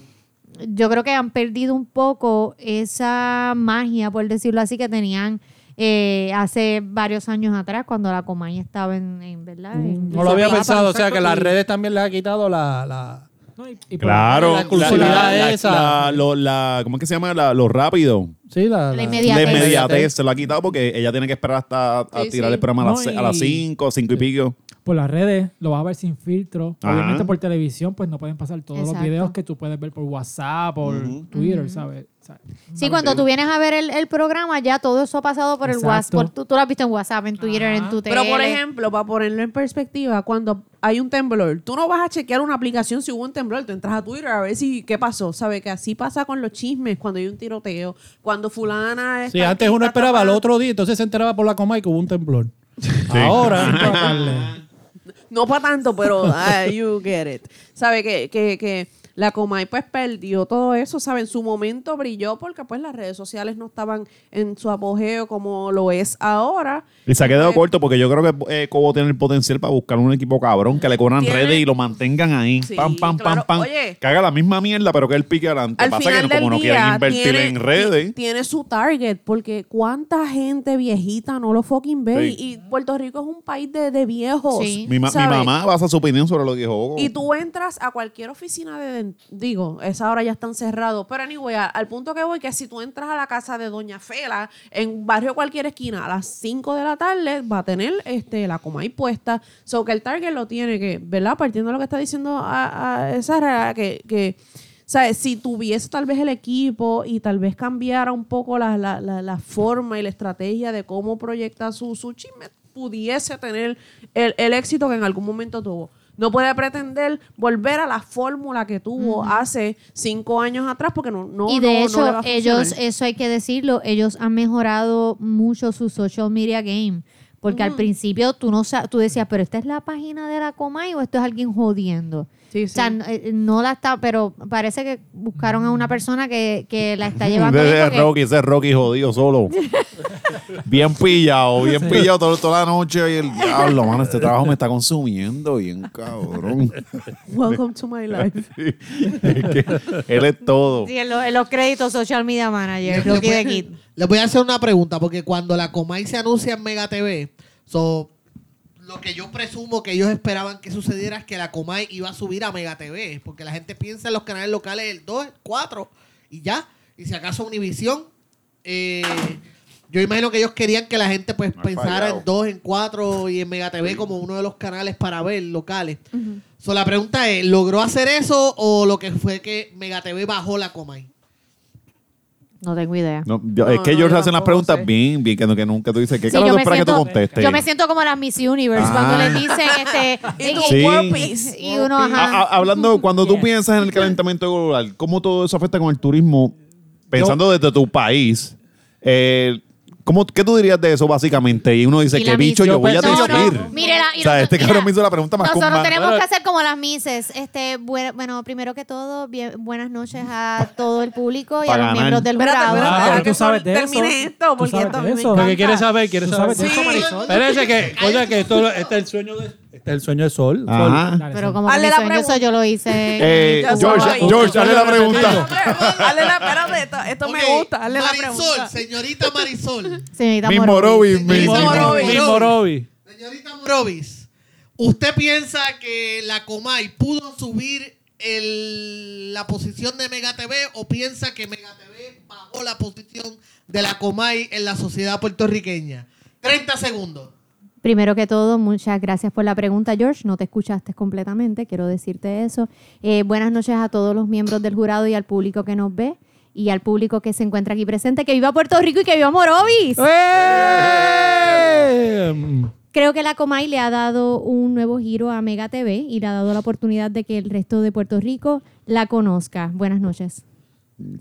yo creo que han perdido un poco esa magia, por decirlo así, que tenían eh, hace varios años atrás cuando la Comay estaba en, en- ¿verdad? En- No lo había Exacto, pensado, o sea que exacto, las y- redes también les ha quitado la. la- No, y- y por- Claro, La exclusividad esa. la- lo- la- ¿Cómo es que se llama? La- lo rápido. sí, la, La la- La inmediatez. inmediatez se la ha quitado porque ella tiene que esperar hasta a Sí, tirar sí. el programa a las No, se- y- a las 5, 5 y pico. por las redes lo vas a ver sin filtro. Ajá. Obviamente por televisión, pues no pueden pasar todos Exacto. los videos que tú puedes ver por WhatsApp, por Twitter, ¿sabes? O sea, Sí, cuando tú vienes a ver el, el programa, ya todo eso ha pasado por el Exacto. WhatsApp. por- tú, tú lo has visto en WhatsApp, en Twitter, en tu tele. Pero por ejemplo, para ponerlo en perspectiva, cuando hay un temblor, tú no vas a chequear una aplicación si hubo un temblor, tú entras a Twitter a ver si qué pasó, ¿sabes? Que así pasa con los chismes, cuando hay un tiroteo, cuando fulana... Sí, está- antes uno está esperaba al atrapada. otro día, entonces se enteraba por la coma y que hubo un temblor. Ahora, hay que darle. No para tanto, pero ah, you get it. ¿Sabe? Que, que, que la Comay pues perdió todo eso, ¿sabe? En su momento brilló porque pues las redes sociales no estaban en su apogeo como lo es ahora. Y se ha quedado corto porque yo creo que eh, Cobo tiene el potencial para buscar un equipo cabrón que le cobran Tiene- redes y lo mantengan ahí. Sí, pam, pam, claro. pam, pam. Oye. que haga la misma mierda, pero que él pique adelante. Al Pasa final que no- del como no día, quieren invertir tiene, en redes. ti- Tiene su target, porque cuánta gente viejita no lo fucking ve. Sí. Y y Puerto Rico es un país de, de viejos. Sí. Mi, ma- mi ¿sabes? mamá basa su opinión sobre lo que dijo. Cobo. Y tú entras a cualquier oficina de... den- Digo, esa hora ya están cerrados. Pero anyway, a- al punto que voy, que si tú entras a la casa de Doña Fela, en barrio cualquier esquina, a las 5 de la tarde, va a tener este, la coma ahí puesta. So que el target lo tiene que, ¿verdad? Partiendo de lo que está diciendo a, a esa que... que sea, si tuviese tal vez el equipo y tal vez cambiara un poco la, la- la- la forma y la estrategia de cómo proyecta su, su chisme, pudiese tener el, el éxito que en algún momento tuvo. No puede pretender volver a la fórmula que tuvo hace cinco años atrás porque no, no, y de no- no hecho, le va a funcionar. ellos, eso hay que decirlo, ellos han mejorado mucho su social media game. Porque Mm. al principio tú no sa- tú decías, pero esta es la página de la Comay o esto es alguien jodiendo. Sí, O sea, sí. n- eh, no la está, pero parece que buscaron a una persona que, que la está llevando. bien Ese es porque- Rocky, ese es Rocky jodido solo. Bien pillado, bien pillado todo- toda la noche y el diablo, mano, este trabajo me está consumiendo bien cabrón. eh, Welcome to my life. Es que él es todo. Sí, en, lo- en los créditos social media manager. Les Rocky voy, de a- Kid. les voy a hacer una pregunta, porque cuando la Comay se anuncia en Mega TV, so, lo que yo presumo que ellos esperaban que sucediera es que la Comay iba a subir a Mega TV, porque la gente piensa en los canales locales el 2, el 4 y ya. Y si acaso Univisión, eh, yo imagino que ellos querían que la gente pues No he pensara fallado. en 2, en 4 y en Mega TV como uno de los canales para ver locales. So, la pregunta es, ¿logró hacer eso o lo que fue que Mega TV bajó la Comay? No tengo idea. No, yo- No, es que no, ellos yo hacen las tampoco preguntas sé. bien, bien, que, no- que nunca tú dices, ¿qué Sí, carajo yo tú me esperas que tú siento- contestes? Yo me siento como las Miss Universe Ah. cuando les dicen este. Y tú, Sí. World Peace. Y uno, Ah, ajá. ah, hablando, cuando tú Yeah. piensas en el calentamiento global, ¿cómo todo eso afecta con el turismo? Pensando desde tu país, eh, ¿cómo, ¿qué tú dirías de eso básicamente? Y uno dice, Y ¿qué la bicho misión, yo voy a pues, no, no, decir? mire la- y O sea, nosotros- este cabrón mira, me hizo la pregunta más Nosotros con más- tenemos que hacer como las mises. Este, bue- bueno, primero que todo, bien- buenas noches a todo el público y Pa' a los ganar. miembros del Espérate, jurado. espérate, Ah, deja pero que tú sabes de termine eso. esto, Tú porque sabes esto a de mí me eso. encanta. Porque quiere saber, quiere Tú saber. sabes de eso, Marisol. Espérense que, oye, que esto está el sueño de, este es el sueño de Sol. Ajá. Dale, Pero Sol. como que Hazle mi la sueño, eso pregunta. yo lo hice. Eh, Ya George, sabes. George, hazle la pregunta. Dale la, espérate, esto, esto Ok, me gusta, dale la Marisol, pregunta. señorita Marisol. Señorita Mismo Morovis. Robin, Mismo mismo- Robin. Morovis. Mismo Robin. Señorita Morovis, ¿usted piensa que la Comay pudo subir el- la posición de Mega TV o piensa que Mega TV bajó la posición de la Comay en la sociedad puertorriqueña? 30 segundos. Primero que todo, muchas gracias por la pregunta, George. No te escuchaste completamente, quiero decirte eso. Eh, buenas noches a todos los miembros del jurado y al público que nos ve y al público que se encuentra aquí presente. ¡Que viva Puerto Rico y que viva Morovis! ¡Eh! Creo que la Comay le ha dado un nuevo giro a Mega TV y le ha dado la oportunidad de que el resto de Puerto Rico la conozca. Buenas noches.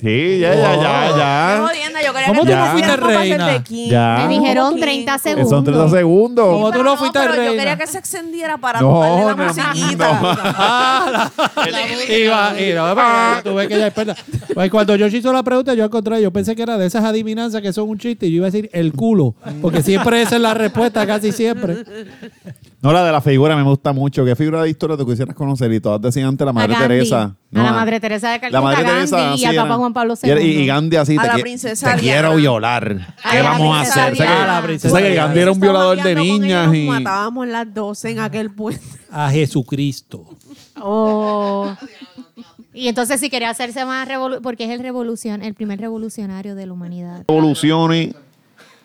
Sí, ya, ya, ya, Qué ya. jodienda, yo quería ¿Cómo que tú te no hicieran fuiste para hacer reina? de king. Ya. Me Como dijeron king. 30 Eh, Son 30 Segundo. segundos. Como tú Pero no fuiste pero Yo reina. quería que se extendiera para No, tocarle la no, musiquita. Y va, y no, pero tú ves que ella es perla. Pues cuando yo hizo la pregunta, yo al contrario, yo pensé que era de esas adivinanzas que son un chiste y yo iba a decir el culo, porque siempre esa es la respuesta, casi siempre. No, la de la figura me gusta mucho. ¿Qué figura de historia tú quisieras conocer? Y todas decían antes la Madre Gandhi, Teresa. No, a la Madre Teresa de Calcuta, La Madre Gandhi Teresa. y al sí, Papa era. Juan Pablo Y- II. Y, y Gandhi así, A te, la qui- princesa te Diana. quiero violar. A ¿Qué la vamos a princesa hacer? Tú sabes que- Diana. A tú la sabes que princesa Gandhi era un Estaba violador de guiando con ella, niñas. Nos y- matábamos las 12 en aquel puente. A Jesucristo. Oh. Y entonces si quería hacerse más revolu- porque es el revolución, el primer revolucionario de la humanidad. Revoluciones.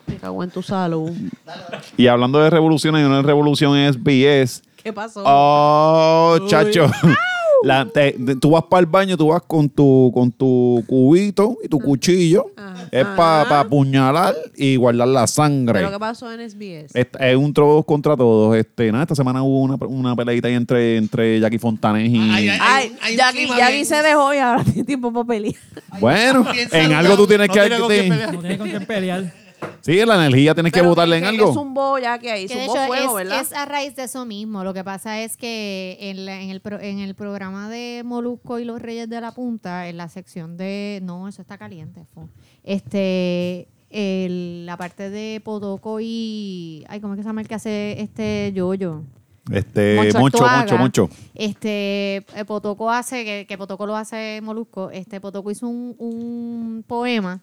Me cago en tu salud. Y hablando de revoluciones, y una revolución es BS. ¿Qué pasó? Oh, chacho. La- te- te- tú vas para el baño, tú vas con tu, con tu cubito y Ah. tu cuchillo. Es para apuñalar y guardar la sangre. ¿Pero qué pasó en SBS? Es, es un todos contra todos. Este, nada, esta semana hubo una, una peleita ahí entre, entre Jackie Fontanes y. Ay, ay, Ay, hay un Jackie, clima Jackie bien- se dejó y ahora tiene tiempo para pelear. bueno, Bien en saludable. algo tú tienes que. No tiene con quién pelear. sí, la energía tienes que Pero votarle en que- algo. Que zumbó Jackie ahí, Que de zumbó hecho fuego, es, ¿verdad? es a raíz de eso mismo. Lo que pasa es que en, la- en el, pro- en el programa de Molusco y los Reyes de la Punta, en la sección de... No, eso está caliente. fo. Este, el- la parte de Podoco y... Ay, ¿cómo es que se llama el que hace este yoyo? Este, Moncho, Artuaga, Moncho, Moncho. Este, eh, Potoco hace, que, que Potoco lo hace Molusco, este, Potoco hizo un, un poema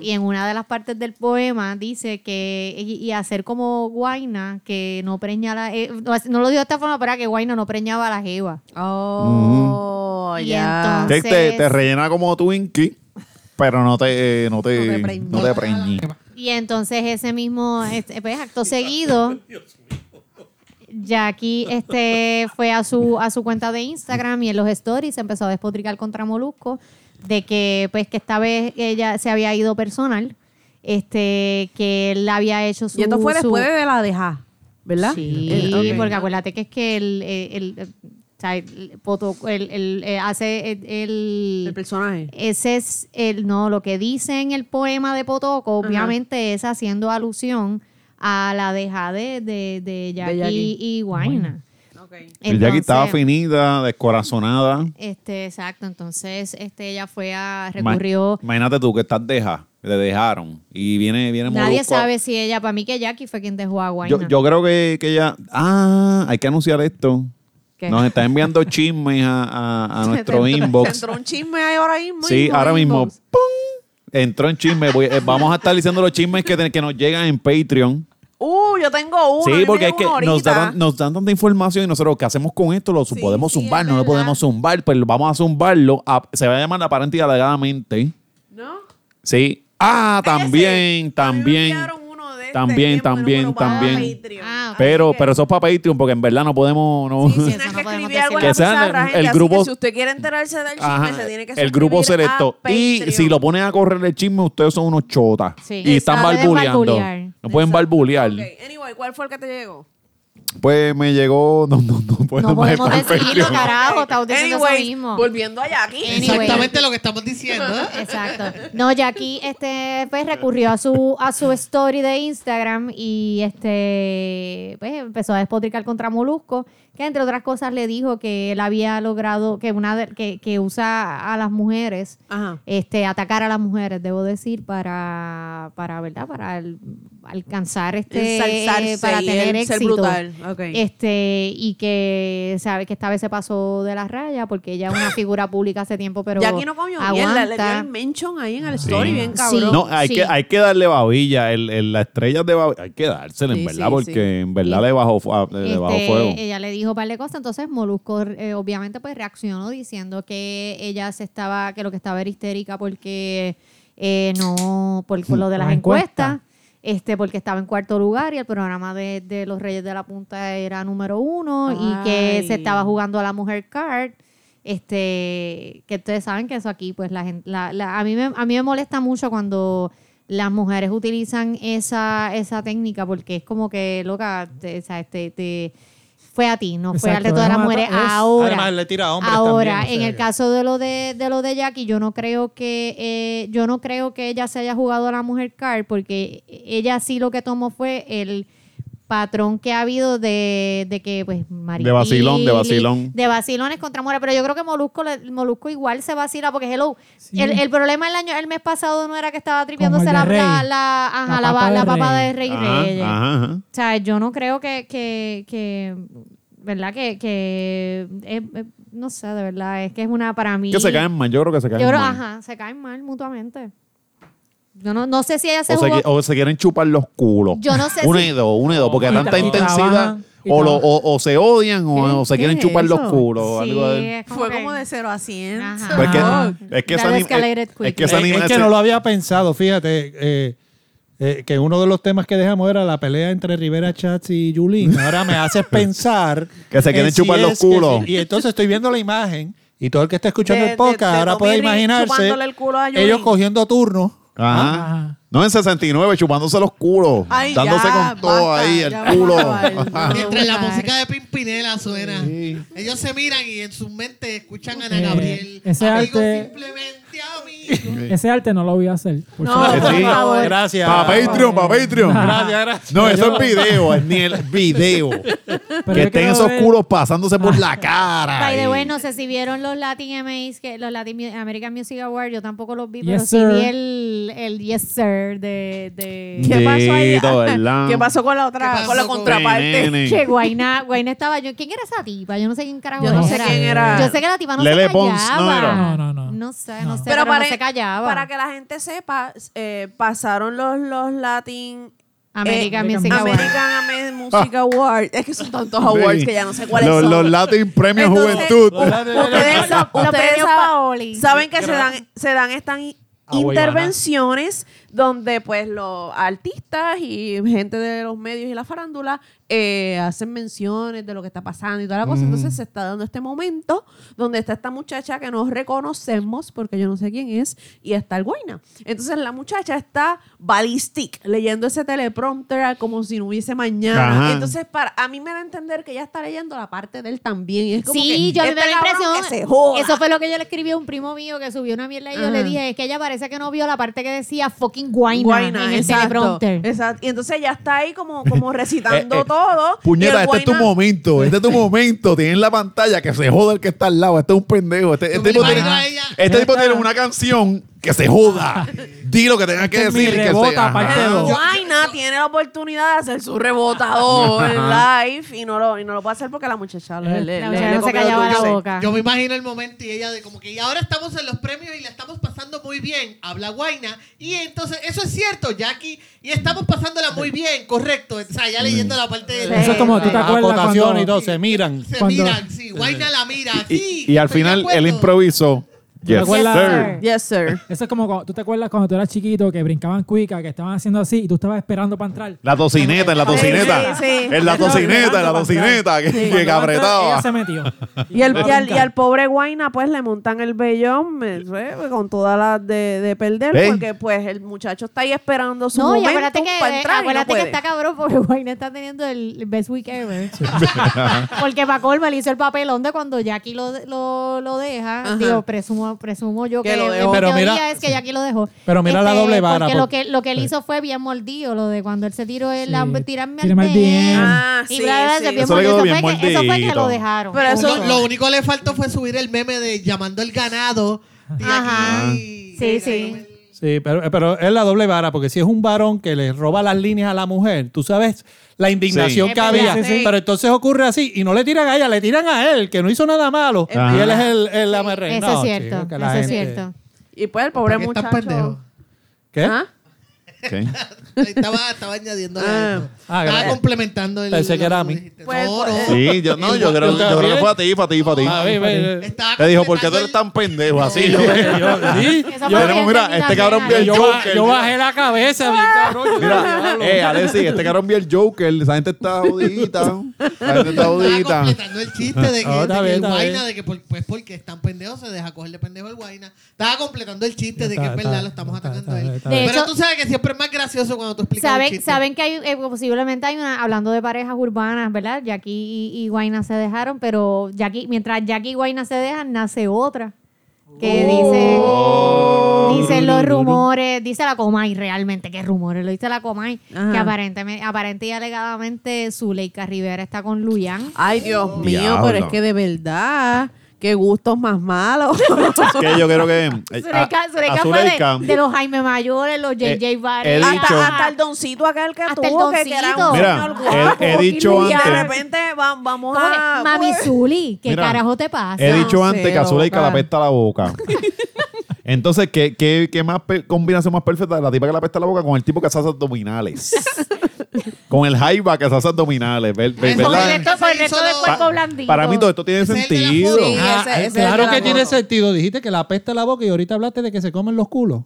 y en una de las partes del poema dice que, y, y hacer como Guaina, que no preña la, eh, no, no lo digo de esta forma, pero era que Guaina no preñaba a la jeva. Oh, Y ya. Te, te, Entonces- te rellena como Twinkie, pero no te, eh, no No te, te preñí. no te preñí. Y entonces ese mismo, este, pues, acto seguido, Jackie este, fue a su, a su cuenta de Instagram y en los stories empezó a despotricar contra Molusco de que pues que esta vez ella se había ido personal, este, que él había hecho su... Y esto fue su- después de la deja, ¿verdad? Sí, Eh, ok. porque acuérdate que es que el, el, el- o sea, el poto- el- el- eh, hace el, el- El personaje. ese es el no lo que dice en el poema de Potoco, obviamente es haciendo alusión a la dejada de, de, de Jackie Jackie. y Guayna. El Jackie estaba Entonces, finida, descorazonada. Este, exacto. Entonces, este, ella fue a Ma- recurrió. Imagínate tú que estás deja, que te dejaron y viene viene Nadie Molusco a- sabe si ella, para mí que Jackie fue quien dejó a Guayna. Yo, yo creo que, que ya. Ah, hay que anunciar esto. ¿Qué? Nos está enviando chismes a, a- a Ah, nuestro Te entró- Se inbox. entró un chisme ahí ahora mismo. Sí, hijo, ahora en mismo. inbox. ¡pum! Entró en chisme. Voy- eh, vamos a estar diciendo los chismes que, te- que nos llegan en Patreon. Uh, yo tengo uno. a mí sí, me porque es llegó que uno nos ahorita. dan, nos dan tanta información y nosotros, ¿qué hacemos con esto? ¿Lo Sí, podemos sí, es zumbar? No lo verdad. podemos zumbar, pero vamos a zumbarlo. a- se va a llamar aparente y alegadamente. ¿No? Sí. Ah, Ay, ese, también, a mí me también. enviaron uno de este, También, bien bueno, también, pero para también. Patreon. Ah, ok. Pero, Así que- pero eso es para Patreon, porque en verdad no podemos. No. Sí, sí, eso no no que podemos escribir algo decir. en la Que sean pizarra, el- gente, el así que grupo- si usted quiere enterarse del chisme, Ajá, se tiene que el grupo suscribir selecto. a Y Patreon. si lo ponen a correr el chisme, ustedes son unos chotas. Sí. Y están No pueden barbuleando. barbulear. No pueden barbulear. Ok, Anyway, ¿cuál fue el que te llegó? Pues me llegó. No, no, no podemos, no podemos estar decirlo, perdidos. carajo, estamos Ah, diciendo Anyway, eso mismo. Volviendo allá aquí. Anyway. Exactamente lo que estamos diciendo. ¿eh? Exacto. No, Jackie este, pues, recurrió a su, a su story de Instagram y este, pues, empezó a despotricar contra Molusco, que entre otras cosas le dijo que él había logrado, que, una de- que, que usa a las mujeres, Ajá. este, atacar a las mujeres, debo decir, para, para ¿verdad? Para al- alcanzar este, Ensalzarse eh, para y tener el ser éxito. brutal. Ok. Este, y que sabe que esta vez se pasó de la raya porque ella es una figura pública hace tiempo, pero y aquí no comió mierda, le dio el mention ahí Ah. en el story, bien cabrón. Sí. No, hay, Sí. que, hay que darle babilla. El, el- la estrella de babilla. Hay que dársela, Sí, en verdad, sí, porque sí. en verdad le bajó, fu- a- le Este, bajó fuego. Ella le dijo un par de cosas, entonces Molusco eh, obviamente pues reaccionó diciendo que ella se estaba, que lo que estaba era histérica porque eh, no, por, por lo de Las las encuestas. encuestas. Este, porque estaba en cuarto lugar y el programa de, de los Reyes de la Punta era número uno y que se Ay. estaba jugando a la mujer card. Este, que ustedes saben que eso aquí, pues la gente, la- la- a, mí me, a mí me molesta mucho cuando las mujeres utilizan esa, esa técnica porque es como que, loca, te, o sea, te- te- fue a ti, no fue Exacto, al de todas es las un ata- mujeres. es- Ahora, Además, le tira a hombres ahora también, o en sea el que- caso de lo de, de lo de Jackie, yo no creo que eh, yo no creo que ella se haya jugado a la mujer card porque ella sí lo que tomó fue el patrón que ha habido de, de que pues Maripili, De vacilón, de vacilón. de vacilones contra mujeres pero yo creo que Molusco le- Molusco igual se vacila porque hello Sí. el, el problema el año el mes pasado no era que estaba tripiándose el de la, Rey. la, la, ajá, La la, papa la de papa Rey. de Rey Ajá, Reyes ajá, ajá. o sea, yo no creo que, que, que ¿verdad? Que, que eh, eh, no sé, de verdad, es que es una para mí. Que se caen mal, yo creo que se Yo caen creo, mal. ajá, se caen mal mutuamente. Yo no, no sé si ella se O se, jugó. qui- o se quieren chupar los culos. Yo no sé Uno si- y dos, uno y dos, porque Y tanta tra- y intensidad. trabajan, y O, lo- trabajan. o, o se odian o, o se ¿Qué quieren es chupar los eso? culos. o Sí, algo de- es Fue como que- de 0 a 100. Ajá. Pues Ah. que, es que esa That anim- escalated es- es quickly. que esa Es- anim- es, que ese- no lo había pensado, fíjate, eh, eh, que uno de los temas que dejamos era la pelea entre Rivera Chats y Yulín. Ahora me haces pensar eh, Que se quieren si chupar los es que culos. sí. Y entonces estoy viendo la imagen y todo el que está escuchando De- el podcast de- de ahora Tommy puede Lee imaginarse chupándole el culo a Yulín. ellos cogiendo turnos. Ajá. Ajá. No, en 69, chupándose los culos. Ay, dándose ya, con todo basta, ahí, el ya culo. basta, Ajá. Ay, Entre la brutal. música de Pimpinela suena. Ellos se miran y en sus mentes escuchan a Ana Eh, Gabriel. ese Amigo, arte- simplemente amigo. Ese arte no lo voy a hacer. por No, favor. Sí. por favor. Gracias. Pa' Patreon, pa' Patreon. Gracias, gracias. No, eso es video, es ni el video. Pero que yo estén quiero esos ver- culos pasándose por la cara. By the y- way, no sé si vieron los Latin MAs, que, los Latin Mu- American Music Awards, yo tampoco los vi, Yes, pero sí sir. vi el, el Yes Sir de, de ¿Qué pasó ahí? Dito, Ah, ¿verdad? ¿Qué pasó con la ¿Qué otra, pasó con la con- contraparte? Nene. Che, Guayna, Guayna estaba yo. ¿Quién era esa tipa? Yo no sé quién carajo Yo no sé era. quién era. Yo sé que la tipa no Lele se Pons, callaba. ¿no era? No, no, no. No sé, no, sé, pero, Pero para, no se callaba. para que eh, la gente sepa, eh, pasaron los, los Latin American Eh, Music Awards. American Ame- Music Awards. Es que son tantos awards que ya no sé cuáles los, son. Los Latin Premios Entonces, Juventud. Los Latin- Ustedes, sa- Los ustedes premios sa- Paoli. saben que se dan, se dan estas in- Ah, Guayana. intervenciones donde pues los artistas y gente de los medios y la farándula eh, hacen menciones de lo que está pasando y toda la cosa. Entonces se está dando este momento donde está esta muchacha que no reconocemos porque yo no sé quién es y está el guayna. Entonces la muchacha está ballistic leyendo ese teleprompter como si no hubiese mañana. Ajá. Entonces para a mí me da a entender que ella está leyendo la parte de él también. Y es como que, Sí, yo a mí "Este me da la cabrón impresión. que se joda". Eso fue lo que yo le escribí a un primo mío que subió una mierda y yo le dije, es que ella parece que no vio la parte que decía fucking guayna, Guayna, en el exacto, teleprompter. exacto. Y entonces ella está ahí como, como recitando Eh, eh, todo. Puñeta, y el este es tu guayna- momento, este es tu momento. Tienes la pantalla que se joda el que está al lado. Este es un pendejo. Este, este me tipo, tiene, imagino a ella. este tipo tiene una canción que se joda. Di lo que tengas que Este es mi decir. y que rebota, se- ajá. parte El dos. Guayna Ah, tiene la oportunidad de hacer su rebotador en live y no lo, y no lo puede hacer porque la muchacha le, le- La le- muchacha le no se comió callaba dulce. la boca. Yo me imagino el momento y ella de como que y ahora estamos en los premios y la estamos pasando muy bien, habla Guaina y entonces eso es cierto, Jackie, y estamos pasándola muy bien, correcto, o sea, ya leyendo la parte de eh, Eso es como tú te La acuerdas acotación cuando- y todo, se miran. se cuando- miran, sí, Guaina la mira, sí. Y, y al estoy de final, acuerdo. él improvisó. ¿Te Yes, acuerdas? sir. Yes, sir. Eso es como cuando tú te acuerdas cuando tú eras chiquito que brincaban cuica, que estaban haciendo así y tú estabas esperando para entrar. La tocineta, en la Sí, tocineta. sí, sí. En la Estaba tocineta, en la esperando para tocineta. entrar. Que, Sí, que cuando entró, apretaba. Ella se metió. Y, el, iba a y, al, y brincar. al pobre Guayna pues le montan el vellón me- eh, con todas las de, de perder Ey. porque pues el muchacho está ahí esperando su No, y momento acuérdate que, eh, para entrar y no acuérdate que puede. está cabrón porque Guayna está teniendo el best week ever. porque Macolma le hizo el papelón de cuando Jackie lo, lo, lo deja. Ajá. Digo, presumo, presumo yo Que que, lo mi dejó. Pero teoría mira- es que Jackie lo dejó. Este, Pero mira la doble vara, Porque lo porque- que, lo que él hizo fue bien mordido, lo de cuando él se tiró el Sí, am- tirarme al tírame al DM. DM. Ah, Y sí, bla, bla, sí. bla, bien Eso le quedó mordido. Eso bien fue que- Eso fue que mordidito. lo dejaron. Pero eso- Uno- lo único que le faltó fue subir el meme de llamando al ganado. de Ajá. aquí. Sí, sí. Sí, pero, eh, pero es la doble vara, porque si es un varón que le roba las líneas a la mujer, tú sabes la indignación Sí. que Es había. verdad, sí. Pero entonces ocurre así, y no le tiran a ella, le tiran a él, que no hizo nada malo. Es Y él es verdad. el, el amarre. Eso es No, cierto. chico, que la Eso es gente- cierto. Y pues el pobre ¿Para qué estás muchacho. pendejo? ¿Qué? ¿Ah? Ok. Estaba, estaba añadiendo Ah. algo. Ah, estaba gracias. complementando el. Pensé que lo era a tú mí. dijiste. Pues, no, no. Sí, yo no, yo creo, yo creo que fue a ti, para ti, para ti. A ver, Ah, ve- Estaba Te dijo, ¿por qué tú completando eres tan pendejo así? yo- yo- sí, Eso fue yo- lo que Tenemos, mira, entendí este cabrón también, vio yo, el ba- Joker. yo bajé la cabeza, bien cabrón. yo- Mira, eh, Alexi, este cabrón vio el Joker. Esa gente está jodidita. La gente está Estaba jodidita. completando el chiste de que, Ah, está de que el bien, está guayna, bien. de que por- pues porque es tan pendejo, se deja coger de pendejo el guayna. Estaba completando el chiste de que Está, es verdad, está, lo estamos está, atacando a está, él. está. De Pero hecho- tú sabes que siempre es más gracioso cuando tú explicas un Saben, chiste. saben que hay, eh, posiblemente hay una, hablando de parejas urbanas, ¿verdad? Jackie y, y Guayna se dejaron, pero Jackie, mientras Jackie y Guayna se dejan, nace otra. Que Oh. dice, dicen los rumores, dice la Comay realmente, que rumores, lo dice la Comay, Ajá. que aparentemente, aparente y alegadamente Zuleika Rivera está con Luyan. Ay, Dios mío, Diablo. pero es que de verdad, qué gustos más malos. Que yo creo que. eh, a- Zuleika, Zuleika a fue de- Zuleika, de, los Jaime Mayores, los JJ Eh, Varela. he dicho- hasta, hasta el doncito aquel que Hasta el tuvo, que, que era un doncito. Mira, señor he- guapo, he dicho y antes- de repente va- vamos ¿Cómo que? a... pues, Mami Zuli, ¿qué Mira, carajo te pasa? He dicho No antes sé, que a Zuleika loca. la apesta la boca. Entonces, ¿qué, qué, qué más pe- combinación más perfecta de la tipa que la apesta la boca con el tipo que se hace abdominales? con el jaiba que se hace abdominales. ver- ver- Eso Con el ¿verdad? resto, con el resto del Pa- cuerpo blandito. Para mí todo esto tiene Ese es el de la sentido. foto. Sí, Ah, ese- eh, ese claro es que el tiene amor. sentido. Dijiste que la apesta la boca y ahorita hablaste de que se comen los culos.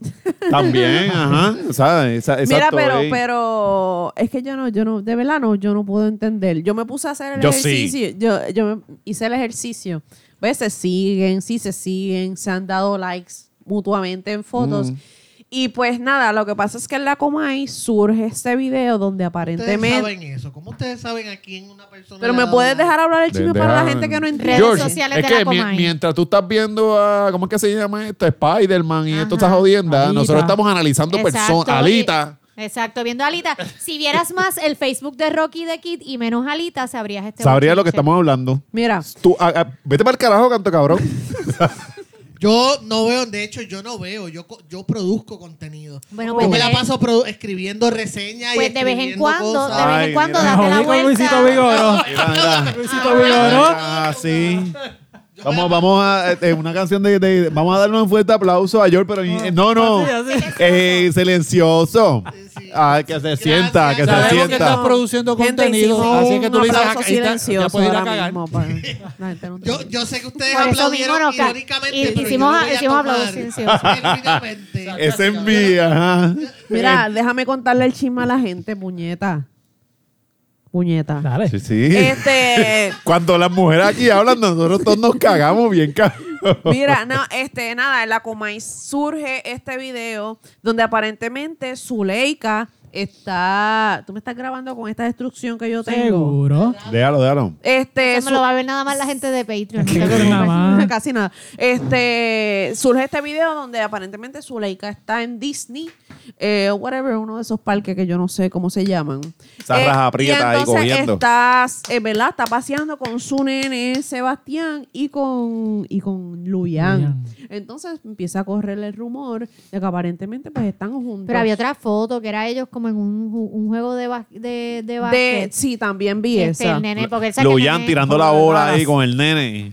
También, ajá. o sea, esa- Mira, exacto, pero, ey. pero es que yo no, yo no, de verdad no, yo no puedo entender. Yo me puse a hacer el Yo sí. ejercicio, yo, yo me- hice el ejercicio. ¿Ves? Se siguen, sí se siguen, se han dado likes mutuamente en fotos. Y pues nada, lo que pasa es que en la Comay surge este video donde Ustedes aparentemente... saben eso. ¿Cómo ustedes saben a quién una persona. Pero le ha me dado puedes like? dejar hablar el chisme De- para la deja- gente que no entiende. Redes George, sociales es de que la mi- Comay. mientras tú estás viendo a, ¿cómo es que se llama esto? Spider-Man y todas esas jodiendas, Alita. nosotros estamos analizando Exacto, personas, pues, Alita. y- Exacto, viendo a Alita. Si vieras más el Facebook de Rocky de Kid y menos Alita, sabrías este Sabría bochinche. lo que estamos hablando. Mira, Tú, a- a- vete para el carajo, canto cabrón. Yo no veo, de hecho, yo no veo. Yo, co- yo produzco contenido. Bueno, yo pues, me la eh, paso produ- escribiendo reseñas y Pues de vez en escribiendo cuando, cosas. de vez en Ay, cuando, mira. date la Jodí con vuelta. Luisito Vigoró. Luisito Vigoró. Ah, sí. Vamos, vamos a eh, eh, una canción de, de- Vamos a darle un fuerte aplauso a George, pero eh, no, no. Eh, silencioso. Ah, que se sienta, que se Sabemos que sienta. estás produciendo Gente, contenido, hicimos así que tú un le dices aplauso a- ahí está, ya silencioso puedes ir a ahora cagar. mismo para- la gente no Yo, yo sé que ustedes Por eso mismo aplaudieron no ca- irónicamente, y- pero yo hicimos- no voy a hicimos tomar aplausos silenciosos. irónicamente. Ese es mi, ajá. Eh. Mira, déjame contarle el chisme a la gente, puñeta. puñeta. Dale. Sí, sí. Este- Cuando las mujeres aquí hablan, nosotros todos nos cagamos bien, cabrón. Mira, no, este, nada, en la Comay surge este video donde aparentemente Zuleika está. Tú me estás grabando con esta destrucción que yo tengo. Seguro. Déjalo, déjalo. Este, Eso me lo Zu- va a ver nada más la gente de Patreon. no te Nada preocupes. Ah. más. casi nada. Este, surge este video donde aparentemente Zuleika está en Disney, eh, whatever, uno de esos parques que yo no sé cómo se llaman. Esas Eh, rajas aprietas ahí y entonces cogiendo. estás, eh, ¿verdad? Está paseando con su nene Sebastián y con y con Luyan. Luyan. Entonces empieza a correr el rumor de que aparentemente pues están juntos. Pero había otra foto que era ellos como en un, ju- un juego de, bas- de, de de, básquet. sí, también vi Este, esa. el nene, porque él sabe que el Luyan nene- tirando la bola ahí con el nene.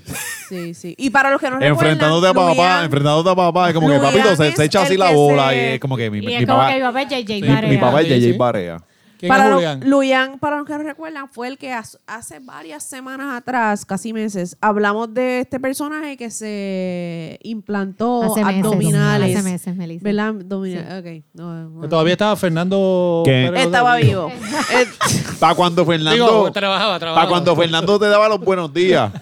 Sí, sí. Y para los que no Enfrentándote a recuerdan, papá, Luyan- enfrentándote a papá. Es como que Luyan papito se, es se echa el así que la se- bola y es como que mi, Y mi es como papá. que mi papá es JJ mi- Barea. mi papá es Sí, JJ sí. Barea. ¿Quién para es lo- Julián? Luyan, para los que no recuerdan, fue el que as- hace varias semanas atrás, casi meses, hablamos de este personaje que se implantó Hace meses. abdominales. Hace meses, Melissa. ¿Verdad? Abdomina- ok, no, bueno. Todavía estaba Fernando. ¿Qué? Pérez Estaba Rodríguez. vivo. Eh, Para cuando Fernando. Digo, trabajaba, trabajaba. Para cuando Fernando te daba los buenos días.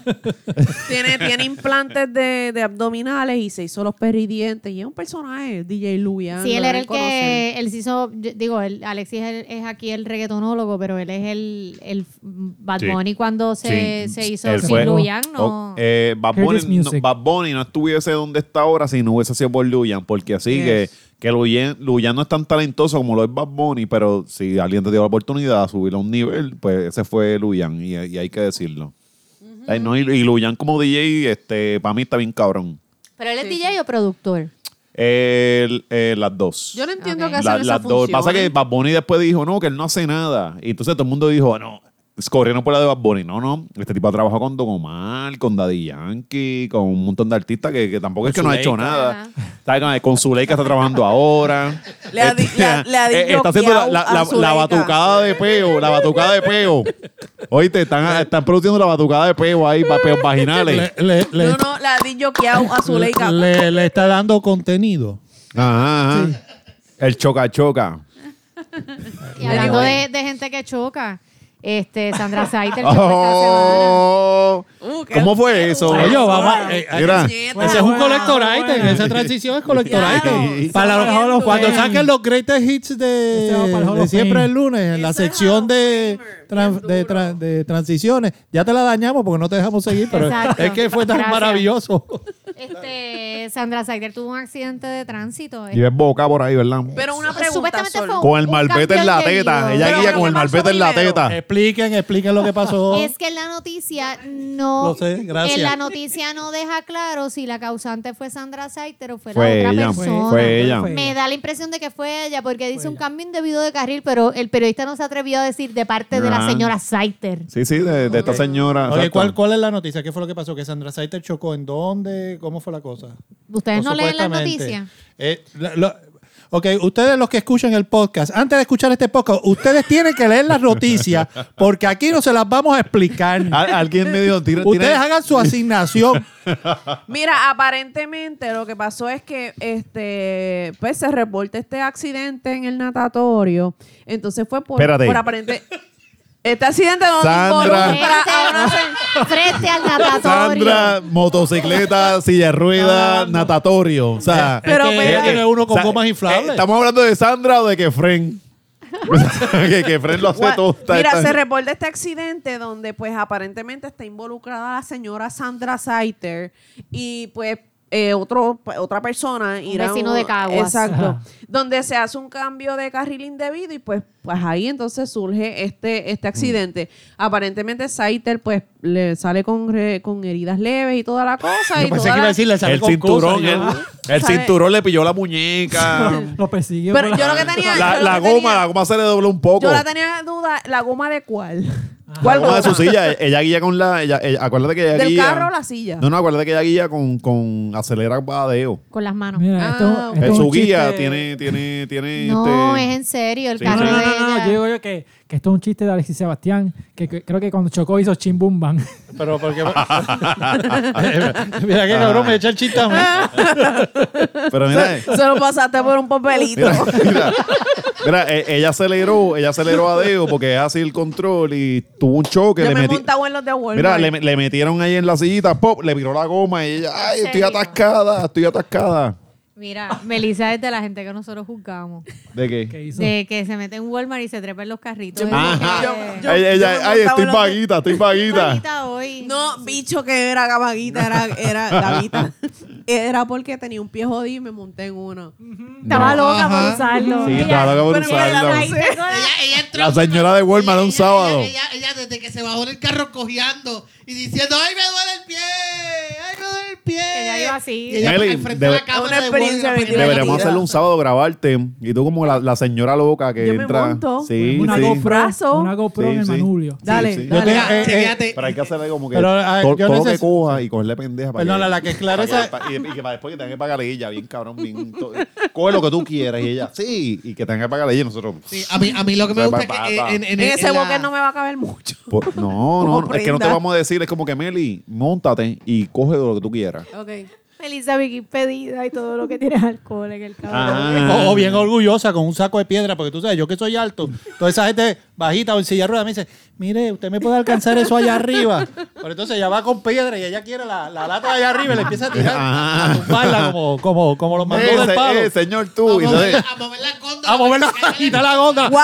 tiene, tiene implantes de, de abdominales y se hizo los perridientes. Y es un personaje, DJ Luyan. Sí, él lo era deben el conocer. que él se hizo, yo- digo, él, Alexis es, es aquí el reggaetonólogo, pero él es el, el Bad Sí. Bunny cuando se, Sí, se hizo él sin fue- Luyan, no. Oh, eh, Bad, Heard Bunny, this no, music. Bad Bunny no estuviese donde está ahora si no hubiese sido por Luyan, porque así Yes. que, que Luyan, Luyan no es tan talentoso como lo es Bad Bunny, pero si alguien te dio la oportunidad de subirlo a un nivel, pues ese fue Luyan y, y hay que decirlo. Ay, no, y, y Luyan como DJ, este, para mí está bien cabrón. Pero él es DJ o productor. El- eh, las dos. Yo no entiendo Ok. qué La- hacen ¿eh? esas las dos. Pasa que funciones. Bad Bunny después dijo, no, que él no hace nada. Y entonces todo el mundo dijo, no, corrieron por la de Bad Bunny. No, no. Este tipo ha trabajado con Don Omar, con Daddy Yankee, con un montón de artistas que, que tampoco es que no ha hecho Zuleika. nada. ¿Sabes? Con- Con Zuleika está trabajando ahora. Le ha di- Este, le ha- le ha eh, Está haciendo la, la- a la- Zuleika. la batucada de peo, la batucada de peo. Oíste, están, están produciendo la batucada de peo ahí, para peos vaginales. Le, le- le- No, no, la di yoqueado a Zuleika. le- le está dando contenido. Ajá, ajá. El choca choca. Y hablando de, de gente que choca, este Sandra Saiter. chocó Oh, Uh, qué- ¿Cómo fue eso? Oye, vamos a- eh, Mira. Puñeta. Ese es un Bueno, collector bueno. item. Esa transición es collector Claro, item. se Para va los- cuando viendo. saquen los greatest hits Este va para el de, Hall de of siempre Fame. el lunes, en la Eso es sección Hall of de, Famer, tran- bien de, duro. tran- de transiciones, ya te la dañamos porque no te dejamos seguir, pero Exacto. es que fue tan Gracias. maravilloso. esa- Este, Sandra Saiter tuvo un accidente de tránsito. este, Y ves boca por ahí, ¿verdad? Pero una pregunta. Supuestamente Sol. fue un- con el un malvete cambio en la de teta. guión. Ella Pero, guía pero, con el ¿qué pasó malvete en la primero? teta. expliquen, expliquen lo que pasó. Es que en la noticia no. Lo sé, gracias. En la noticia no deja claro si la causante fue Sandra Saiter o fue, Fue la otra ella, persona. fue ella. Me da la impresión de que fue ella porque dice un cambio indebido de carril, pero el periodista no se atrevió a decir de parte de la Ajá. señora Saiter. Sí, sí, de, de esta señora. Oye, exacto. ¿cuál, ¿cuál es la noticia? ¿Qué fue lo que pasó? ¿Que Sandra Saiter chocó? ¿En dónde? ¿Cómo fue la cosa? Ustedes O no leen las supuestamente. noticias. Eh, la- lo- ok, ustedes los que escuchan el podcast, antes de escuchar este podcast, ustedes tienen que leer las noticias porque aquí no se las vamos a explicar. Al- alguien me dijo, tira, Ustedes tira- hagan su asignación. Mira, aparentemente lo que pasó es que este pues se reporta este accidente en el natatorio. Entonces fue por, Espérate. por aparente. Este accidente no Sandra. involucra Frente, a una se- frente al natatorio. Sandra, motocicleta, silla de rueda, natatorio. O sea, Pero, es que pero- tiene uno con o sea, gomas inflables. eh, ¿Estamos hablando de Sandra o de que Fren? que, que Fren lo hace Gua- todo. Está- Mira, está- se reporta este accidente donde pues aparentemente está involucrada la señora Sandra Saiter y pues eh, otro, otra persona. irá vecino de Caguas. Exacto. Ajá. Donde se hace un cambio de carril indebido y pues, pues ahí entonces surge este, Mm. este accidente. Aparentemente Saiter pues le sale con, re- con heridas leves y toda la cosa. y Yo pensé toda que iba a la- decirle, sale el con cinturón, cosas, el, yo- el ¿Sabe? cinturón le pilló la muñeca. Lo persiguió. Ah. Pero por yo la- lo que tenía... yo la lo la goma, que tenía- la goma se le dobló un poco. Yo la tenía duda, ¿la goma de cuál? La ¿Cuál goma de su goma? silla, e, ella guía con la. Ella, ella- acuérdate que ella ¿Del guía. carro o la silla? No, no, acuérdate que ella guía con, con acelera para deo. Con las manos. Mira, Ah, esto, ok. esto En es su un chiste- guía tiene, tiene, tiene. No, este- es en serio. El Sí, No, carro no, no, de no, no, ella. yo digo yo que, que esto es un chiste de Alexis Sebastián, que, que creo que cuando chocó hizo chimbumban. Pero porque. Mira qué cabrón, me echa el chiste a mí. Pero mira, Se lo pasaste por un papelito. mira, mira, Mira, e- ella aceleró, ella aceleró a Deo porque es así el control y tuvo un choque. Yo le me he meti- montado en los de Walmart. Mira, le, le metieron ahí en la sillita, pop, le viró la goma y ella, ay, estoy serio? atascada, estoy atascada. Mira, Melissa es de la gente que nosotros juzgamos. ¿De qué? ¿Qué hizo? De que se mete en Walmart y se trepa en los carritos. Ajá. Yo- yo- Ella- ella, yo me ay, montaba estoy en los- vaguita, estoy vaguita. Ahorita hoy. No, bicho que era gabaguita, era, era gavita. Era porque tenía un pie jodido y me monté en uno. Estaba No. loca Ajá. por usarlo. Sí, Mira, estaba loca por pero mira, usarlo. la- Ahí tengo la- Ella, ella entró- La señora de Walmart de un ella- sábado. Ella, ella- ella desde que se bajó del carro cojeando y diciendo, ¡ay, me duele el pie! ¡Ay, me duele el pie! Ella iba así. Y ella Meli, al frente de debe- la cámara Una de Walmart, pues, experiencia la primera de Deberíamos vida. hacerle un sábado grabarte y tú como la, la señora loca que Yo me entra. monto. Sí, una sí. GoPro, Brazo. una GoPro en el Sí, sí. manubrio. Dale, sí. dale. Yo te- eh, Chequéate. Pero hay que hacerle como que Pero, ah, to- yo todo que neces- coja y cogerle pendeja para Perdona, que, la que es clara para esa- que- pa- y, y que para después que tenga que pagar ella, bien cabrón, bien to- coge lo que tú quieras y ella, sí, y que tenga que pagar ella y nosotros. Sí, a, mí, a mí lo que me O sea, gusta pa- es que pa- pa. en, en- En en- ese en la- boque no me va a caber mucho. Por- no, no, no, es que no te prenda. vamos a decir, es como que Meli, montate y coge lo que tú quieras. Ok. Melissa Vicky pedida y todo lo que tiene alcohol en el cabrón. O, o bien Ah. orgullosa con un saco de piedra, porque tú sabes, yo que soy alto, toda esa gente bajita o en silla de ruedas me dice, mire, usted me puede alcanzar eso allá arriba. Pero entonces ella va con piedra y ella quiere la, la lata de allá arriba y le empieza a tirar, Ajá. a tumbarla como, como, como los mandos del palo. Ese, eh, señor a tú. y mover- entonces- a mover la góndola. A moverla, para que quita la gota. ¡Wow!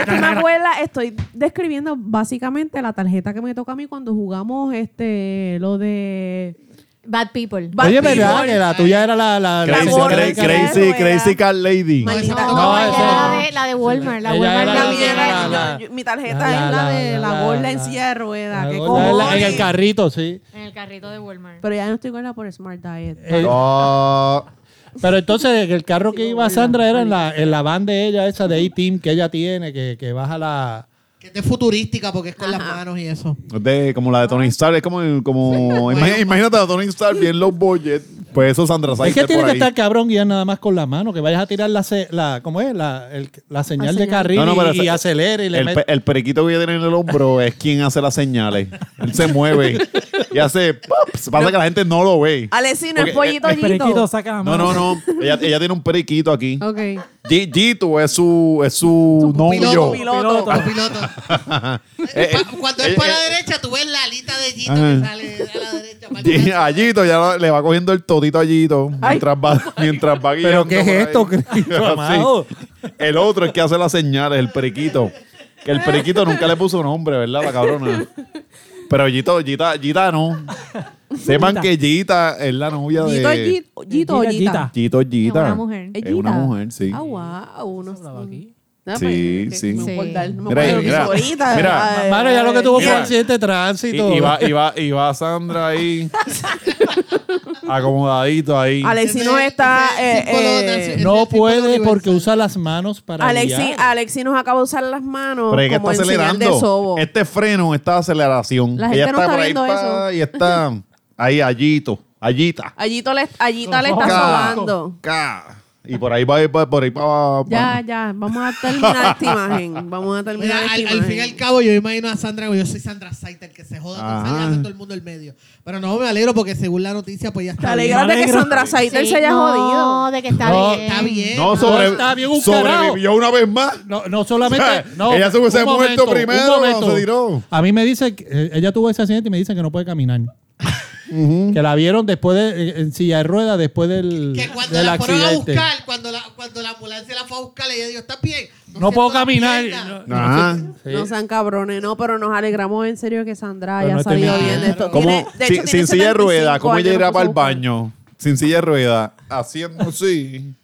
Es que mi abuela, estoy describiendo básicamente la tarjeta que me toca a mí cuando jugamos este, lo de. Bad people. Bad Oye, people. verdad que la tuya era la... la, la Crazy, La gorra cra- esa crazy, rueda. crazy car lady. No, esa Maldita. me No, toca No, a mí. ella ese- era la de, la de Walmart. La Ella Walmart era la- La mía también. era- la- yo- yo- mi tarjeta la- es la, la- de la, la- gorda en la- silla de ruedas. la ¡Qué gorda en la- en el cojones! carrito, sí. En el carrito de Walmart. Pero ya no estoy gorda por Smart Diet. Eh, No. Pero entonces el carro que iba Sandra era en la, en la van de ella, esa de A-Team que ella tiene, que, que baja la... Que es de futurística porque es con las manos y eso. De, como la de Tony Stark, es como. como imagi- imagínate a Tony Stark bien low budget. Pues eso Sandra Sáenz Es que por tiene que ahí. estar cabrón guiar nada más con la mano, que vayas a tirar la, se- la ¿cómo es? La, el- la señal de carril No, no, pero y, y ese- acelera y le el, mete. pe- el periquito que ella tiene en el hombro es quien hace las señales. Él se mueve y hace. pops. Pasa que la gente no lo ve. Alecino, Porque, el pollito eh, El periquito Yito. saca la No, mano. no, no. Ella, ella tiene un periquito aquí. Ok. G- Gito es su, es su novio. Piloto. Piloto. Los pilotos. Eh, Pa- Cuando es eh, para la eh, derecha, tú ves la alita de Gito Ajá. que sale a la derecha. para G- que- A Gito ya lo- le va cogiendo el todito a Gito mientras va, mientras va guiando ¿Pero qué es por ahí. esto, Cristo Sí. amado? El otro es que hace las señales, el periquito. Que el periquito nunca le puso nombre, ¿verdad? La cabrona. Pero Gito, Gita, Gita no. Sepan que Gita es la novia Yito, de. Yito, Yito, Yita, Yita. Gito es Gita. Es una mujer. Es una mujer, sí. Ah, wow. No aquí. Ah, Sí, pues, sí. No me Sí. acuerdo, no me Mira, acuerdo lo que mira, hizo ahorita. mira. Ay, Mano, ya lo que tuvo fue un Mira. accidente de Y, tránsito. Eh, y va, y va- y va Sandra ahí. acomodadito ahí. Alexino Ese- está. ese eh, símbolo eh, nacional. es no del tipo puede de ah. porque universal. usa las manos para Alexi, guiar. Alexi nos acaba de usar las manos Pero es que está como en señal de acelerando. sobo. Este freno, esta aceleración. La gente Ella no está por ahí viendo pa, y está ahí, allito, allita. Allito le, Allita le está Ca, sobando. ca. Y por ahí va, va- por ahí va. va- Ya, ya, vamos a terminar esta imagen. Vamos a Mira, terminar esta al, imagen. al fin y al cabo, yo imagino a Sandra, yo soy Sandra Saiter, que se joda con Ajá. Sandra, hace todo el mundo el medio. Pero no, me alegro porque según la noticia, pues ya Te está bien. alegras de que alegro. Sandra Saiter Sí, se haya no, jodido. de que está No, bien. Está bien. No, No, sobre, está bien un sobrevivió una vez más. No, no solamente. No, Ella se hubiese un muerto un primero, momento. cuando se tiró. A mí me dice, que- eh, ella tuvo ese accidente y me dicen que no puede caminar. Que la vieron después de, eh, en silla de ruedas después del, Que cuando del la fueron a accidente. buscar, cuando la, cuando la ambulancia la fue a buscar, ella dijo, ¿está bien? No siento puedo la caminar. pierna". No, Ajá. sí. No sean cabrones, no, pero nos alegramos en serio que Sandra Pero haya no estoy salido mintiendo. bien de esto. Como, Tiene- de hecho, sin, tiene sin silla de 75 rueda, ¿cómo años, ella irá no para el puso buscar. baño? Sin silla de rueda, haciendo así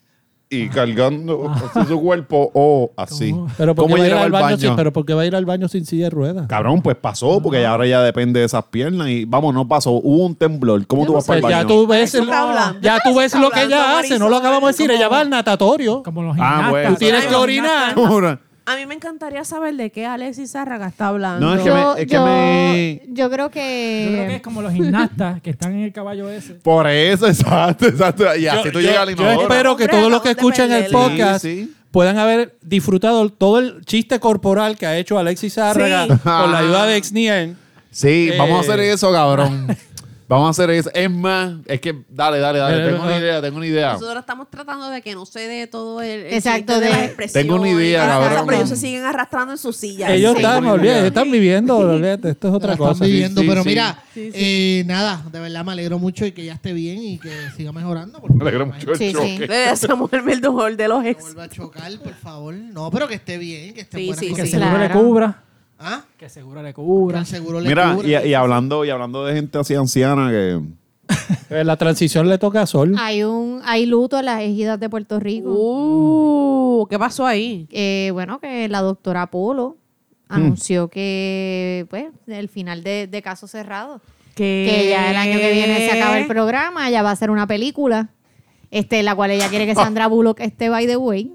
y cargando así su cuerpo o así. Pero porque ¿Cómo va a ella ir irá al baño, sin- pero porque va a ir al baño sin silla de ruedas. Cabrón, pues pasó, porque ahora ya depende de esas piernas. Y vamos, no pasó. Hubo un temblor. ¿Cómo tú vas para Pues el baño? ya tú ves, Eso está hablando. ya tú ves Está lo que hablando, ella hace, no lo Marisol, acabamos de decir, como- ella va al natatorio. Como los Ah, gimnastas. bueno. Tú tienes Ay, que los orinar. gimnastas. Ahora, A mí me encantaría saber de qué Alexis Zárraga está hablando. No, es que me- Yo, yo, me- yo creo Yo creo que es que. como los gimnastas que están en el caballo ese. Por eso, exacto, exacto. Y así Yo- tú yo- llegas al Yo inodoro. espero que Hombre, todos los que acabamos de escuchan el perderlo. podcast Sí, sí. puedan haber disfrutado todo el chiste corporal que ha hecho Alexis Zárraga Sí. Ah. con la ayuda de Exnien. Sí, Eh. vamos a hacer eso, cabrón. Vamos a hacer eso. Es más, es que dale, dale, dale. Dale, Tengo dale. una idea, tengo una idea. Nosotros estamos tratando de que no se dé todo el. el Exacto, chiste de- las expresiones. Tengo una idea, las cosas, cabrón. Pero ellos se siguen arrastrando en sus sillas. Ellos Sí. están, bonito, olvídate, ya. ellos están viviendo, olvídate, esto es otra la están cosa. viviendo, Sí, sí, pero sí. mira, eh, nada, de verdad me alegro mucho y que ya esté bien y que siga mejorando. porque Me alegra mucho el Sí, sí. choque. De Samuel Meldohol de los No ex. vuelva a chocar, por favor. No, pero que esté bien, que esté Sí, buena. sí, Que sí. seguro le Claro. cubra. ¿Ah? Que seguro le Que cubra. el seguro le Mira, cubra. y, y hablando, y hablando de gente así anciana que. Eh, La transición le toca a Sol. Hay un hay luto en las ejidas de Puerto Rico. Uh, ¿qué pasó ahí? Eh, bueno, que la doctora Polo anunció que, pues, el final de, de caso cerrado. Que ya el año que viene se Eh. acaba el programa, ya va a ser una película, este, la cual ella quiere que Sandra Bullock esté by the way.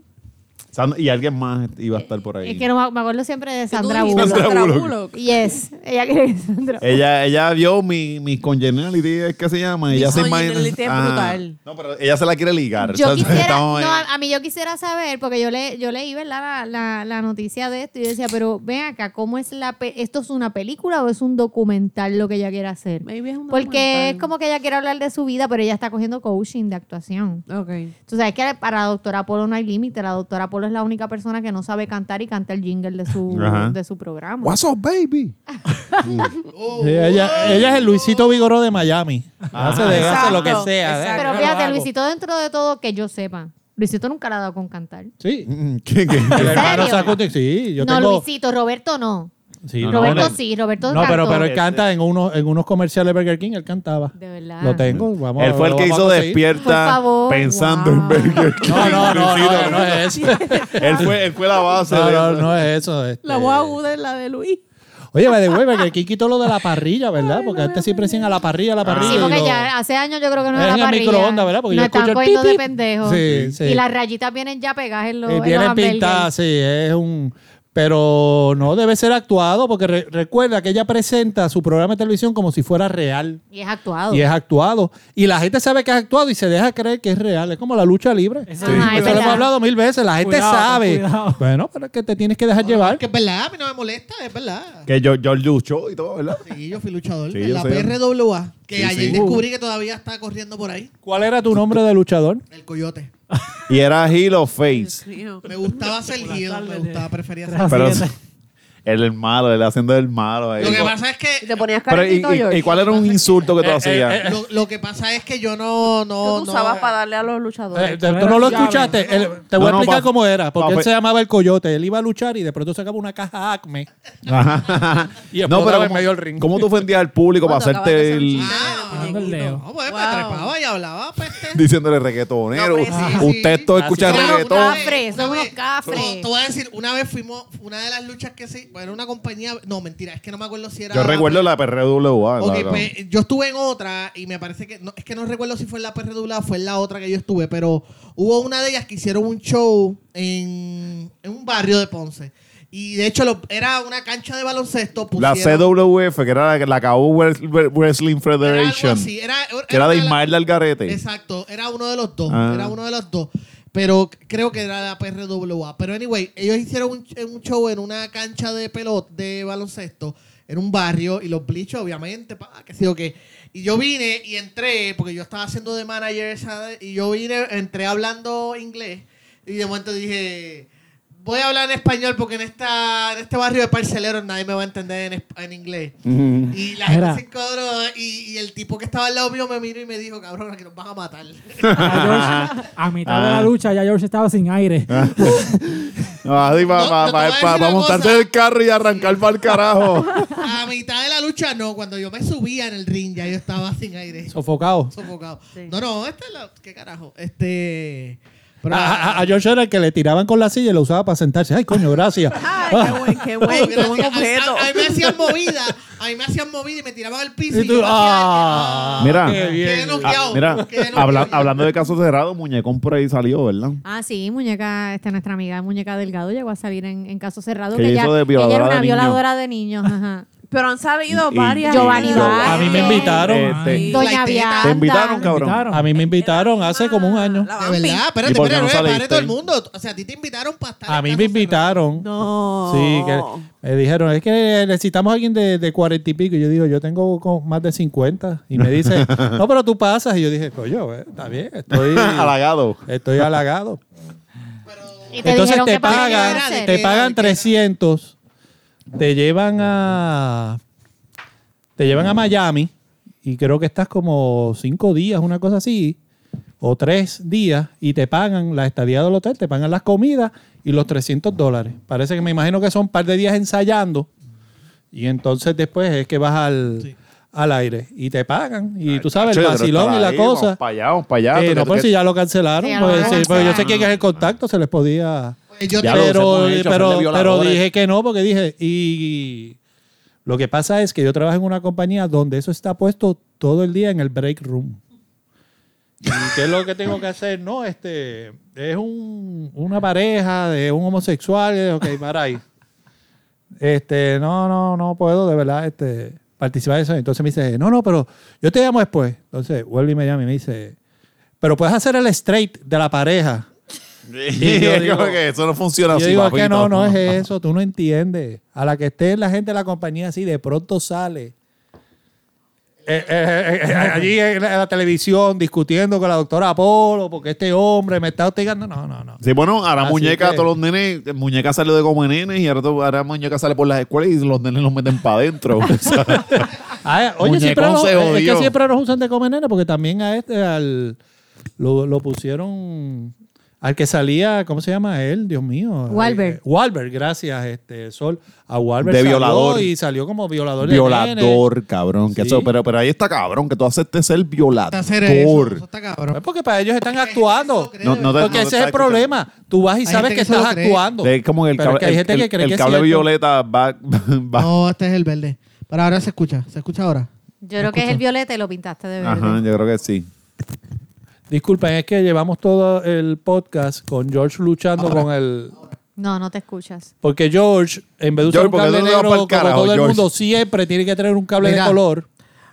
Sand- Y alguien más iba a estar por ahí. Es que no me- me acuerdo siempre de ¿Qué tú Sandra dijiste? Bullock. Sandra Bullock. Bullock. Yes, ella quiere que Sandra Ella, ella vio mi, mi congeniality, es que se llama. Ella se imagina. Ah. Congeniality es brutal. No, pero ella se la quiere ligar. Yo Entonces, quisiera, estamos ahí. no, a a mí yo quisiera saber, porque yo le, yo leí ¿verdad? La, la, la noticia de esto y decía, pero ven acá, ¿cómo es la pe- esto es una película o es un documental lo que ella quiere hacer? Maybe es un Porque es documental. como que ella quiere hablar de su vida, pero ella está cogiendo coaching de actuación. Ok. Tú sabes que para la doctora Polo no hay límite. La doctora Polo es la única persona que no sabe cantar y canta el jingle de su, Ajá. de su programa. What's up, baby? Oh, Sí, ella, ella es el Luisito Vigoró de Miami. Ah, Hace de hace lo que Exacto, sea. ¿eh? Pero Yo lo fíjate, hago. Luisito, dentro de todo, que yo sepa, Luisito nunca le ha dado con cantar. Sí. Mm, ¿Qué, qué? El hermano serio? Sacuti- sí, yo no, tengo. Luisito, Roberto no. Sí, No, no, Roberto no. sí, Roberto No, pero, cantó. pero él canta en, unos en unos comerciales de Burger King, él cantaba. De verdad. Lo tengo. Vamos, Él fue el lo que vamos hizo a conseguir. Por despierta favor, pensando wow. Ah. en Burger King. No, no, no, no, no, es eso. él, fue, él fue la base. No, de no, eso. no es eso. este. La voz aguda es la de Luis. Oye, by the way, Burger King quitó lo de la parrilla, ¿verdad? Porque antes siempre decían a la Ah. parrilla, a la parrilla. Sí, y porque lo- ya hace años yo creo que no Es era en la el parrilla. microondas, ¿verdad? Porque yo Nos escucho están el cogiendo pip, de pip. pendejos. Sí, sí. Y las rayitas vienen ya pegadas en los, Eh, en los vienen hamburgues. pintadas, sí, es un... Pero no debe ser actuado porque re- recuerda que ella presenta su programa de televisión como si fuera real. Y es actuado. Y es actuado. Y la gente sabe que es actuado y se deja creer que es real. Es como la lucha libre. Eso- Sí. Ajá, es Eso lo hemos verdad. hablado mil veces. La gente Cuidado, ten sabe. cuidado. Bueno, pero es que te tienes que dejar llevar. Ah, Que es verdad, a mí no me molesta, es verdad. Que yo, yo luchó y todo, ¿verdad? Sí, yo fui luchador Sí, de yo la sé. PRWA, que Sí, ayer sí. descubrí que todavía está corriendo por ahí, ¿Cuál era tu nombre de luchador? el coyote. Y era heel o face. Mío. Me gustaba ser heel, me tardes, gustaba, eh. prefería ser Tras- Pero Así es. él el malo, él haciendo el malo. ahí. Lo que pasa es Y que te ponías Pero, ¿y, calentito, y- George. y cuál era un insulto que Eh, tú hacías? lo, lo que pasa es que yo no ¿Qué tú no usabas no para darle a los Eh, luchadores? te- tú no lo escuchaste. Él- te voy No, no, a pa- explicar cómo era. Porque pa- él fue- se llamaba el coyote. Él iba a luchar y de pronto sacaba una caja Acme. Ajá. Y explotaba en ¿cómo- medio del ring. ¿Cómo tú ofendías al público para Cuando acabas de hacerte el. hacer Ah, Poniendo el dedo. no, pues me Wow. trepaba y hablaba pues, este, peste. diciéndole reggaetonero? No, pero sí, pues, sí. Usted todo escucha Son Así que- unos reggaetón. Reggaetón. cafres, son unos No, cafres. este, te voy a decir, una vez fuimos, una de las luchas que sí, bueno, era una compañía, no, mentira, es que no me acuerdo si era... Yo recuerdo la PRWA. Ok, la- la- pues, yo estuve en otra y me parece que, no, es que no recuerdo si fue en la PRWA o fue en la otra que yo estuve, pero hubo una de ellas que hicieron un show en, en un barrio de Ponce. Y de hecho lo- era una cancha de baloncesto. La pusieron- CWF, que era la, la Cabo Wres- Wrestling era algo Federation, así, era- que era de una la- Ismael Algarete. Exacto, era uno de los dos. Ah. Era uno de los dos. Pero creo que era la PRWA. Pero anyway, ellos hicieron un, un show en una cancha de pelot, de baloncesto, en un barrio, y los bleachers, obviamente, pa, que sí o qué. Y yo vine y entré, porque yo estaba haciendo de manager, ¿sabes? Y yo vine, entré hablando inglés, y de momento dije. Voy a hablar en español porque en, esta, en este barrio de parceleros nadie me va a entender en, esp- en inglés. Y la gente Era. se encuadró y, y el tipo que estaba al lado mío me miró y me dijo, cabrón, que nos vas a matar. Ya George, a mitad de Ah. la lucha ya George estaba sin aire. No, así No, para no te voy a decir una montarte cosa. del carro y arrancar para el carajo. a mitad de la lucha, no. Cuando yo me subía en el ring, ya yo estaba sin aire, Sofocado. sofocado. No, no, esta es la... ¿Qué carajo? Este... Pero, A, a- a George era el que le tiraban con la silla y lo usaba para sentarse. Ay, coño, gracias. Ay, qué buen, qué Ay, buen, qué gracias. buen ah, objeto. A, a- a mí me hacían movida, a mí me hacían movida y me tiraban al piso. Y Y tú, yo me ah, hacía- Mira, qué bien. Quedé Ah, noqueado. mira, quedé noqueado. habla- hablando de casos cerrados, Muñecón por ahí salió, ¿verdad? Ah, sí, muñeca, este, nuestra amiga Muñeca Delgado llegó a salir en, en caso cerrado. Que Que, ella ella, hizo de que ella violadora era una de niños. violadora de niños. Ajá. Pero han salido Y- varias. Giovanni Vázquez. A mí me invitaron. Este, Doña Doña Te Vianda. te invitaron, cabrón. Invitaron. A mí me invitaron hace como un año. La De vampi. verdad, espérate, ¿Y por qué espérate, no espérate, saliste? todo el mundo. O sea, a ti te invitaron para estar... A en mí casa me cerrada. invitaron. No. Sí, que Me dijeron, es que necesitamos a alguien de, de 40 y pico. Y yo digo, yo tengo como más de 50. Y me dice, no, pero tú pasas. Y yo dije, coño, eh, está bien, estoy, Halagado. estoy halagado. Y te Entonces dijeron te que para qué pagan, era de te qué pagan era. 300, te llevan a te llevan a Miami y creo que estás como cinco días, una cosa así, o tres días y te pagan la estadía del hotel, te pagan las comidas y los 300 dólares. Parece que me imagino que son un par de días ensayando y entonces después es que vas al, al aire y te pagan y tú sabes el Chévere, vacilón pero y la ahí, cosa. Vamos para allá, vamos para allá. Eh, Tú- Ah. no, tú- pues si ya lo cancelaron, Sí, ya lo pues, sí, cancelaron. pues yo sé quién es el contacto, se les podía... Pues yo Ya te- lo pero, eh, hemos hecho, pero, aprende pero violadores. dije que no, porque dije, y lo que pasa es que yo trabajo en una compañía donde eso está puesto todo el día en el break room. ¿Y qué es lo que tengo que hacer? No, este, es un- una pareja de un homosexual, eh, ok, para ahí. Este, no, no, no puedo, de verdad, este, participar en eso. Entonces me dice, no, no, pero yo te llamo después. Entonces vuelve y me llama y me dice, pero puedes hacer el straight de la pareja. Y yo digo- Como que eso no funciona Yo así, digo, es papito. que no, no es eso, tú no entiendes. A la que esté la gente de la compañía así, de pronto sale. eh, eh, eh, eh, allí en la, en la televisión discutiendo con la doctora Apolo porque este hombre me está hostigando. No, no, no. Sí, bueno, ahora Así muñeca, que- todos los nenes, muñeca sale de como nenes y ahora, to- ahora muñeca sale por las escuelas y los nenes los meten para adentro. O sea, Ah, oye, Muñecón siempre nos, se es que jodió. siempre nos usan de comer nene porque también a este al, lo, lo pusieron al que salía, ¿cómo se llama él? Dios mío. Wahlberg. Eh, Wahlberg, gracias, este Sol. A Walbert De violador. y salió como violador. de nenes. violador, cabrón. Que Sí. eso, pero, pero ahí está cabrón, que tú aceptes ser te hacer eso, violador. eso está cabrón. Es Pues porque para ellos están actuando. cree, No, no te- porque no te ese es está el problema. Tú vas y Hay sabes gente que que se estás lo cree. actuando. Es como que el Pero cable, es que hay gente el- que cree el que es cable cierto. violeta va, va- No, este es el verde. Pero ahora se escucha, se escucha ahora. Yo creo que es el violeta y lo pintaste de verde. Ajá, yo creo que sí. Disculpen, es que llevamos todo el podcast con George luchando con el. No, no te escuchas. Porque George, en vez de usar George, un ¿por qué cable tú te vas negro, pa'l como carajo, todo el George? mundo siempre tiene que traer un cable Mira. de color.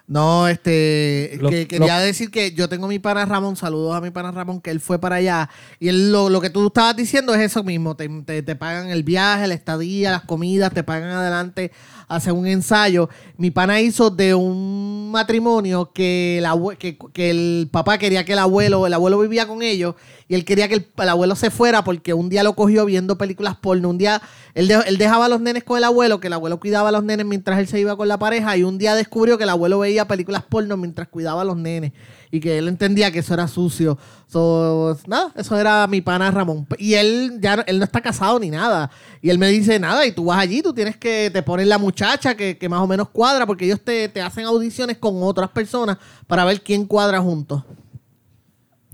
No, este, Lo- que quería decir que yo tengo mi pana Ramón, saludos a mi pana Ramón, que él fue para allá. Y él, lo, lo que tú estabas diciendo es eso mismo, te, te- te pagan el viaje, la estadía, las comidas, te pagan adelante, hacen un ensayo. Mi pana hizo de un matrimonio que el, abue- que, que el papá quería que el abuelo, el abuelo vivía con ellos, y él quería que el, el abuelo se fuera porque un día lo cogió viendo películas porno, un día él, de- él dejaba a los nenes con el abuelo, que el abuelo cuidaba a los nenes mientras él se iba con la pareja y un día descubrió que el abuelo veía películas porno mientras cuidaba a los nenes y que él entendía que eso era sucio. So, nada, eso era mi pana Ramón. Y él ya no- él no está casado ni nada. Y él me dice, nada, y tú vas allí, tú tienes que, te pones la muchacha que, que más o menos cuadra porque ellos te, te hacen audiciones con otras personas para ver quién cuadra juntos.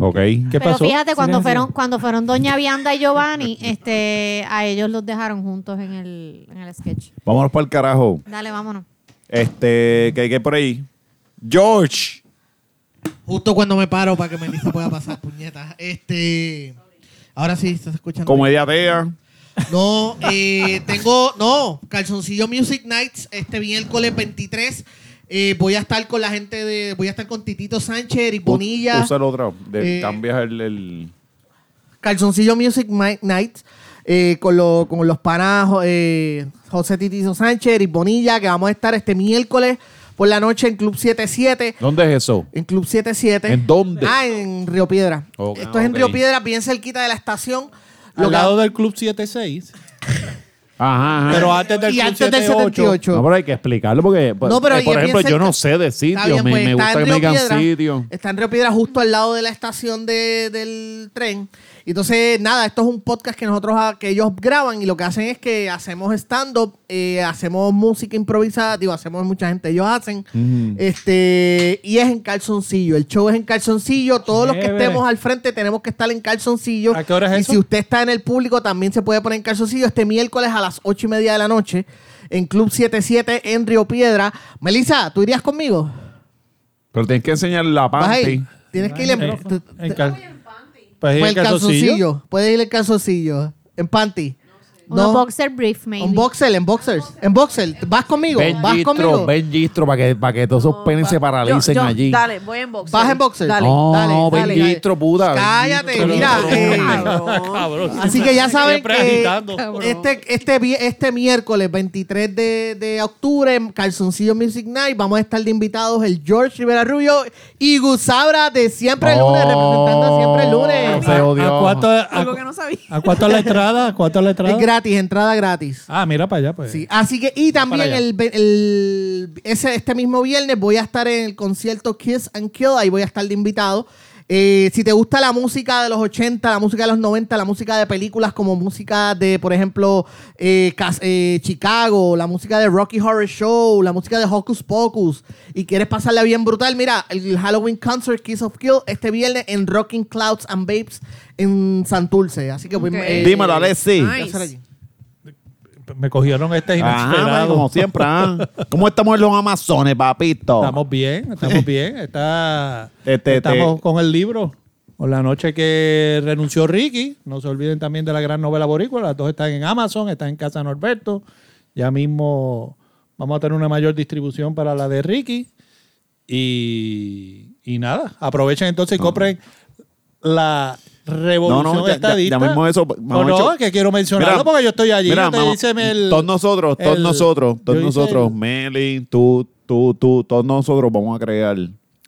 Ok. ¿Qué Pero pasó? fíjate, cuando Silencio. fueron, cuando fueron Doña Vianda y Giovanni, este, a ellos los dejaron juntos en el, en el sketch. Vámonos para el carajo. Dale, vámonos. Este, que hay que ir por ahí. George. Justo cuando me paro para que Melissa pueda pasar, puñetas. Este... Ahora sí, estás escuchando. Comedia Tea. No, eh, tengo, no, Calzoncillo Music Nights este miércoles 23. Eh, voy a estar con la gente de, voy a estar con Titito Sánchez, y Bonilla. Usa el otro. de- Eh, cambias el, el- Calzoncillo Music Mi- Nights eh, con, lo- con los panas eh, José Titito Sánchez, y Bonilla, que vamos a estar este miércoles por la noche en Club 77. ¿Dónde es eso? En Club 77. ¿En dónde? Ah, en Río Piedra. Ok. Esto es en Ok. Río Piedra, bien cerquita de la estación. Al que- lado del Club 76. Ajá. Pero antes del y Club antes del 78. 78. No, pero hay que explicarlo porque, pues, No, pero eh, y por es bien ejemplo, yo cerca. no sé de sitio. Está bien, me, pues, me está gusta en que me Río digan Piedra. sitio. Está en Río Piedra, justo al lado de la estación de- del tren. Y Entonces, nada, esto es un podcast que nosotros, ah, que ellos graban y lo que hacen es que hacemos stand-up, eh, hacemos música improvisada, digo, hacemos mucha gente, ellos hacen. este Y es en calzoncillo. El show es en calzoncillo. Todos los que Chévere. estemos al frente tenemos que estar en calzoncillo. ¿A qué hora es y eso? si usted está en el público, también se puede poner en calzoncillo este miércoles a las ocho y media de la noche en Club 77 en Río Piedra. Melissa, ¿tú irías conmigo? Pero tienes que enseñar la Vas panty. ahí. Tienes que ir en, Eh, t- t- en cal- Pues, pues en el calzoncillo. calzoncillo. Puedes ir en calzoncillo. En panty. No. Unos boxer brief, maybe. En boxer, en boxers. En boxer. ¿Vas conmigo? ¿Vas conmigo? ven Gistro, para que, para que todos esos penes se paralicen Yo- yo- allí. Dale, voy en boxer. Vas en boxer. Dale. No, dale, no, dale. ven Gistro, Buda. ven Cállate, Gistro. mira. eh, Cabrón, Así que ya saben siempre que agitando. este, este, vi- este miércoles 23 de, de octubre en Calzoncillo Music Night vamos a estar de invitados el George Rivera Rubio y Gusabra de Siempre el Lunes, representando a Siempre el No Lunes. se ¿A odió. cuánto, a, Algo que no sabía. a cuánto es la entrada? ¿A cuánto es la Es entrada? gratis, entrada gratis. Ah, mira para allá, pues. Sí, así que, y también allá. el, ve- el- ese, este mismo viernes voy a estar en el concierto Kiss and Kill, ahí voy a estar de invitado. Eh, si te gusta la música de los 80, la música de los 90, la música de películas como música de, por ejemplo, eh, Cas- eh, Chicago, la música de Rocky Horror Show, la música de Hocus Pocus, y quieres pasarla bien brutal, mira, el Halloween Concert Kiss of Kill este viernes en Rocking Clouds and Babes en Santurce. Así que voy- Ok. eh, Dímelo, Alexi. voy a hacer allí. Me cogieron este Ah, inesperado. como siempre, ah. ¿Cómo estamos en los Amazones, papito? Estamos bien, estamos bien. Está, Este, estamos este. con el libro. Con la noche que renunció Ricky. No se olviden también de la gran novela boricua. Las dos están en Amazon, están en Casa Norberto. Ya mismo vamos a tener una mayor distribución para la de Ricky. Y, y nada, aprovechen entonces y compren la revolución No, no, ya- ya- estadista. ya mismo eso, No, vamos no, hecho- es que quiero mencionarlo Mira, porque yo estoy allí. mira, yo te vamos, hice el- todos nosotros, todos el- nosotros, todos yo hice nosotros, el- Meli, tú, tú, tú, todos nosotros vamos a crear.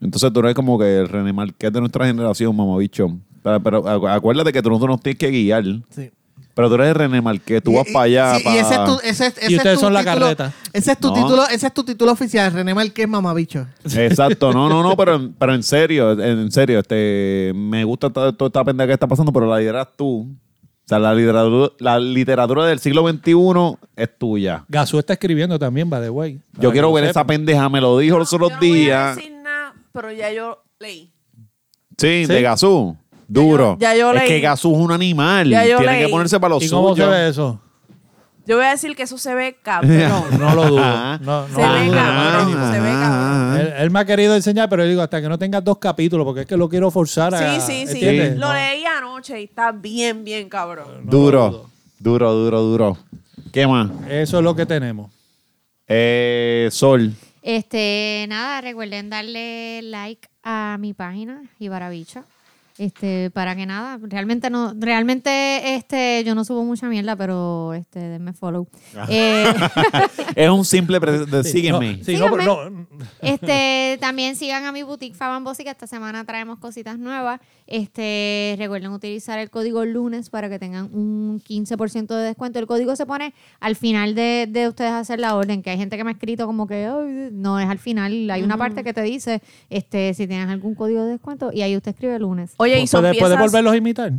Entonces tú eres como que el René Marqués de nuestra generación, mamabicho. Pero, pero acu- acuérdate que tú nosotros nos tienes que guiar. Sí. Pero tú eres el René Marqués, tú Y- vas y- para allá. sí, pa- Y ese es tu, ese, es- Y ese es ustedes tu son la título- carreta. Ese es tu No. título, ese es tu título oficial, René Marqués Mamabicho. Exacto, no, no, no, pero, en- pero en serio, en, en serio, este, me gusta toda, toda esta pendeja que está pasando, pero la lideras tú. O sea, la literatura, la literatura del siglo XXI es tuya. Gasú está escribiendo también, by the way. Para Yo que quiero lo ver sepa. esa pendeja, me lo dijo los otros Yo no voy a días. decir nada, pero ya yo leí. Sí, Sí. de Gazú. Duro. Ya yo- ya yo Es leí. que Gazú es un animal. Ya yo Tiene leí. que ponerse para los ¿Y cómo se suyos. ve eso? Yo voy a decir que eso se ve cabrón. No lo dudo. Ajá. No, no Se lo ve dudo. cabrón, Ajá, se ve cabrón. ajá. Él, él me ha querido enseñar, pero yo digo, hasta que no tengas dos capítulos, porque es que lo quiero forzar a... Sí, sí, sí. ¿entiendes? Lo No. leí anoche y está bien, bien cabrón. Duro. Duro, duro, duro. ¿Qué más? Eso es lo que tenemos. Eh, Sol. Este, nada, recuerden darle like a mi página y Barabicha. Este, para que nada, realmente no, realmente este, yo no subo mucha mierda, pero este, denme follow. Eh, es un simple... pre- de- sígueme. No, sí, no, Síganme. pero no, Este, también sigan a mi boutique Faban Bossi, que esta semana traemos cositas nuevas. Este, recuerden utilizar el código lunes para que tengan un 15% de descuento. El código se pone al final de, de ustedes hacer la orden, que hay gente que me ha escrito como que "Ay, no es al final, hay una parte que te dice este si tienes algún código de descuento y ahí usted escribe lunes. Oye, y Pues ¿Puedes, son puedes piezas. volverlos a imitar?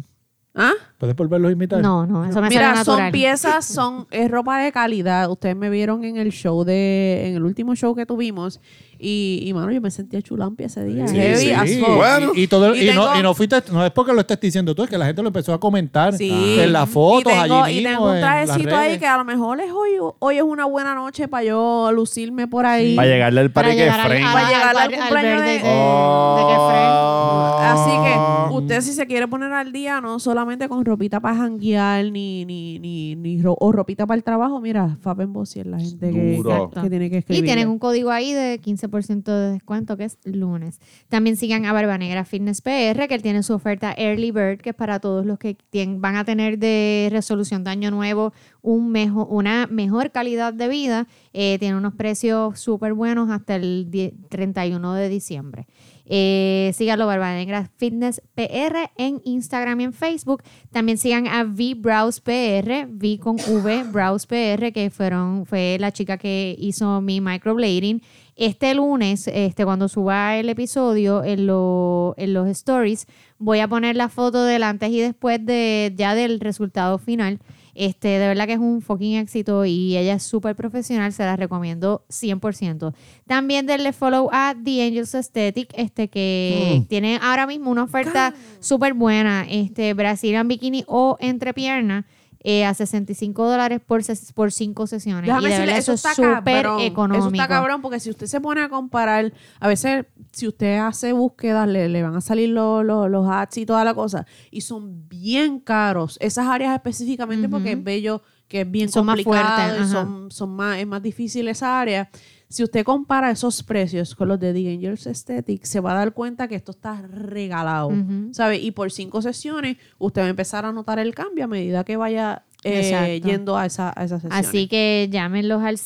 ¿Ah? ¿Puedes volverlos a imitar? No, no, eso me sale Mira, natural. son piezas, son es ropa de calidad. Ustedes me vieron en el show de, en el último show que tuvimos y, y mano, yo me sentía chulampi ese día. Sí, Heavy sí. as fuck. Bueno. Y, y todo, y, Y tengo- no, y no fuiste, no es porque lo estés diciendo tú, es que la gente lo empezó a comentar Sí. en las fotos, y tengo, allí y mismo, tengo un en las trajecito ahí redes. que a lo mejor es hoy, hoy es una buena noche para yo lucirme por ahí. Para llegarle al para parique de llegar al, Frank. al- Para llegar al al- al cumpleaños birthday de- de- de Jeffrey. Así Ah. que usted si se quiere poner al día, no solamente con ropita para janguear ni, ni, ni, ni ro- o ropita para el trabajo, mira, Faben Bossi es la gente que, Duro. que tiene que escribir. Y tienen un código ahí de 15% de descuento que es lunes. También sigan a Barba Negra Fitness PR, que él tiene su oferta Early Bird, que es para todos los que tien- van a tener de resolución de año nuevo un mejo- una mejor calidad de vida. Eh, tiene unos precios súper buenos hasta el die- 31 de diciembre. Eh, síganlo, Barba Negra Fitness PR en Instagram y en Facebook. También sigan a V Browse PR, V con V Browse PR, que fueron, fue la chica que hizo mi microblading. Este lunes, este, cuando suba el episodio en, lo- en los stories, voy a poner la foto del antes y después de, ya del resultado final. Este, de verdad que es un fucking éxito y ella es súper profesional, se la recomiendo 100%. También denle follow a The Angels Aesthetic, este, que tiene ahora mismo una oferta súper buena, este, Brazilian Bikini o Entrepierna. eh, a 65 dólares por, ses- por cinco sesiones. Déjame y de decirle, verdad eso eso es está súper cabrón. económico. Eso está cabrón porque si usted se pone a comparar, a veces si usted hace búsquedas le, le van a salir los, los, los ads y toda la cosa y son bien caros esas áreas específicamente porque Ujú. es bello que es bien Son más complicado fuertes, y ajá. son, son más, es más difícil esa área. Si usted compara esos precios con los de The Angels Aesthetic, se va a dar cuenta que esto está regalado, Ujú. ¿sabe? Y por cinco sesiones, usted va a empezar a notar el cambio a medida que vaya eh, Exacto. yendo a, esa, a esas sesiones. Así que llámenlos al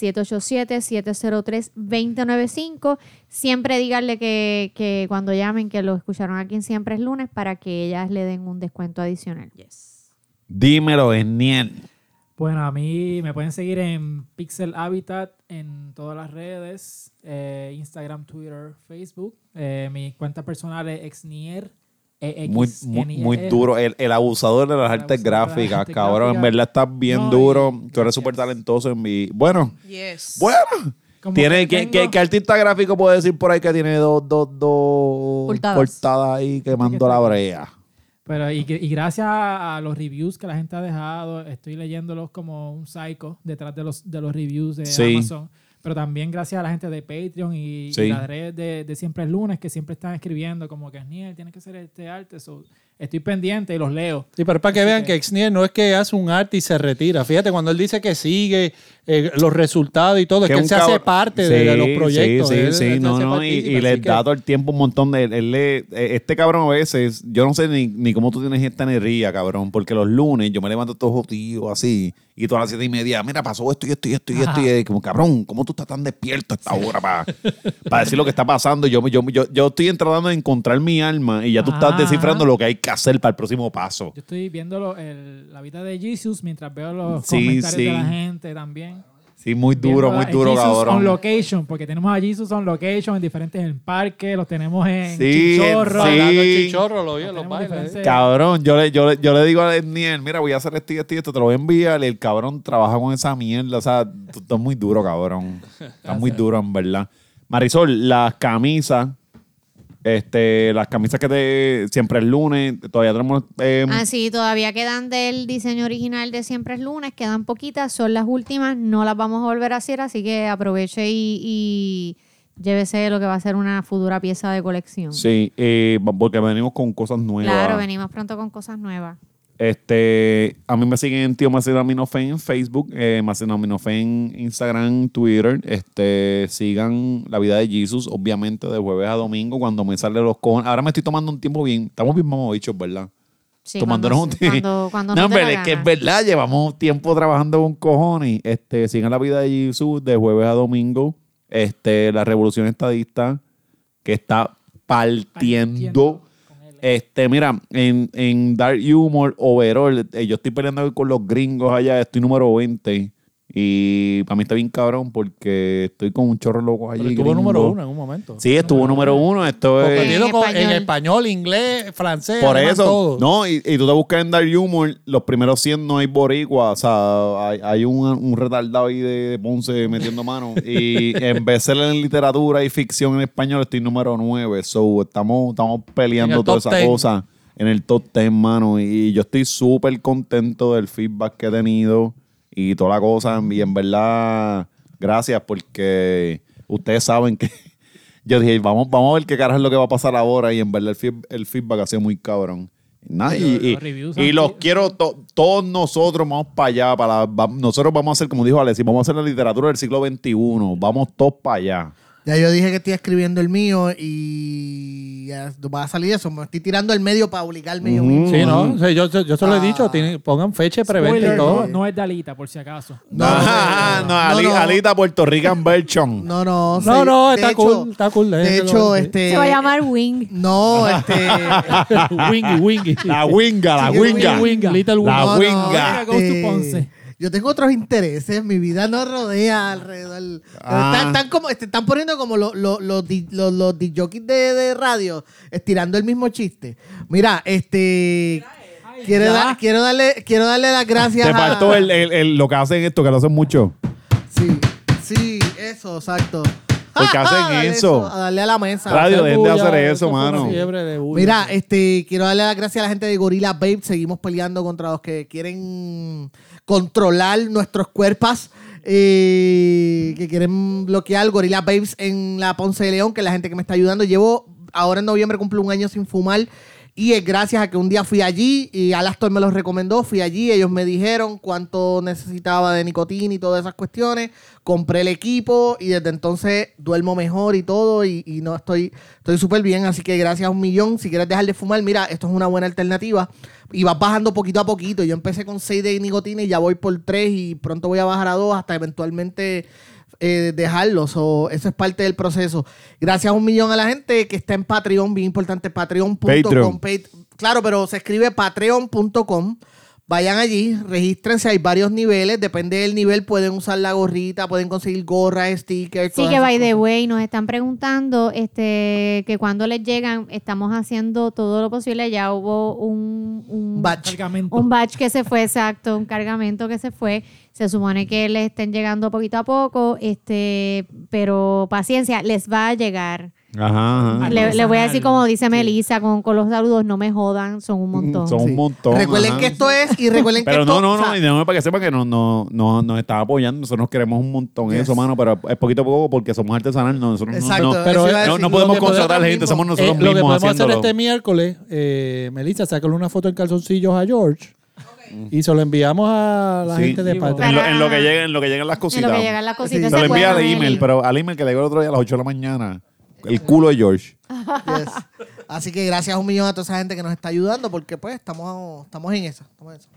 787-703-2095. Siempre díganle que, que cuando llamen, que lo escucharon aquí en Siempre es Lunes, para que ellas le den un descuento adicional. Yes. Dímelo, Daniel. Bueno, a mí me pueden seguir en Pixel Habitat en todas las redes, eh, Instagram, Twitter, Facebook. Eh, mi cuenta personal es exnier. E EX, Muy, muy, muy NIER. duro. El, el abusador de las El artes abusador de las gráficas, artes cabrón. En gráficas. verdad estás bien No, y- duro. Tú eres gracias. súper talentoso en mi. Bueno, Yes. bueno. Como Tiene, que ¿qué, qué- tengo- qué artista gráfico puede decir por ahí que tiene dos, dos, dos Portadas. ahí quemando la brea? Pero y, que- y gracias a los reviews que la gente ha dejado, estoy leyéndolos como un psycho detrás de los, de los reviews de Sí. Amazon. Pero también gracias a la gente de Patreon y, y Sí. las redes de, de Siempre es Lunes que siempre están escribiendo como que Niel, tienes que hacer este arte. So, estoy pendiente y los leo. Sí, pero es para que vean que Exnier no es que hace un arte y se retira. Fíjate, cuando él dice que sigue eh, los resultados y todo, es que él un se hace cabr- parte de, Sí, de los proyectos. Sí, sí, Él- sí, él se no, hace no, y, partícipe, y así le que- da todo el tiempo un montón de... él le- eh, este cabrón a veces, yo no sé ni, ni cómo tú tienes esta energía, cabrón, porque los lunes yo me levanto todo jodido así y todas las siete y media, mira, pasó esto y esto y esto y esto y eh, como, cabrón, ¿cómo tú estás tan despierto a esta hora para decir lo que está pasando? Yo, yo, yo, yo estoy tratando de encontrar mi alma y ya tú estás Ajá. descifrando lo que hay que hacer para el próximo paso. Yo estoy viendo lo- el- la vida de Jesus mientras veo los Sí, comentarios sí. de la gente también. Sí, muy duro, Viendo muy a- duro, Jesus on cabrón. location, porque tenemos a Jesus on location en diferentes en parques, los tenemos en Sí, Chinchorro. sí. Bailando el chichorro, lo eh. oye, los los tenemos bailes. diferentes- Cabrón, yo le, yo, le, yo le digo a Daniel, mira, voy a hacer esto y esto y esto, te lo voy a enviar. Y el cabrón trabaja con esa mierda. O sea, tú estás muy duro, cabrón. Estás muy duro, en verdad. Marisol, las camisas, este, las camisas que te siempre el lunes, todavía tenemos. eh, Así Ah, todavía quedan del diseño original de Siempre es Lunes, quedan poquitas, son las últimas, no las vamos a volver a hacer, así que aproveche y, y llévese lo que va a ser una futura pieza de colección. sí, eh, porque venimos con cosas nuevas. Claro, venimos pronto con cosas nuevas. Este, a mí me siguen en Tío Macena Minofen en Facebook, eh, Macena Minofen en Instagram, Twitter. Este, sigan La Vida de Jesus, obviamente, de jueves a domingo, cuando me salen los cojones. Ahora me estoy tomando un tiempo bien. Estamos bien mamabichos, ¿verdad? Sí, Tomándonos cuando- un tiempo. cuando- cuando no, no te hombre, da es que es gana. verdad, llevamos tiempo trabajando con cojones. Este, sigan La Vida de Jesus, de jueves a domingo. Este, La Revolución Estadista, que está partiendo. Partiendo con él. Este, mira, en, en Dark Humor, overall, eh, yo estoy peleando con los gringos allá, estoy número 20. Y para mí está bien cabrón porque estoy con un chorro loco allí. Pero estuvo gringo. número uno en un momento. Sí, estuvo número uno. Esto es- Competido En con- en, español. español, inglés, francés, Por alemán, eso. todo. No, y, y tú te buscas en Dark Humor, los primeros 100 no hay boricua. O sea, hay, hay un, un retardado ahí de, de Ponce metiendo mano. y en vez de en literatura y ficción en español, estoy número 9. So, estamos, estamos En peleando el todas top esas 10. cosas en el top 10, mano. Y yo estoy súper contento del feedback que he tenido y toda la cosa. Y en verdad, gracias porque ustedes saben que... Yo dije, vamos, vamos a ver qué carajo es lo que va a pasar ahora. Y en verdad el, feed- el feedback ha sido muy cabrón. Nada, Los- y, los reviews y- y han los sido- quiero, to- todos nosotros vamos para allá. Para la- va- nosotros vamos a hacer, como dijo Alexis, vamos a hacer la literatura del siglo XXI. Vamos todos para allá. Ya yo dije que estoy escribiendo el mío y ya va a salir eso. Me estoy tirando el medio para obligarme Mm. yo mismo. Sí, no, o sea, yo, yo, yo se lo he dicho, Ah. tienen- pongan fecha, preventa y Spoiler, todo. no, no es Dalita, por si acaso. No, Ajá, no, no, no, Ali- no. Alita Puerto Rican Version. No, no. No, sí. no, De está cool, está cool, De déjelo, hecho, sí. este... Se va a llamar Wing. No, este... wingy, wingy. La winga, la Sí, yo voy winga. a winga. Little La winga. no, no, winga. Go to Ponce. Yo tengo otros intereses, mi vida no rodea alrededor. Ah. Están, están como, este, están poniendo como los los los di- los- los disc jockeys de, de radio, estirando el mismo chiste. Mira, este quiero, dar- quiero darle quiero darle las gracias Te a- faltó el, el- el- lo que hacen esto, que lo hacen mucho. Sí, sí, eso, exacto. Porque hacen Dale eso. A darle a la mesa. Radio, Hacer dejen de bulla, hacer eso, fue una mano. fiebre de bulla. Mira, este, quiero darle las gracias a la gente de Gorilla Babe. Seguimos peleando contra los que quieren controlar nuestros cuerpos. eh, que quieren bloquear Gorilla Babes en la Ponce de León, que es la gente que me está ayudando. Llevo, ahora en noviembre cumplo un año sin fumar. Y es gracias a que un día fui allí y Alastor me los recomendó, fui allí, ellos me dijeron cuánto necesitaba de nicotina y todas esas cuestiones, compré el equipo y desde entonces duermo mejor y todo y, y no estoy estoy súper bien, así que gracias a un millón, si quieres dejar de fumar, mira, esto es una buena alternativa y vas bajando poquito a poquito, yo empecé con 6 de nicotina y ya voy por 3 y pronto voy a bajar a 2 hasta eventualmente eh, dejarlos. O eso es parte del proceso. Gracias a un millón a la gente que está en Patreon, bien importante, patreon.com. Patreon. Pat- claro, pero se escribe patreon.com. Vayan allí, regístrense, hay varios niveles, depende del nivel, pueden usar la gorrita, pueden conseguir gorras, stickers. Sí, todas que esas by the cosas. way, nos están preguntando este, que cuando les llegan, estamos haciendo todo lo posible. Ya hubo un, un, Batch. Cargamento. un batch que se fue, exacto, un cargamento que se fue. Se supone que les estén llegando poquito a poco, este, pero paciencia, les va a llegar. Ajá, ajá. Ah, Le, no, le voy a esa decir, mal. como dice Melissa, con, con los saludos, no me jodan, son un montón. Mm, Son Sí. un montón. Recuerden ajá. que esto es y recuerden que Pero esto no, no, o sea, no, y déjame para que sepan que no, no, no, nos está apoyando, nosotros nos queremos un montón Yes. eso, mano, pero es poquito a poco porque somos artesanales, no, nosotros no- Exacto, no, pero eso iba a no- decir. no podemos lo que contratar podemos gente, mismo- somos Eh, nosotros lo que mismos podemos hacer haciéndolo. este miércoles, eh, Melissa, sácale una foto en calzoncillos a George y se lo enviamos a la Sí. gente de Sí, Patreon. en, lo, Para- en lo que lleguen, en lo que lleguen las En cositas. lo que llegan las cositas. Se lo se envía al pueden ver. email, pero al email que le llegó el otro día a las 8 de la mañana. El culo de George. Yes. Así que gracias a un millón a toda esa gente que nos está ayudando porque pues estamos, estamos en eso. estamos en eso.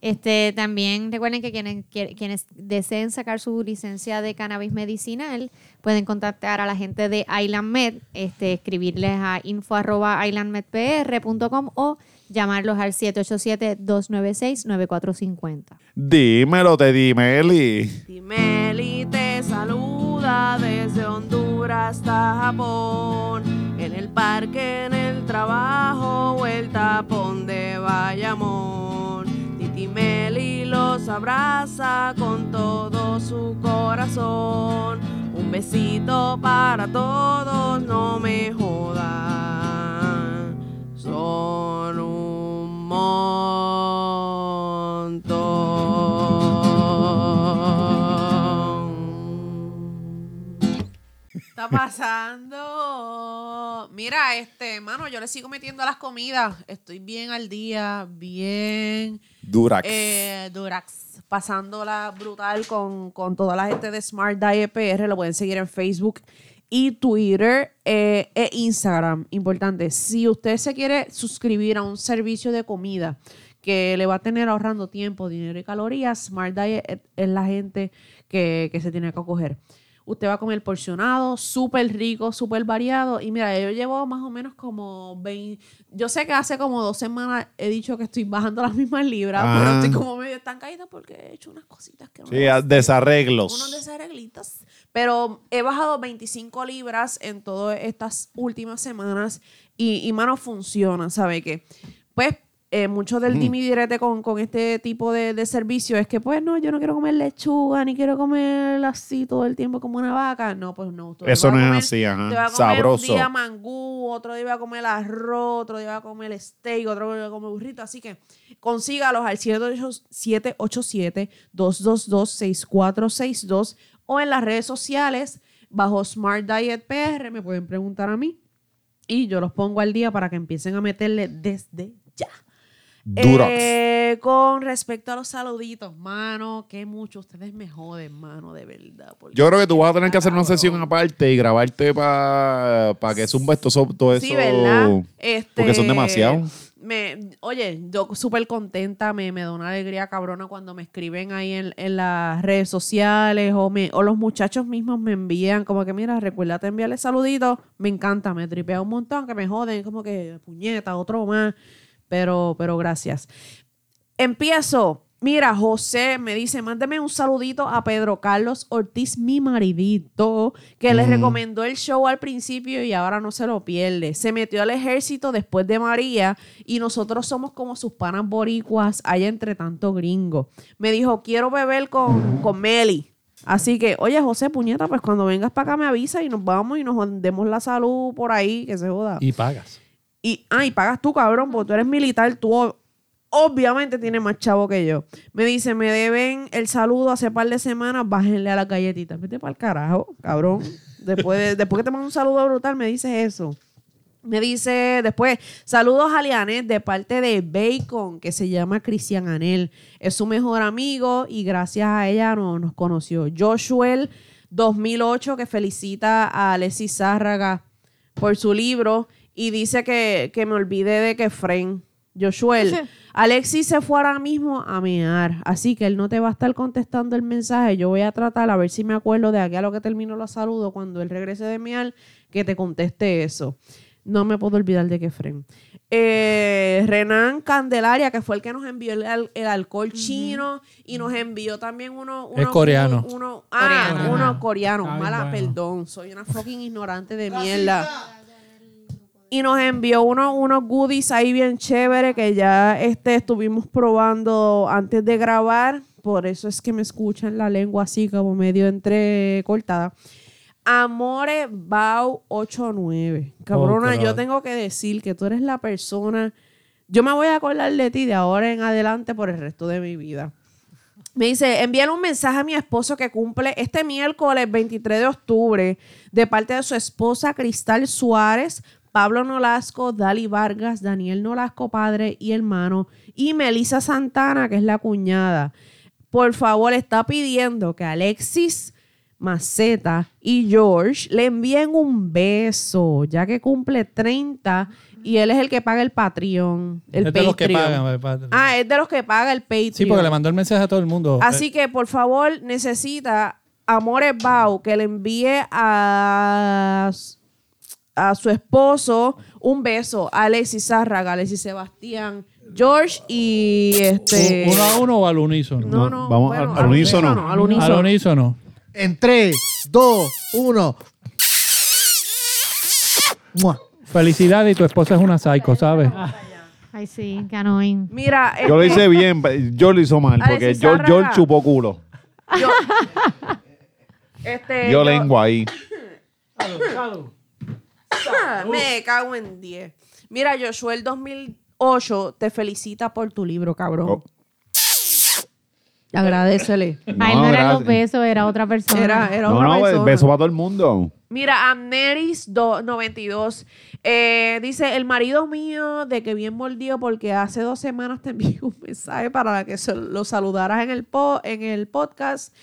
Este, también recuerden que quienes, quie- quienes deseen sacar su licencia de cannabis medicinal pueden contactar a la gente de Island Med, este, escribirles a info.islandmedpr.com o llamarlos al 787-296-9450. Dímelo, te dime, Eli. Timeli te saluda desde Honduras hasta Japón, en el parque, en el trabajo o el tapón de Bayamón. Titi Meli los abraza con todo su corazón. Un besito para todos, no me jodan. Son un montón. Está pasando. Mira, este, mano, yo le sigo metiendo a las comidas. Estoy bien al día, bien. Durax. Eh, Durax. Pasándola brutal con, con toda la gente de Smart Diet PR. Lo pueden seguir en Facebook y Twitter eh, e Instagram. Importante, si usted se quiere suscribir a un servicio de comida que le va a tener ahorrando tiempo, dinero y calorías, Smart Diet es- es la gente que, que se tiene que acoger. Usted va a comer porcionado, súper rico, súper variado. Y mira, yo llevo más o menos como 20... Yo sé que hace como dos semanas he dicho que estoy bajando las mismas libras, Ah. pero estoy como medio estancadita porque he hecho unas cositas que no... Sí, me ah, gustan. Unos desarreglos. desarreglitos. Pero he bajado 25 libras en todas estas últimas semanas y, y mano, funciona, ¿sabe qué? Pues eh, mucho del dimidirete con, con este tipo de, de servicio es que, pues no, yo no quiero comer lechuga ni quiero comer así todo el tiempo como una vaca. No, pues no. tú te Eso vas a no es comer- así, ajá. te vas a comer Sabroso. Un día mangú, otro día iba a comer arroz, otro día iba a comer steak, otro día iba a comer burrito. Así que consígalos al 787-222-6462 o en las redes sociales bajo Smart Diet PR. Me pueden preguntar a mí y yo los pongo al día para que empiecen a meterle desde ya. Durax. Eh, con respecto a los saluditos, mano, que mucho ustedes me joden, mano, de verdad. porque- Yo creo que tú vas a tener que hacer una Cabrón. sesión aparte y grabarte para que zumba esto, so- todo eso. Sí, ¿verdad? Este, porque son demasiados. Me, oye, yo súper contenta, me, me da una alegría cabrona cuando me escriben ahí en, en las redes sociales o, me, o los muchachos mismos me envían como que, mira, recuérdate enviarle saluditos. Me encanta, me tripea un montón, que me joden, como que puñeta, otro más. Pero, pero gracias. Empiezo. Mira, José me dice, mándeme un saludito a Pedro Carlos Ortiz, mi maridito, que le recomendó el show al principio y ahora no se lo pierde. Se metió al ejército después de María y nosotros somos como sus panas boricuas allá entre tanto gringo. Me dijo, quiero beber con, con Meli. Así que, oye, José, puñeta, pues cuando vengas para acá me avisa y nos vamos y nos demos la salud por ahí, que se joda. Y pagas. Y, ah, y pagas tú, cabrón, porque tú eres militar, tú ob- obviamente tienes más chavo que yo. Me dice, me deben el saludo hace par de semanas, bájenle a las galletitas. Vete para el carajo, cabrón. Después, de- después que te mando un saludo brutal, me dices eso. Me dice después, saludos a Lianet de parte de Bacon, que se llama Cristian Anel. Es su mejor amigo y gracias a ella no- nos conoció. Joshuel 2008, que felicita a Alexis Zárraga por su libro y dice que, que me olvidé de que Fren. Joshuel, Alexis se fue ahora mismo a mear, así que él no te va a estar contestando el mensaje. Yo voy a tratar a ver si me acuerdo de aquí a lo que termino los saludos cuando él regrese de mear, que te conteste eso. No me puedo olvidar de que Fren. Eh, Renan Candelaria, que fue el que nos envió el, al- el alcohol chino y nos envió también uno. uno Es coreano. Uno, ah, Coreano. uno coreano. Está bien Mala, bueno. perdón. Soy una fucking ignorante de mierda. Y nos envió uno- unos goodies ahí bien chévere que ya este, estuvimos probando antes de grabar. Por eso es que me escuchan la lengua así como medio entrecortada. Amore Bau 89. Cabrona, Oh, yo caray. tengo que decir que tú eres la persona... Yo me voy a acordar de ti de ahora en adelante por el resto de mi vida. Me dice, envíale un mensaje a mi esposo que cumple este miércoles 23 de octubre de parte de su esposa Cristal Suárez, Pablo Nolasco, Dali Vargas, Daniel Nolasco, padre y hermano, y Melissa Santana, que es la cuñada. Por favor, está pidiendo que Alexis Maceta y George le envíen un beso, ya que cumple 30 y él es el que paga el Patreon. El es de los que Patreon. pagan. eh, pa- Ah, es de los que paga el Patreon. sí, porque le mandó el mensaje a todo el mundo. Así que, por favor, necesita Amores Bau que le envíe a, a su esposo un beso. Alexis Zárraga, Alexis Sebastián, George y Eh, este. ¿Uno a uno o al unísono? No, no. No, vamos bueno, al- al unísono. Al unísono. Al unísono. En 3, 2, 1. Felicidades y tu esposa es una psycho, ¿sabes? Ay, sí, que annoying. Mira, Yo lo este, hice bien, pe- yo lo hizo mal, porque Alexis yo, yo Zárraga. chupó culo. yo- este, Yo yo- lengua ahí. Me cago en 10. Mira, Joshua, el 2008 te felicita por tu libro, cabrón. Oh. Agradecele. a él No, no eran los gracias. besos, era otra persona. Era, era No, otra no, persona. beso para todo el mundo. Mira, Amneris do- 92 eh, dice, el marido mío de que bien mordido porque hace dos semanas te envié un mensaje para que se- lo saludaras en el, po- en el podcast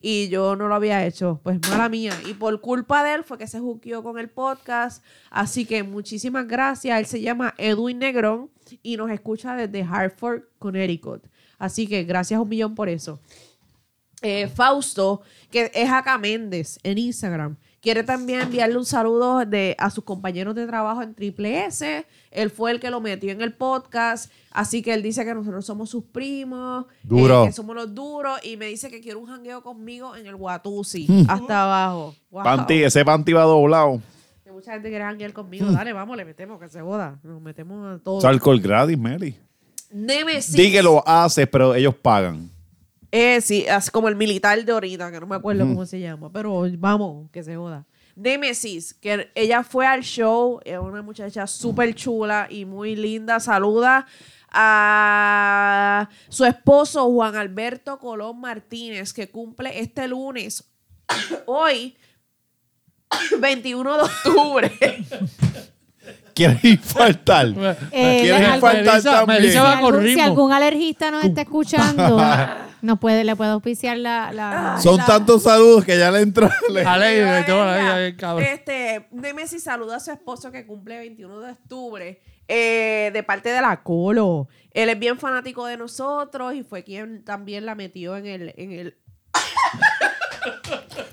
y yo no lo había hecho. Pues mala mía. Y por culpa de él fue que se juqueó con el podcast. Así que muchísimas gracias. Él se llama Edwin Negrón y nos escucha desde Hartford, Connecticut. Así que gracias un millón por eso. Eh, Fausto, que es Aca Méndez en Instagram, quiere también enviarle un saludo de, a sus compañeros de trabajo en Triple S. Él fue el que lo metió en el podcast, así que él dice que nosotros somos sus primos, eh, Duro. que somos los duros, y me dice que quiere un jangueo conmigo en el Watusi, hasta abajo. Wow. Panty, ese panty va doblado. Que mucha gente quiere janguear conmigo. Dale, vamos, le metemos, que se boda. Nos metemos a todos. Es alcohol gratis, Meli. Nemesis. Di que lo haces, pero ellos pagan. Eh, sí, así como el militar de ahorita, que no me acuerdo cómo se llama, pero vamos, que se joda. Nemesis, que ella fue al show, es una muchacha súper chula y muy linda. Saluda a su esposo Juan Alberto Colón Martínez, que cumple este lunes, hoy, 21 de octubre. ¿Quieres infartar? Eh, ¿Quieres Melissa- infartar Melissa- también? Melissa va- Si con algún, si ritmo. algún alergista nos está escuchando, nos puede, le puede auspiciar la... la- Son tantos saludos que ya le entró. le- Alegre, Mira, y todo, venga. ahí, ahí, cabrón. Este, Nemesis saluda a su esposo que cumple 21 de octubre eh, de parte de la Colo. Él es bien fanático de nosotros y fue quien también la metió en el... En el...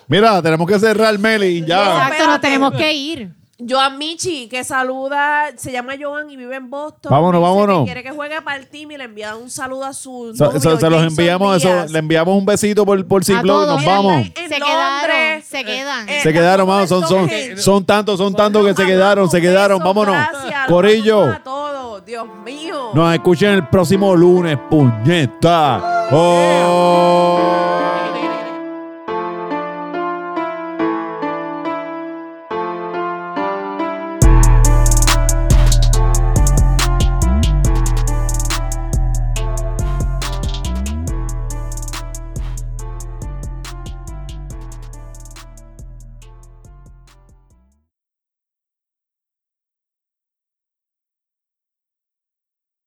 Mira, tenemos que cerrar, Meli. Ya. Exacto, nos espérate. tenemos que ir. Joan Michi, que saluda, se llama Joan y vive en Boston. Vámonos, Dice que vámonos. Quiere que juegue para el team y le envía un saludo a su Se, novio, se- se los Jason enviamos, eso, Díaz. le enviamos un besito por, por ciclo y todos. nos vamos. En se quedaron, Londres. se quedan. Eh, Se quedaron, Estamos mano. Son, son, en Londres. son tantos, son tantos que se quedaron, se quedaron. Besos, Vámonos. gracias, los Corillo, amamos a todos. Dios mío. nos escuchen el próximo lunes, puñeta. Oh.